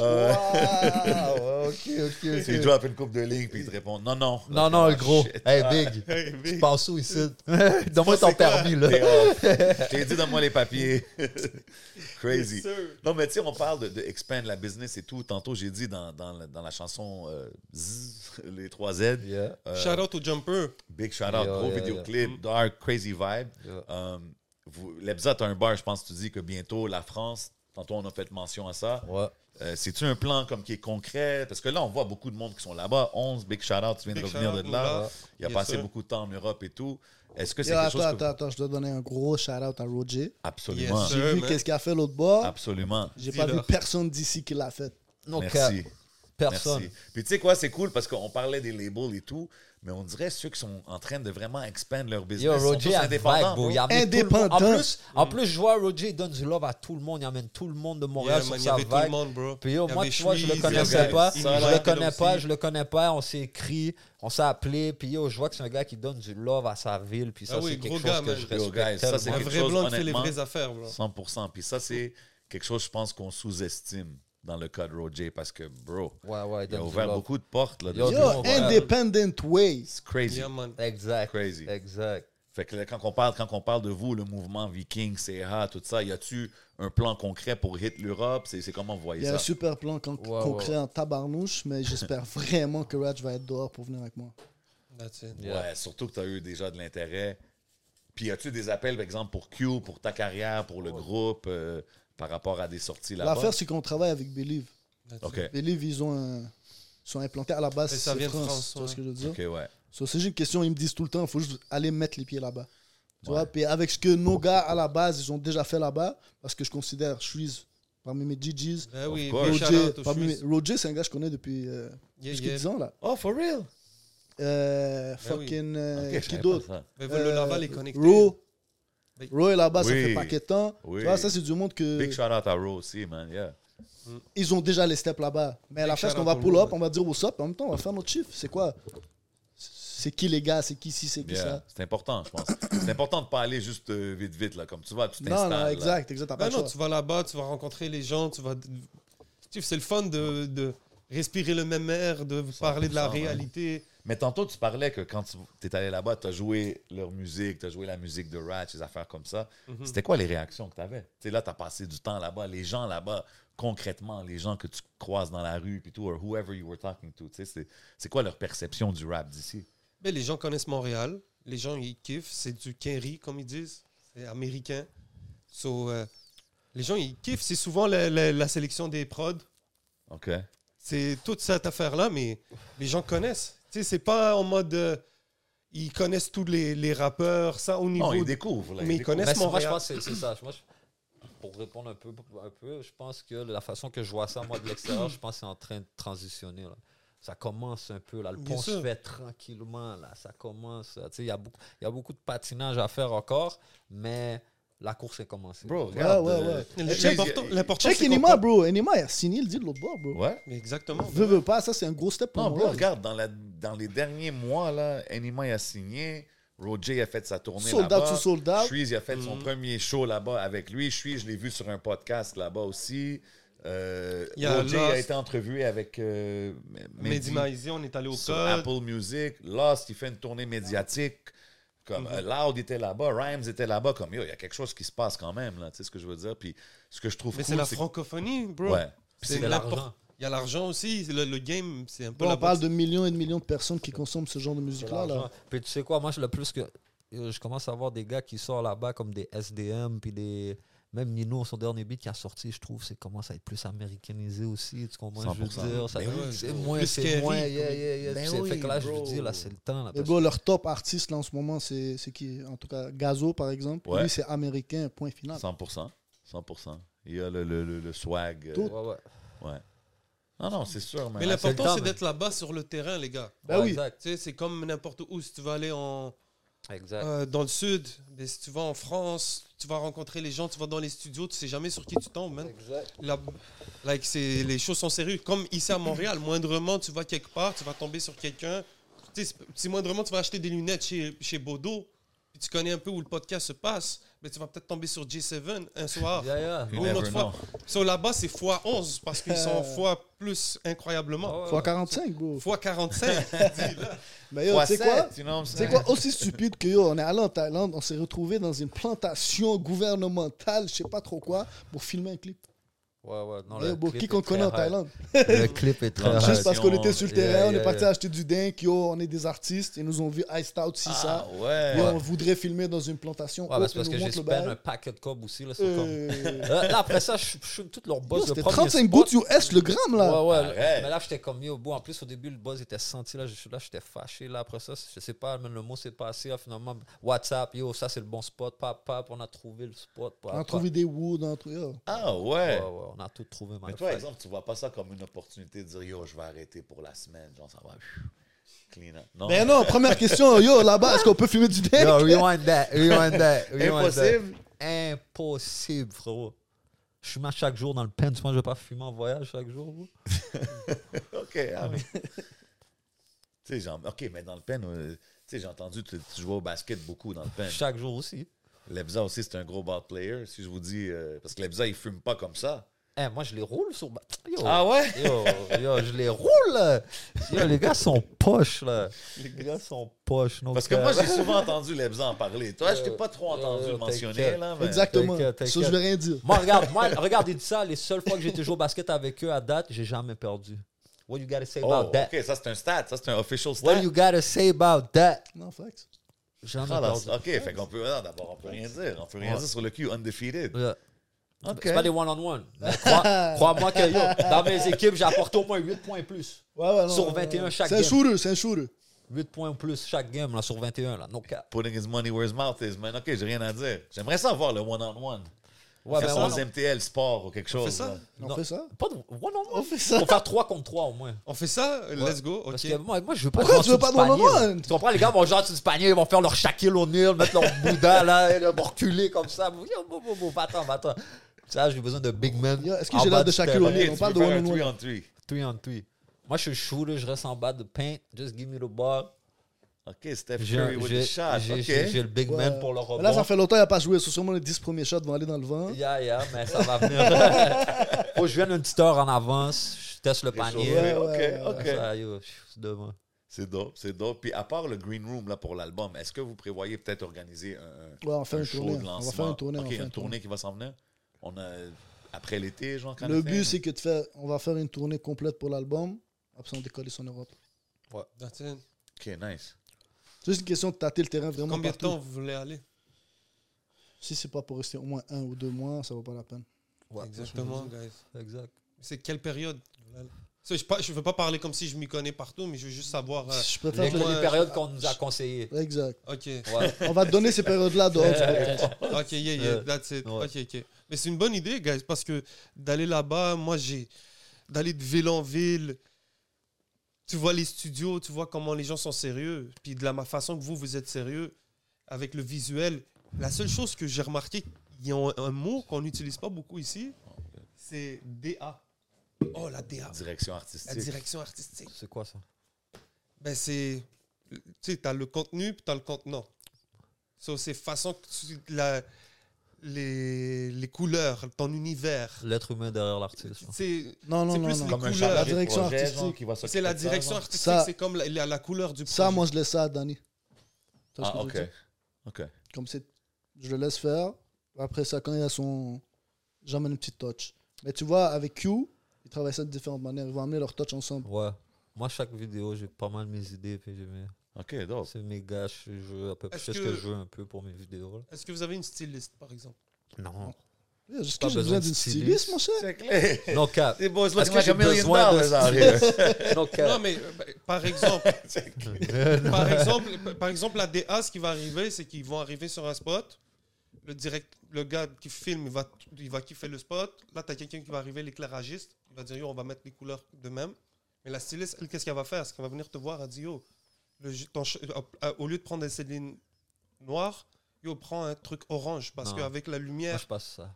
Wow, OK, OK,
Tu lui drop une coupe de lignes, puis il te répond non, non. Là, t'es
Non, non,
comme,
le gros.
Shit. Ah,
Hey, Big,
Hey,
tu
Eh, mais-
passes où, ici? Donne-moi ton
C'est quoi?
permis, là.
T'es off. Je t'ai dit, donne-moi les papiers. Crazy.
Yes, sir.
Non, mais tu sais, on parle de, de expand la business et tout. Tantôt, j'ai dit dans, dans, la- dans la chanson euh, Zzz, les 3 Z,
Yeah.
euh,
Shout out au jumper.
Big shout out,
Yeah,
gros
yeah,
vidéoclip, dark, crazy vibe.
Yeah.
Euh, vous- L'épisode a un bar, je pense que tu dis que bientôt la France, tantôt on a fait mention à ça.
Ouais.
Euh, C'est-tu un plan comme qui est concret? Parce que là, on voit beaucoup de monde qui sont là-bas. 11, big shout out, tu viens
Big
de revenir
shout-out,
de là.
Moula.
Il a
Yes,
passé
sir.
beaucoup de temps en Europe et tout. Est-ce que c'est
Yo,
quelque
attends,
chose que... Ah.
attends, attends, je dois donner un gros shout-out à Roger.
Absolument.
Yes,
J'ai
Sure,
vu
man.
qu'est-ce qu'il a fait l'autre bord.
Absolument.
J'ai pas vu
Dis-leur.
personne d'ici qui l'a fait.
Non,
Merci.
cap, personne.
Merci. Puis tu sais quoi, c'est cool parce qu'on parlait des labels et tout, mais on dirait ceux qui sont en train de vraiment expandre leur business.
Yo,
sont tous
Roger, a
indépendants,
vibe, bro.
bro.
Il amène tout le monde.
Indépendant.
En plus, en plus, je vois Roger, il donne du love à tout le monde. Il amène tout le monde de Montréal
Yeah,
sur
man, il y
sa
avait tout le
vague.
monde, bro.
Puis yo,
Il y
moi,
avait
tu vois, je
Schmidt,
le
il y avait
connaissais pas.
Ingram,
Je le
il y
connais
avait
pas,
aussi.
je le connais pas. On s'est écrit, on s'est appelé. Puis yo, je vois que c'est un gars qui donne du love à sa ville. Puis ça,
Ah oui,
c'est quelque
gros
chose
gars,
que
man.
je
Yo,
respecte
guys, ça, c'est
tellement.
Un
quelque
vrai
chose,
blanc qui fait les
honnêtement.
vraies affaires, bro.
100%. Puis ça, c'est quelque chose, je pense, qu'on sous-estime. dans le cas de Roger parce que, bro,
Ouais,
il
ouais,
a
donne du
ouvert
love.
beaucoup de portes. Là,
Yo,
dans-
yo.
Yo, Independent Way.
Oh, C'est crazy.
Yeah, man.
Exact.
Crazy.
Exact.
Fait que là, quand on parle, quand on parle de vous, le mouvement viking, CA, tout ça, y a-tu un plan concret pour hit l'Europe? C'est c'est comment vous
Il
voyez
y a un
ça?
super plan con-
Ouais, ouais,
concret en tabarnouche, mais j'espère vraiment que Raj va être dehors pour venir avec moi.
That's it.
Yeah.
Ouais, surtout que tu as eu déjà de l'intérêt. Puis y a-tu des appels, par exemple, pour Q, pour ta carrière, pour le groupe, euh, par rapport à des sorties là-bas?
L'affaire, c'est qu'on travaille avec Believe.
That's
OK.
it.
Believe, ils ont un- ils sont implantés à la base,
Et ça
c'est
vient de
France.
France,
tu vois
ouais.
ce que je veux dire?
OK, ouais.
So, c'est juste une question, ils me disent tout le temps, il faut juste aller mettre les pieds là-bas. Tu
Ouais.
vois, puis avec ce que nos gars à la base, ils ont déjà fait là-bas, parce que je considère Shreeze parmi mes GGs.
Ben oui, big
course.
Roger,
shout-out aux
parmi mes-
Suisses.
Roger, c'est un gars que je connais depuis euh,
Yeah,
plus que
yeah.
10 ans là.
Oh, for real?
Euh,
Ben oui.
fucking. euh,
Ok, je
qui
savais pas
d'autre
ça.
Ben,
Euh,
le Laval est connecté.
Ro.
Oui.
Ro est là-bas, ça
Oui.
fait paquet de temps.
Oui.
Tu vois, ça, c'est du monde que.
Big shout-out à Ro aussi, man, yeah.
Ils ont déjà les steps là-bas. Mais à la
Big
fin,
shout
qu'on
out
va
au
pull
Ro,
up,
ouais.
on va dire au SOP, en même temps, on va faire notre chiffre. C'est quoi C'est qui les gars C'est qui ci C'est qui
Yeah.
ça
C'est important, je pense. C'est important de pas aller juste euh, vite, vite, là, comme tu vas, tu
Non,
t'installes.
non,
là.
exact, exact. t'as pas
Ben
le
non,
choix.
tu vas là-bas, tu vas rencontrer les gens, tu vas. Tu sais, C'est le fun de, de respirer le même air, de parler de la
100%, ouais.
réalité.
Mais tantôt, tu parlais que quand tu es allé là-bas, tu as joué leur musique, tu as joué la musique de Ratch, des affaires comme ça.
Mhm.
C'était quoi les réactions que tu avais? là, tu as passé du temps là-bas, les gens là-bas, concrètement, les gens que tu croises dans la rue, puis tout, or whoever you were talking to, tu sais, c'est- c'est quoi leur perception du rap d'ici?
Mais les gens connaissent Montréal, les gens ils kiffent, c'est du Kenry comme ils disent, c'est américain. So, euh, les gens ils kiffent, c'est souvent la, la- la sélection des prods,
OK?
c'est toute cette affaire là, mais les gens connaissent. Tu sais, c'est pas en mode euh, ils connaissent tous les, les rappeurs, ça au niveau.
Non, ils
de-
découvrent. là, ils
mais ils
découvrent.
Mais
connaissent
Ben, c'est- moi, je
Montréal.
pense que c'est- c'est ça. Moi, je- pour répondre un peu, un peu, je pense que la façon que je vois ça, moi, de l'extérieur, je pense que c'est en train de transitionner. là. Ça commence un peu, là. le
Bien
pont se
sûr.
fait tranquillement, là. ça commence. là. Tu sais, Il y, a beaucoup- il y a beaucoup de patinage à faire encore, mais la course est commencée.
Bro,
Ouais,
regarde.
ouais, ouais.
Check,
L'important,
il-
l'important,
Check
c'est qu'on
Enima,
parle-
bro. Enima, il a signé le deal de l'autre bord, bro.
Ouais?
Mais Exactement.
Veux, veux pas, ça, c'est un gros step pour
Non, bro,
Montréal.
regarde, dans, la, dans les derniers mois, là, Anima il a signé, Roger il a fait sa tournée
Sold out
là-bas.
to sold out.
Shreeze, il a fait
Mm.
son premier show là-bas avec lui. Shreeze, je l'ai vu sur un podcast là-bas aussi. Euh,
Il y a
Roger il a
Lost.
été entrevué avec euh, M-
Mehdi
Mehdi
Maizi, on est allé au
sur
code.
Apple Music. Lost, il fait une tournée médiatique. Comme
Mm-hmm.
euh, Loud était là-bas, Rhymes était là-bas. Comme yo, il y a quelque chose qui se passe quand même là. Tu sais ce que je veux dire Puis ce que je trouve
Mais
cool,
c'est la
c'est que-
francophonie, bro.
Ouais.
C'est
C'est
l'impor-
l'argent.
Il y a l'argent aussi, le, le game, c'est un peu
Bro,
la
on parle de millions et de millions de personnes qui consomment ce genre de
C'est
musique-là.
l'argent.
Là.
Puis tu sais quoi, moi, je- le plus que. euh, Je commence à voir des gars qui sortent là-bas comme des SDM, puis des. Même Nino, son dernier beat qui a sorti, je trouve, c'est commence à être plus américanisé aussi. Tu comprends, je veux
100%.
dire. ça-
Ben oui,
c'est
bro.
moins,
Plus
c'est
scary,
moins.
comme-
yeah, yeah, yeah.
Ben
Puis c'est-
oui,
fait que là, je
bro.
vous dis, là, c'est le temps. Là,
Mais
parce
bro, leur top artiste là en ce moment, c'est c'est qui En tout cas, Gazo par exemple.
Ouais.
Lui, c'est américain, point final.
100%. 100%. Il y a le, le- le- le swag. euh,
que- Ouais, ouais.
ouais. Non, non, c'est sûr, man.
Mais
c'est le
l'important,
temps,
c'est
mais-
d'être là-bas sur le terrain, les gars.
Ben
Ouais,
oui.
Exact.
Tu sais, c'est comme n'importe où. Si tu vas aller en,
exact.
euh, dans le sud, mais si tu vas en France, tu vas rencontrer les gens, tu vas dans les studios, tu sais jamais sur qui tu tombes,
Ah.
man. Là, like, c'est- les choses sont sérieuses. Comme ici à Montréal, moindrement, tu vas quelque part, tu vas tomber sur quelqu'un. Tu sais, c'est- si moindrement, tu vas acheter des lunettes chez, chez Bodo, puis tu connais un peu où le podcast se passe, mais tu vas peut-être tomber sur J7 un
Ah.
soir.
Yeah, yeah.
You
Ou une
never
autre fois.
know.
So, là-bas, c'est x11 parce qu'ils sont fois plus incroyablement.
Ouais,
Fois 45,
Oh.
bro.
Fois 45.
Mais yo,
Fois
tu sais quoi
sept, you know what I'm
C'est
saying?
quoi aussi stupide que yo, on est allé en Thaïlande, on s'est retrouvé dans une plantation gouvernementale, je sais pas trop quoi, pour filmer un clip.
Ouais, ouais. Non,
Yo,
le
bro,
clip
qui
est
qu'on
très
connaît en
high.
Thaïlande
Le clip est très.
Juste
high.
Juste parce qu'on était sur le
Yeah,
terrain, on est
yeah,
parti
yeah.
acheter du dingue, yo, on est des artistes, ils nous ont vu Iced Out, si ça.
Ah, ouais.
Yo, on voudrait filmer dans une plantation.
Ouais,
hop,
bah, c'est
ils
parce
nous
que j'ai
montrent le
spam
bail.
un paquet de cob aussi. Là, c'est comme...
Euh,
Euh, là, après ça, je je suis tout leur
yo,
boss.
C'était
le premier
35
spot.
gouttes US le gramme là.
Ouais, ouais.
Arrête.
Mais là, j'étais comme mis au bout. En plus, au début, le buzz était senti. Là, je suis là, j'étais fâché. Là, après ça, je sais pas, mais le mot s'est passé. Là, finalement, WhatsApp, yo, ça, c'est le bon spot. Pap, pap, on a trouvé le spot. pap,
On a
pap.
trouvé des woods, on a trouvé. yo.
Ah,
Ouais,
ouais.
ouais, on a tout trouvé, man.
Mais toi,
Fait-
par exemple, tu vois pas ça comme une opportunité de dire Yo, je vais arrêter pour la semaine. Genre, ça va. pfiou, Clean up. Non.
Ben non, première question, yo, là-bas, est-ce qu'on peut filmer du dingue
Yo, rewind that, rewind that, rewind that.
Impossible.
Impossible, frérot. Je suis mal chaque jour dans le pen. Tu penses que je vais pas fumer en voyage chaque jour, bro?
OK. ah, mais- tu sais, genre, OK, mais dans le pen, euh, tu sais, j'ai entendu, tu, tu jouais au basket beaucoup dans le pen.
Chaque jour aussi.
Lebza aussi, c'est un gros ball player. Si je vous dis. euh, parce que Lebza, il fume pas comme ça.
Hein, Eh, moi, je les roule sur. Yo,
Ah ouais?
yo, yo, je les roule. là. Yo, les gars sont poches là. Les gars sont poches. donc,
Parce que
euh,
moi, j'ai souvent entendu Lebza en parler. Toi, je t'ai pas trop entendu
euh,
le mentionner,
t'inquiète.
là. mais-
Exactement.
T'inquiète,
Ça, je
t'inquiète.
vais rien dire.
Moi, regarde, moi, regarde, il dit ça. Les seules fois que j'ai toujours au basket avec eux à date, j'ai jamais perdu. What you gotta say
Oh,
about that?
OK, ça, c'est un stat. Ça, c'est un official stat.
What you gotta say about that?
Non, fact.
Jamais
Ah, là,
perdu.
c'est- OK, fait qu'on peut... non, D'abord, on peut rien dire. On peut rien
Ouais.
dire sur le Q, undefeated.
Ouais.
OK.
C'est pas des one-on-one. mais crois- Crois-moi que yo, dans mes équipes, j'ai apporté au moins 8 points plus.
Ouais, ouais, non, euh,
Sur
ouais,
21
ouais.
chaque
C'est un
game.
shooter, c'est un shooter.
8 points plus chaque game là, sur 21. Là. No cap.
Putting his money where his mouth is, man. OK, j'ai rien à dire. J'aimerais ça voir le one-on-one.
Ouais,
Faire
ben,
son
on-
MTL sport ou quelque chose.
ça?
là.
On
Non.
fait ça.
Pas de one-on-one.
On fait ça.
Faut faire 3 contre 3 au moins.
On fait ça? Let's go. OK.
Parce que moi, moi, je veux pas
Pourquoi
genre
tu veux
du
pas de
panier,
one-on-one?
là. Tu comprends, les gars vont genre du panier, ils vont faire leur Shaquille O'Neal, mettre leur Bouddha là, et là, vont reculer comme ça. Yo, bo, bo, bo, va-t'en, va-t'en. Ça, j'ai besoin de big man.
Yo, est-ce que
en
j'ai
bas
l'air de
du
Shaquille
terrain.
OK,
O'Neal?
tu
on parle
peux
de
faire un
one-on-one.
three on three.
Three on three. Moi, je suis shooter, je reste en bas de paint. Just give me the ball.
OK, Steph
J'ai
Curry with the
j'ai-
shot.
j'ai- j'ai- j'ai
OK.
le big
Ouais.
man pour le rebond.
Mais Là, ça fait longtemps qu'il n'a pas joué. C'est sûrement les 10 premiers shots vont aller dans le vent.
Yeah, yeah, mais ça va venir. Faut que je vienne une petite heure en avance. Je teste le panier.
Réchauffé.
Ouais,
OK,
Comme
OK.
Ça, yo, je suis devant.
C'est dope, c'est dope. Puis à part le green room là, pour l'album, est-ce que vous prévoyez peut-être organiser un, un-
Ouais, on fait
un
un
show
tournée.
de
On
lancement?
va faire un tournée. on
OK,
va faire
un
un
tournée qui va s'en venir? On a, après l'été, genre, quand
Le but, c'est que de faire, on va faire une tournée complète pour l'album. Après, on décolle en Europe.
That's it.
OK, nice.
C'est juste une question de tâter le terrain vraiment
Combien de
partout.
temps vous voulez aller?
Si c'est pas pour rester au moins un ou deux mois, ça vaut pas la peine.
Ouais,
Exactement, guys.
Exact.
C'est quelle période? Ça, Je ne je veux pas parler comme si je m'y connais partout, mais je veux juste savoir... euh,
Je
Les,
préfère.
Faites-le.
les périodes qu'on nous a conseillées.
que- Exact.
OK.
Ouais.
On va te donner ces périodes-là dehors. tu vois.
Euh,
OK, yeah, yeah,
Ouais.
that's it.
Ouais.
OK, OK. Mais c'est une bonne idée, guys, parce que d'aller là-bas, moi, j'ai... D'aller de ville en ville, tu vois les studios, tu vois comment les gens sont sérieux, puis de la ma- façon que vous, vous êtes sérieux, avec le visuel. La seule chose que j'ai remarqué, il y a un, un mot qu'on n'utilise pas beaucoup ici, c'est DA. Oh, la
Ah.
DA,
Direction
la
artistique.
direction artistique.
C'est quoi ça?
Ben, c'est. Tu sais, t'as le contenu, puis t'as le contenant. So, c'est façon que tu- la, les, les couleurs, ton univers.
L'être humain derrière l'artiste. hein.
C'est
Non, non,
C'est
non,
plus
non.
les
Comme un
couleurs.
chargé
La
de
direction
projet, genre,
artistique.
qui va s'occuper
c'est la
de ça,
direction
genre?
artistique,
Ça-
c'est comme la, la, la couleur du
Ça,
projet.
moi, je laisse ça à Danny. Tu vois
Ah,
ce que je veux
OK.
dire?
OK.
Comme c'est, je le laisse faire. Après ça, quand il y a son. J'amène une petite touch. Mais tu vois, avec Q, ils travaillent ça de différentes manières. Ils vont amener leur touch ensemble.
Ouais. Moi, chaque vidéo, j'ai pas mal mes idées. Puis j'ai mes-
OK, dope.
C'est mes gars, je veux à peu près
Est-ce
ce que...
que-
je veux un peu pour mes vidéos.
Est-ce que vous avez une styliste, par exemple
Là. Non.
Yeah, Est-ce
Pas
que j'ai
besoin
besoin
de
d'une
styliste.
styliste, mon cher
C'est clair.
Non, cap.
Ces boys
Est-ce
looking
que
like
j'ai
a million
besoin de-
dollars out here.
Non,
Non,
cap.
mais euh, ben, par exemple, par exemple, par exemple, la DA, ce qui va arriver, c'est qu'ils vont arriver sur un spot. Le, direct, le gars qui filme, il va, il va kiffer le spot. Là, tu as quelqu'un qui va arriver, l'éclairagiste. Il va dire, yo, on va mettre les couleurs de même. Mais la styliste, elle, qu'est-ce qu'elle va faire C'est qu'elle va venir te voir, elle dit, yo, le ju- ton ch- euh, euh, au lieu de prendre des céline noires, yo, prends un truc orange. Parce
Non.
qu'avec la
Moi,
lumière,
je passe ça.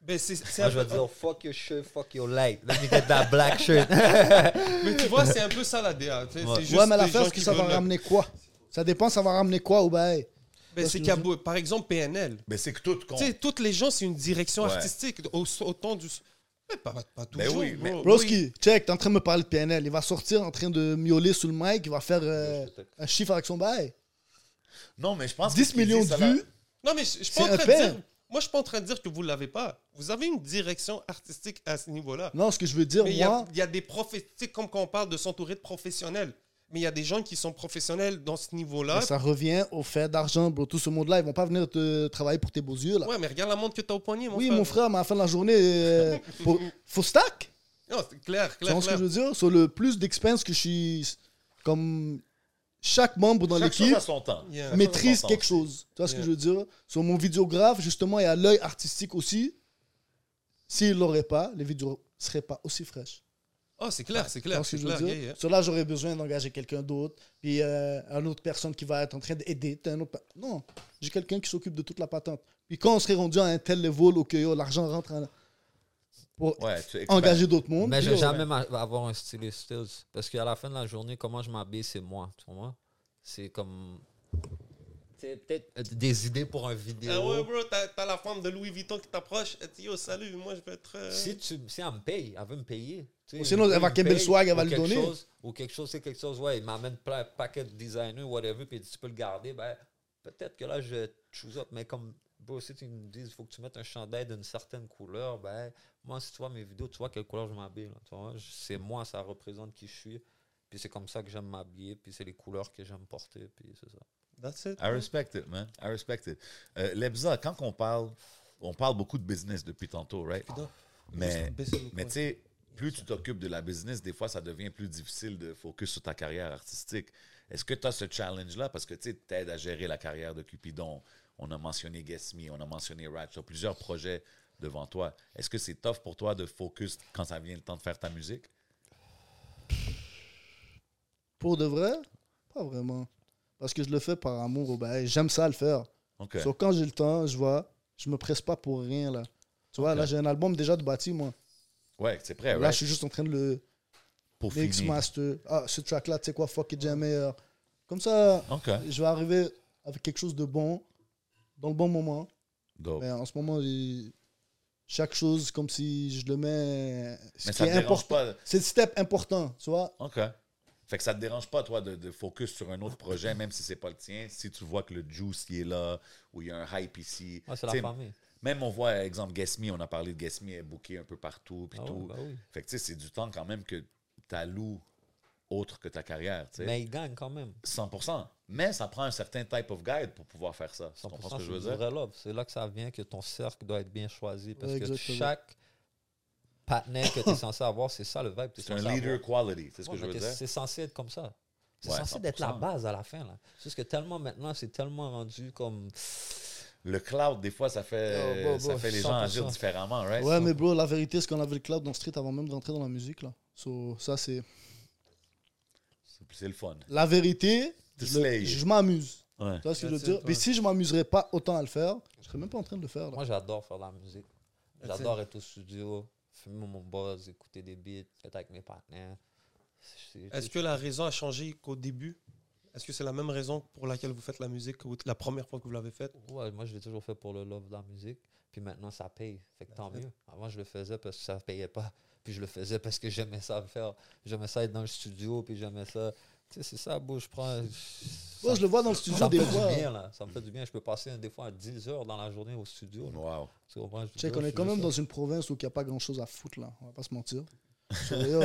ben, c'est c'est
Moi,
un,
je vais
peu-
dire, fuck your shirt, fuck your light. Let me get that black shirt.
mais tu vois, c'est un peu ça la DA. tu sais,
Ouais.
c'est juste
Ouais, mais
des
l'affaire,
gens
c'est que
qui
ça va
veulent-
ramener quoi Ça dépend, ça va ramener quoi au bail.
Ben, c'est qu'il y a beau- par exemple, PNL.
Mais c'est que tout compte.
Tu sais, toutes les gens, c'est une direction
Ouais.
artistique. au- Autant du. Mais pas, pas, pas
Ben
toujours.
oui, mais-
bro.
Broski, check, t'es en train de me parler de PNL. Il va sortir en train de miauler sous le mic, il va faire euh, un chiffre avec son bail.
Ah,
Non, mais je pense que
10
ce qu'il
millions
dit,
de
ça va-
vues.
Non, mais je je suis pas
C'est
en
un
train de
père.
dire. Moi, je suis pas en train de dire que vous l'avez pas. Vous avez une direction artistique à ce niveau-là.
Non, ce que je veux dire,
Mais il y, a-
moi,
il y a des professionnels. Tu sais, comme quand on parle de s'entourer de professionnels. Mais il y a des gens qui sont professionnels dans ce niveau-là.
ça revient au fait d'argent, bro. Tout ce monde-là, ils vont pas venir te travailler pour tes beaux yeux, là.
Ouais, mais regarde la montre que tu as au poignet, mon
oui,
frère.
mon frère, mais à la fin de la journée, euh, pour- faut stack.
Non, c'est clair,
Tu
clair,
vois ce que
clair.
je veux dire Sur le plus d'expense que je suis. Comme chaque membre dans
Chaque chose
l'équipe
à son temps.
Yeah.
Chaque
maîtrise
chose à son
quelque
temps.
chose. Tu vois ce que
Yeah.
je veux dire Sur mon vidéographe, justement, il y a l'œil artistique aussi. S'il l'aurait pas, les vidéos seraient pas aussi fraîches.
Oh, c'est clair, c'est
Tu
clair.
vois ce que
C'est
je veux
clair.
dire
yeah, yeah.
Sur là, j'aurais besoin d'engager quelqu'un d'autre, puis euh, une autre personne qui va être en train d'aider. t'as un autre pa- Non, j'ai quelqu'un qui s'occupe de toute la patente. Puis quand on serait rendu à un tel level, ok, yo, l'argent rentre en- pour
Ouais, tu expandes.
engager d'autres mondes.
Mais
puis
je
yo,
vais jamais m'a- avoir un styliste. Stills. Parce qu'à la fin de la journée, comment je m'habille, c'est moi. Tu vois? C'est comme. c'est peut-être euh, des idées pour un vidéo.
Ah
oh.
ouais, bro, t'as t'as la femme de Louis Vuitton qui t'approche. Elle dit, yo, salut, moi, je vais être. euh,
Si, tu, si elle me paye, elle veut me payer. tu sais,
Ou sinon, elle
elle
va
me
qu'aimer le
paye,
swag, elle
ou
va le
quelque
donner.
chose, ou quelque chose, c'est quelque chose, ouais, il m'amène plein un paquet de designers, whatever, puis il dit, tu peux le garder. Ben, peut-être que là, je choose up, mais comme, bro, si tu me dis, il faut que tu mettes un chandail d'une certaine couleur, ben, moi, si tu vois mes vidéos, tu vois quelle couleur je m'habille. là, tu vois, je- C'est moi, ça représente qui je suis. Puis c'est comme ça que j'aime m'habiller, puis c'est les couleurs que j'aime porter, puis c'est ça.
That's it.
I respect it, man. I respect it. Euh, Lebza, quand on parle, on parle beaucoup de business depuis tantôt, right?
Putain.
Mais,
Baisse le micro.
mais tu sais, plus tu t'occupes de la business, des fois, ça devient plus difficile de focus sur ta carrière artistique. Est-ce que tu as ce challenge-là? Parce que tu sais, t'aides à gérer la carrière de Cupidon. On a mentionné Guess Me, on a mentionné Ratch. Tu as plusieurs projets devant toi. Est-ce que c'est tough pour toi de focus quand ça vient le temps de faire ta musique?
Pour de vrai, pas vraiment. Parce que je le fais par amour au bail. J'aime ça le faire.
OK.
Sauf quand j'ai le temps, je vois, je me presse pas pour rien, là. Tu vois, là, j'ai un album déjà de bâti, moi.
Eh ouais, c'est prêt,
Là,
right?
je suis juste en train de le
Pour
mix,
finir.
master. Ah, ce track-là, tu sais quoi, fuck it, j'ai un meilleur. Comme ça,
OK.
je vais arriver avec quelque chose de bon, dans le bon moment.
Dope.
Mais en ce moment, il- chaque chose, comme si je le mets. Ce
Mais
qui
ça
est
te dérange
important.
pas.
C'est le step important, tu vois.
OK. Fait que ça te dérange pas, toi, de, de focus sur un autre projet, même si c'est pas le tien, si tu vois que le juice il est là, ou il y a un hype ici.
Ouais, Ah, c'est la
T'sais,
famille.
Même on voit, exemple, Guess Me, on a parlé de Guess Me, elle est bookée un peu partout, puis
Ah ouais,
tout.
bah oui.
Fait que, tu sais, c'est du temps quand même que t'alloues autre que ta carrière, tu sais.
Mais il gagne quand même.
100%. Mais ça prend un certain type of guide pour pouvoir faire ça. Tu
100%
comprends ce que je
c'est
veux
du
dire?
vrai love. C'est là que ça vient que ton cercle doit être bien choisi. Parce
Ouais,
que
exactement.
chaque partenaire que tu es censé avoir, c'est ça le vibe. que t'es
C'est un
censé avoir.
leader quality, c'est ce
Ouais,
que je
mais
veux
que
dire?
C'est censé être comme ça. C'est
Ouais,
censé d'être la
100%.
base à la fin. là. C'est juste que tellement maintenant, c'est tellement rendu comme.
Le cloud, des fois, ça fait,
Oh, bah, bah,
ça fait les gens agir
100%.
différemment, right?
Ouais, mais bro, la vérité, c'est qu'on avait le club dans le street avant même d'entrer dans la musique, là. So, ça, c'est.
C'est- C'est le fun.
La vérité,
To
je le-
slay.
je m'amuse.
Ouais.
Tu vois ce que je veux
That's it,
dire? Mais
ouais.
si je m'amuserais pas autant à le faire, je serais même pas en train de le faire. là.
Moi, j'adore faire de la musique.
That's
J'adore être au studio, fumer mon buzz, écouter des beats, être avec mes partenaires. C'est-
Est-ce que la raison a changé qu'au début Est-ce que c'est la même raison pour laquelle vous faites la musique que la première fois que vous l'avez faite
Ouais, moi, je l'ai toujours fait pour le love de la musique. Puis maintenant, ça paye. Fait que tant mieux. Avant, je le faisais parce que ça payait pas. Puis je le faisais parce que j'aimais ça le faire. J'aimais ça être dans le studio, puis j'aimais ça. Tu sais, c'est ça, bro, je prends.
Moi,
ça-
je le vois dans le
ça
studio
me
des
fait
fois.
du bien, là. Ça me fait du bien. Je peux passer euh, des fois à 10 heures dans la journée au studio. là.
Oh, Wow.
Tu comprends? Je-
Tu sais
je
qu'on est
fais
quand même
ça.
dans une province où il n'y a pas grand chose à foutre, là. On va pas se mentir. So, yo.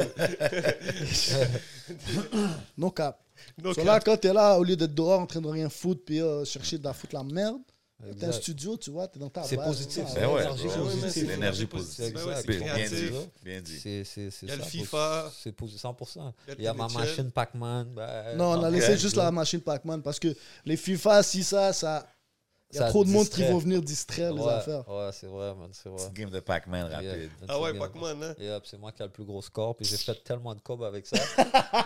non cap.
Non
So, là, quand t'es là, au lieu d'être dehors en train de rien foutre puis euh, chercher de la foutre la merde, t'es un
Exact.
studio, tu vois, t'es dans ta
C'est
base, Ah
positif,
tu
c'est
vois.
Ben ouais,
L'énergie
bro.
positive.
C'est l'énergie positive.
C'est
Ben ouais, c'est
exact.
Bien dit.
créatif.
Bien dit.
C'est, c'est, c'est
Il y a le
ça,
FIFA.
bro. C'est pour 100%.
Il y a le
Il y a ma
Teletubbies.
machine Pac-Man. ben,
Non, on a
tant
laissé
mieux.
juste la machine Pac-Man parce que les FIFA, si ça, ça. Il y a
Ça
trop de monde qui
distrait.
vont venir distraire les
Ouais,
affaires.
Ouais, c'est vrai, man. C'est vrai.
Petite game de Pac-Man
Yeah,
rapide.
Ah ouais,
Anthony,
Pac-Man, hein
Et hop, c'est moi qui a le plus gros score, puis j'ai fait tellement de cob avec ça.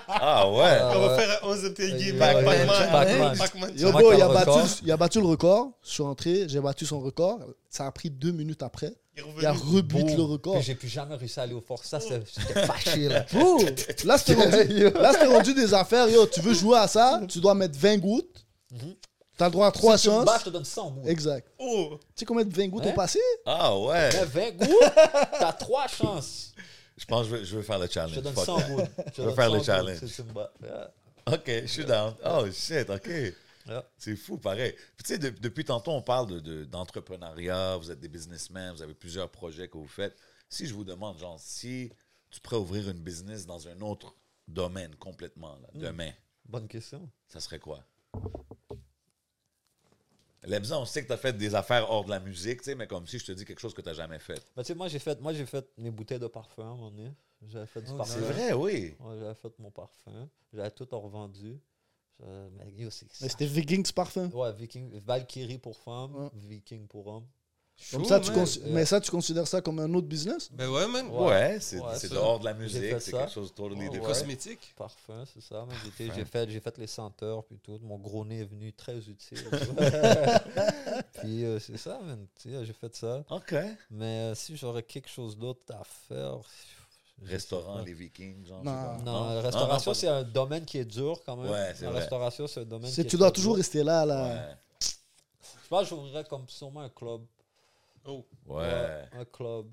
Ah ouais!
Ah,
On va
ouais.
faire un 11 de tes games.
Ouais,
avec
ouais,
Pac-Man.
Pac-Man.
Pac-Man.
Yo,
C'est
bro,
moi qui
il
ai
a,
le
battu,
record.
il a battu le record. Je suis entré, j'ai battu son record. Ça a pris deux minutes après.
Il est
Il a
revenu.
rebut le record.
Puis j'ai plus jamais réussi à aller au force. Ça, c'est- j'étais fâché, là.
Bro, là, c'est rendu, là, c'est rendu des affaires. Yo, tu veux jouer à ça, tu dois mettre 20 gouttes. T'as le droit à 3
Mhm. Si tu me
chances.
bats, je te donne 100 gouttes.
Exact. Tu
Oh
sais combien de 20 gouttes
Hein?
ont passé
Ah ouais!
Mais 20 gouttes, t'as 3 chances.
Je pense que je veux, je veux faire le challenge.
Je te donne
Fuck
100
that.
gouttes.
Je vais faire le challenge.
challenge.
OK, je suis down. Oh shit, OK.
Yeah.
C'est fou, pareil. Puis, tu sais, de- depuis tantôt, on parle de- de- d'entrepreneuriat, vous êtes des businessmen, vous avez plusieurs projets que vous faites. Si je vous demande, genre, si tu pourrais ouvrir une business dans un autre domaine complètement,
Mm.
là, demain,
Bonne question.
ça serait quoi? Lebza, on sait que tu as fait des affaires hors de la musique, tu sais, mais comme si je te dis quelque chose que tu n'as jamais fait.
Mais tu sais, moi, j'ai fait, moi, j'ai fait mes bouteilles de parfum, à un moment donné. J'avais fait
Oh,
du parfum.
C'est vrai, oui.
Ouais, j'avais fait mon parfum. J'avais tout revendu. Je- Mais yo, c'est
Mais c'était Vikings parfum.
Ouais, Viking, Valkyrie pour femme,
Ouais.
Viking pour homme.
Comme ça,
Chaud, hein.
tu
man.
consi- Mais ça, tu considères ça comme un autre business
Ben ouais, man.
Ouais.
Ouais, c'est
Ouais,
c'est
ça.
dehors de la
J'ai fait
musique, c'est
ça.
quelque chose de totally
Ouais,
different.
Cosmétique.
Parfum, c'est ça. mais j'étais-
Parfum.
J'ai fait, j'ai fait les senteurs puis tout. Mon gros nez est venu très utile. puis euh, c'est ça, man. Tu sais, J'ai fait ça.
OK.
Mais euh, si j'aurais quelque chose d'autre à faire. je sais
Restaurant,
pas.
les Vikings, genre.
Non.
c'est comme-
Non, la restauration,
non,
c'est un domaine qui est dur quand même.
Ouais, c'est
la
vrai.
restauration, c'est un domaine.
C'est-
qui
Tu
est
dois
très
toujours
dur.
rester là.
pas-
là.
Ouais.
pense que j'ouvrirais comme sûrement un club.
Oh.
Ouais.
Un club.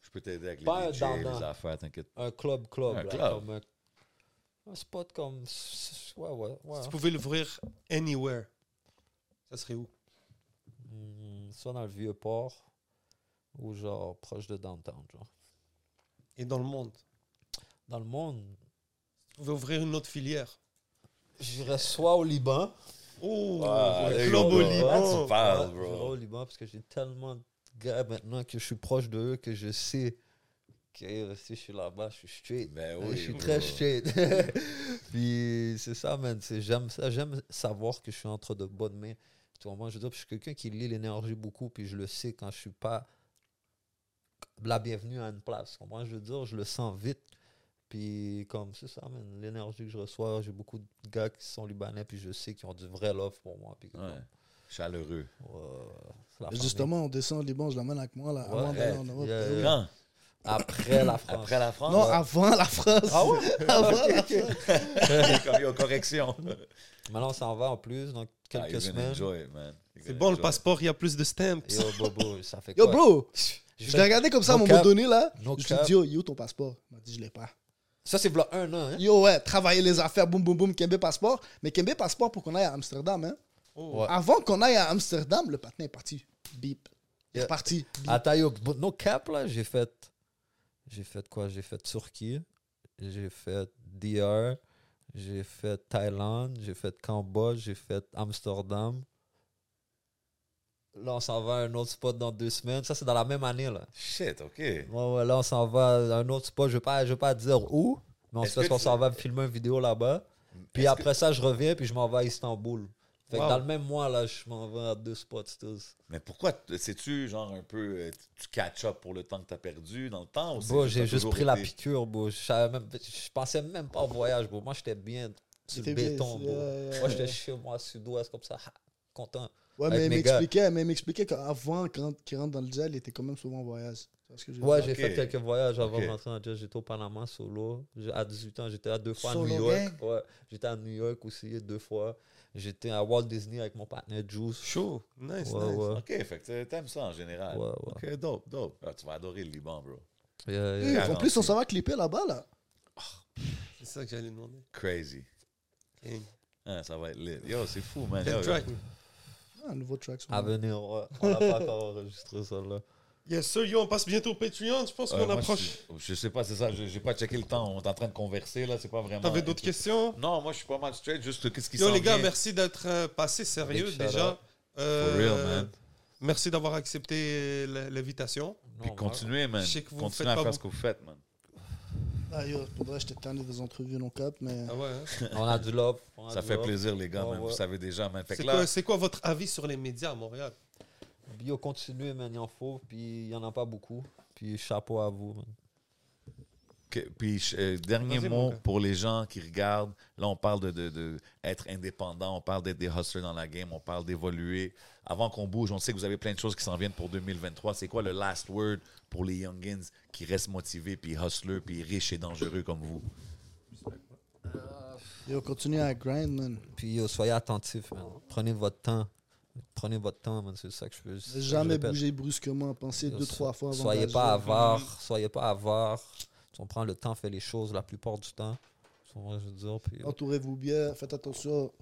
Je peux t'aider avec les
Pas
DJ,
dans-
les
dans-
affaires, t'inquiète.
Un club, club.
Un
là,
club.
Comme un, un spot comme. Ouais, ouais, ouais.
Si tu pouvais l'ouvrir anywhere, ça serait où
Hmm, soit dans le vieux port ou genre proche de downtown. Genre.
Et dans le monde
Dans le monde,
Tu pouvais ouvrir une autre filière.
j'irais soit au Liban.
Oh,
Ah,
le
there you
club
go.
au
That's
Liban.
a parle,
Ouais,
Ah, bro.
j'irais au Liban parce que j'ai tellement de gars maintenant que je suis proche de eux que je sais que si je suis là-bas, je suis straight.
Ben
Euh,
oui.
je suis
bro.
très straight. Puis c'est ça, man. c'est- J'aime ça. J'aime savoir que je suis entre de bonnes mains. Tu vois, moi, je veux dire, je suis quelqu'un qui lit l'énergie beaucoup, puis je le sais quand je suis pas la bienvenue à une place. Moi, je veux dire, je le sens vite. Puis comme c'est ça, man, l'énergie que je reçois, j'ai beaucoup de gars qui sont libanais, puis je sais qu'ils ont du vrai love pour moi. Puis que,
Ouais. Chaleureux.
comme, ouais, la
Mais
famille.
Justement, on descend au Liban, je l'amène avec moi, là,
Ouais,
avant d'aller en
yeah,
Europe.
yeah.
Eh oui.
Quand?
après la France.
Après la France?
Non, avant la France.
Ah ouais?
Avant la France.
Comme il y a correction.
Mais là, on s'en va en plus dans
Ah, you're
quelques
gonna
semaines.
enjoy it, man. You're
C'est
gonna
bon, le
enjoy it.
passeport, il y a plus de stamps.
Yo, Bobo, ça fait
Yo,
quoi?
bro,
J'ai
je
fait-
l'ai regardé comme ça à un
No
moment
cap.
donné, là.
No
je lui ai
cap.
dit, yo, yo, ton passeport. Il m'a dit, je l'ai pas.
Ça, c'est v'là un an, hein?
Yo, ouais, travailler les affaires, boum, boum, boum, Kembe passeport. Mais Kembe passeport pour qu'on aille à Amsterdam, hein.
Oh,
Ouais.
Avant qu'on aille à Amsterdam, le patin est parti. Bip. Il est
Yeah. Ah,
parti. Bip.
Attends, yo, bon, no cap, là, j'ai fait... J'ai fait quoi? J'ai fait Turquie, j'ai fait DR, j'ai fait Thaïlande, j'ai fait Cambodge, j'ai fait Amsterdam. Là, on s'en va à un autre spot dans deux semaines. Ça, c'est dans la même année, là.
Shit, OK.
Ouais, ouais, là, on s'en va à un autre spot. Je ne vais, pas- je vais pas dire où, mais on
Est-ce
se fait
que
qu'on
tu-
s'en va filmer une vidéo là-bas. Puis
Est-ce
après ça, je reviens, puis je m'en vais à Istanbul. Fait que
Wow.
dans le même mois, là, je m'en vais à deux spots, tous.
Mais pourquoi, t- sais-tu, genre, un peu, euh, tu- tu catch-up pour le temps que t'as perdu dans le temps? ou c'est
Bro,
que t'as
j'ai juste
toujours
pris la
été-
piqûre, bro. Je, savais même- je pensais même pas au voyage, bro. Moi, j'étais bien sur
C'était
le
bien,
béton,
c'est-
bro.
ouais, ouais,
Moi,
ouais.
j'étais chez moi, sud-ouest, comme ça, ha, content.
Ouais,
avec
mais il
mes gars.
m'expliquait, mais il m'expliquait qu'avant, quand il rentre dans le gel, il était quand même souvent en voyage. Tu vois ce que je veux
Ouais, j'ai
dire?
fait quelques voyages avant
Ok.
de rentrer en Jazz. J'étais au Panama solo. J'ai- À 18 ans, j'étais à deux fois
Solo
à New York.
gang?
Ouais, j'étais à New York aussi deux fois. J'étais à Walt Disney avec mon partenaire Juice.
Chaud. Nice,
Ouais,
nice.
ouais.
OK, fait que t'aimes ça en général.
Ouais, ouais.
OK, dope, dope. Ah, tu vas adorer le Liban, bro.
Yeah, yeah.
Hey, en
Garanti.
plus, on s'en va clipper là-bas, là.
C'est ça que j'allais demander.
Crazy.
Ok.
Hein, ça va être lit. Yo, c'est fou, man.
Quel
Yo,
track
Ah, un nouveau track.
À venir, ouais. on n'a pas encore enregistré ça là.
Yes, sir. Yo, on passe bientôt au Patreon. Je pense
Euh,
qu'on
moi,
approche.
Je, je sais pas, c'est ça. je- J'ai pas checké le temps. On est en train de converser, là. C'est pas vraiment.
T'avais d'autres questions
Non, moi, je suis pas mal straight. Juste, qu'est-ce qui
Yo,
s'en
les gars,
vient?
merci d'être euh, passés sérieux
Big shout
déjà.
out.
For
Euh,
real, man.
Merci d'avoir accepté l- l'invitation.
Puis
Non,
continuez, man.
Je sais que vous faites
Continuez à
pas
faire
beaucoup.
ce que vous faites, man.
Ah, yo, pour vrai, j'étais tanné des entrevues non cap, mais.
Ah ouais. hein?
On a du love. on a
Ça
Ah, du
fait
love.
plaisir, les gars,
Ouais,
man. Vous
ouais.
savez déjà, man. Fait
C'est
que
quoi,
là,
c'est quoi votre avis sur les médias à Montréal
Bio, continuez, man. Il en faut. Puis il n'y en a pas beaucoup. Puis chapeau à vous, man.
que- puis euh, dernier
Vas-y, mon
mot
gars.
pour les gens qui regardent. Là, on parle de, de, de être indépendant, on parle d'être des hustlers dans la game, on parle d'évoluer. Avant qu'on bouge, on sait que vous avez plein de choses qui s'en viennent pour 2023. C'est quoi le last word pour les youngins qui restent motivés, puis hustlers, puis riches et dangereux comme vous?
Yo, continue à grind, man.
Puis yo, soyez attentifs, man. Prenez votre temps. Prenez votre temps, man. C'est ça que je peux. c'est ça que je
Jamais
répète.
bouger brusquement, penser
Yo,
deux,
so-
trois fois avant
Soyez
d'agir.
pas avare, soyez pas avare. Si on prend le temps, fait les choses la plupart du temps. Souvent, je veux dire, puis,
Entourez-vous bien, faites attention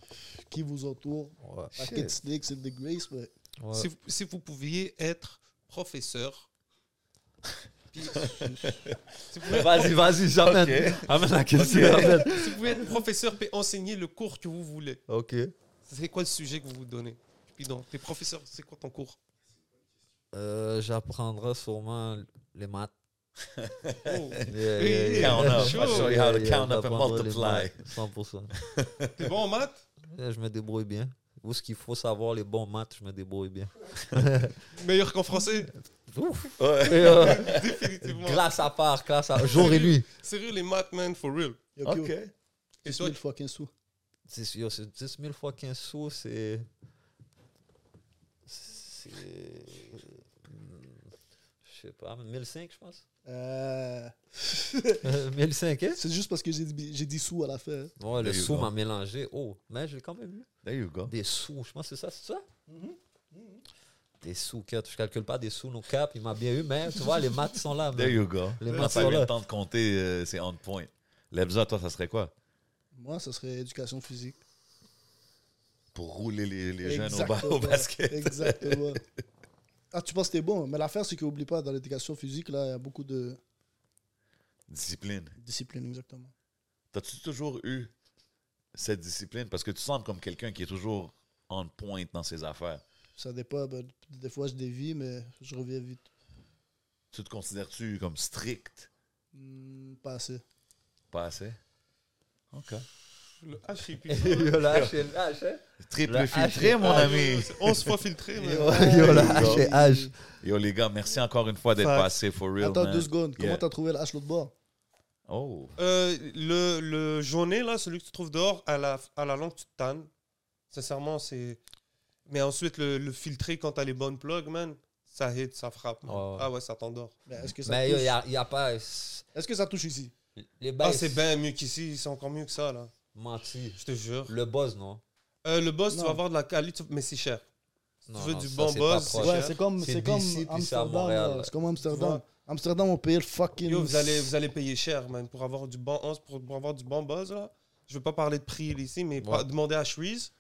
qui vous entoure.
ouais.
Paquet de sticks et de grace, mais.
Ouais.
si, vous, si vous pouviez être professeur, puis- si, vous pouviez,
Vas-y, vas-y, j'amène. Amène la question. amène.
si vous pouviez être professeur et enseigner le cours que vous voulez,
Ok.
c'est quoi le sujet que vous vous donnez Puis donc, t'es professeur, c'est quoi ton cours
Euh, J'apprendrai sûrement les maths.
Oh,
Yeah,
Oui,
yeah, yeah.
Count up. I'll
Sure.
show you how to
Yeah, yeah,
count up and
j'apprendrai les
multiply.
maths, 100%.
Oh, T'es bon en maths
Yeah, Je me débrouille bien. Où ce qu'il faut savoir les bons maths, je me débrouille bien.
Meilleur qu'en français
Et, euh,
Définitivement.
Classe à part, classe à Jour et nuit.
Sérieux, les maths, man, for real.
Yo,
OK.
yo,
Et
10
toi,
000 fois 15 sous.
C'est sûr, c'est 10 000 fois 15 sous, c'est. C'est. Hmm, Je sais pas, 1005, je pense.
Euh,
Euh, 1005, hein?
C'est juste parce que j'ai dit j'ai dit sous à la fin. hein.
Ouais, le
There you
sou
go.
m'a mélangé. Oh, mais j'ai quand même eu
There you go.
des sous, je pense que c'est ça, c'est ça? Des sous, cut. je calcule pas des sous, nos caps, il m'a bien eu, mais tu vois, les maths sont là.
There
man.
you go.
Les
Quand
maths
t'as
sont
eu
là.
le temps de compter, euh, c'est on point. Lebza, toi, ça serait quoi?
Moi, ça serait éducation physique.
Pour rouler les, les jeunes au, ba-
Exactement.
au basket.
Exactement. Ah, tu penses que t'es bon, mais l'affaire, c'est qu'oublie pas, dans l'éducation physique, là, il y a beaucoup de
Discipline.
discipline, exactement.
T'as-tu toujours eu cette discipline? Parce que tu sembles comme quelqu'un qui est toujours on point dans ses affaires.
Ça dépend, ben, des fois, je dévie, mais je reviens vite.
Tu te considères-tu comme strict?
Hmm, pas assez.
Pas assez? OK.
Le H est plus
Yo, le H, c'est le H, hein?
Triple
Le
filtré,
H-
mon ami.
11 fois filtré. mais-
Euh,
Yo, le H, c'est H.
Yo, les gars, merci encore une fois d'être
Facts.
passé, for real,
Attends
man.
deux secondes,
Yeah.
comment t'as trouvé le H l'autre bord
Oh.
Euh, le, le jaunet, là, celui que tu trouves dehors, à la, à la langue, tu te tannes. Sincèrement, c'est. Mais ensuite, le, le filtré, quand t'as les bonnes plugs, man, ça hit, ça frappe. man.
Ouais, ouais.
Ah ouais, ça t'endort.
Mais Ben, Est-ce que, ça
Ben,
Mais yo,
touche-
il n'y a, y a pas.
est-ce que ça touche ici
Les bails,
Ah, c'est bien mieux qu'ici, c'est encore mieux que ça, là.
Menti.
Je te jure.
Le buzz, non?
Euh, le boss, tu
Non.
vas avoir de la qualité, mais c'est cher. Si
Non,
tu veux
non,
du
ça,
bon
c'est pas
boss, c'est
proche.
Ouais,
cher.
c'est comme,
C'est
c'est comme
d'ici, puis c'est à
Amsterdam.
Montréal,
là.
là.
C'est comme Amsterdam.
Ouais.
Amsterdam, on payait le fucking.
Yo, vous allez, vous allez payer cher, man, pour avoir du bon 11, pour, pour avoir du bon buzz, là. Je veux pas parler de prix ici, mais
Ouais.
pas- demander à Shreeze.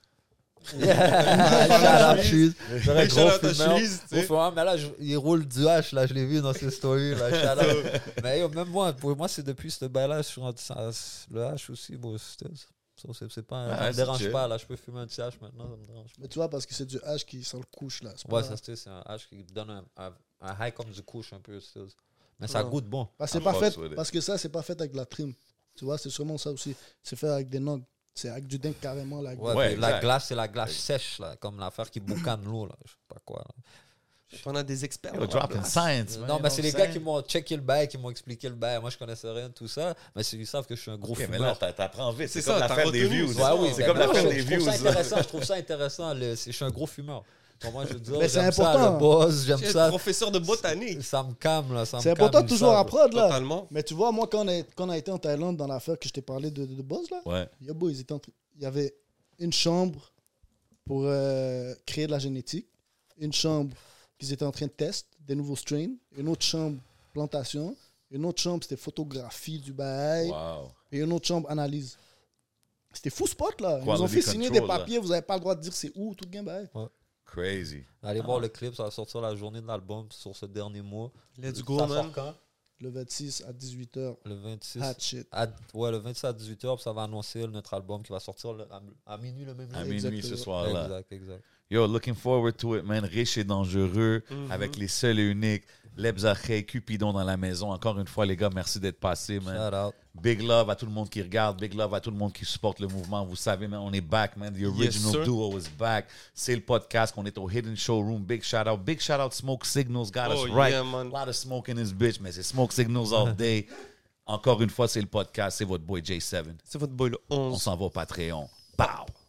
Shout out, Cheese. J'aurais
Shout out à
fumeur.
Cheese, tu sais.
Gros fumeur, mais là, je- il roule du H, là, je l'ai vu dans ses stories, là, shout out. Mais yo, même moi, pour moi, c'est depuis ce bail-là, je suis rendu ça- le H aussi, bon, c'est ça, c'est- c'est pas,
Ouais,
ça me
c'est
dérange
chill.
pas, là, je peux fumer un petit H maintenant, ça me dérange pas.
Mais tu vois, parce que c'est du H qui sent le couche là. C'est
Ouais,
pas-
ça, c'est c'est un H qui donne un, un- un high comme du couche un peu, c'est- mais ça goûte bon.
Parce que,
I'm
c'est pas
fucks
fait,
with it.
parce que ça, c'est pas fait avec de la trim. Tu vois, c'est sûrement ça aussi. C'est fait avec des nogues. C'est avec du dingue carrément. Là, avec
Ouais,
Ouais,
puis la
exact.
glace, c'est la glace sèche, là, comme l'affaire qui boucane l'eau, là, je sais pas quoi. là.
On a des experts.
Yo,
là.
drop in science, man.
Ah, Non, mais c'est les
Science.
gars qui m'ont checké le bail, qui m'ont expliqué le bail. Moi, je connaissais rien de tout ça, mais c'est- ils savent que je suis un gros
Ok, mais là,
fumeur.
t'a- t'apprends vite. C'est
C'est
comme
ça, t'as
l'affaire des
retenu,
views.
ça. Ouais, oui,
c'est
ben
comme
non,
l'affaire
je-
des
je trouve
views.
ça intéressant, je trouve ça intéressant. le- c'est- je suis un gros fumeur. Pour moi, je veux dire,
Mais c'est
j'aime ça,
important.
le buzz, j'aime
Shit,
ça.
professeur de botanique.
Ça me calme, là. ça me
C'est
calme,
important
ils
de toujours
savent.
à prod là.
Totalement.
Mais tu vois, moi, quand on a, quand on a été en Thaïlande dans l'affaire que je t'ai parlé de, de, de Buzz là,
Ouais.
yo, oh boy, ils étaient en tr- il y avait une chambre pour euh, créer de la génétique, une chambre qu'ils étaient en train de tester, des nouveaux strains, une autre chambre plantation, une autre chambre c'était photographie du bail.
Wow.
et une autre chambre analyse. C'était fou spot là. Ils nous
Quality
ont fait signer des
control, là.
papiers, vous n'avez pas le droit de dire c'est où, tout le ben, game.
Crazy.
Allez
Ah.
voir le clip, ça va sortir la journée de l'album sur ce dernier mot.
Let's
Ça
go,
sort
man.
quand?
Le 26 à 18h,
Le 26.
hot shit.
à- ouais, le 26 à 18h, ça va annoncer notre album qui va sortir le- à, à minuit le même jour.
À minuit ce
Exactement.
soir-là.
Exact, exact.
Yo, looking forward to it, man. Riche et dangereux,
Mhm.
avec les seuls et uniques. Lebzachet, Cupidon dans la maison. Encore une fois, les gars, merci d'être passés, man.
Shout out.
Big love à tout le monde qui regarde. Big love à tout le monde qui supporte le mouvement. Vous savez, man, on est back, man. The original
sir.
duo is back. C'est le podcast. On est au Hidden Showroom. Big shout out. Big shout out. Smoke Signals got
Oh,
us right.
yeah, man.
A lot of smoke in this bitch, mais c'est Smoke Signals all day. Encore une fois, c'est le podcast. C'est votre boy J7.
C'est votre boy le
On
11.
s'en va au Patreon.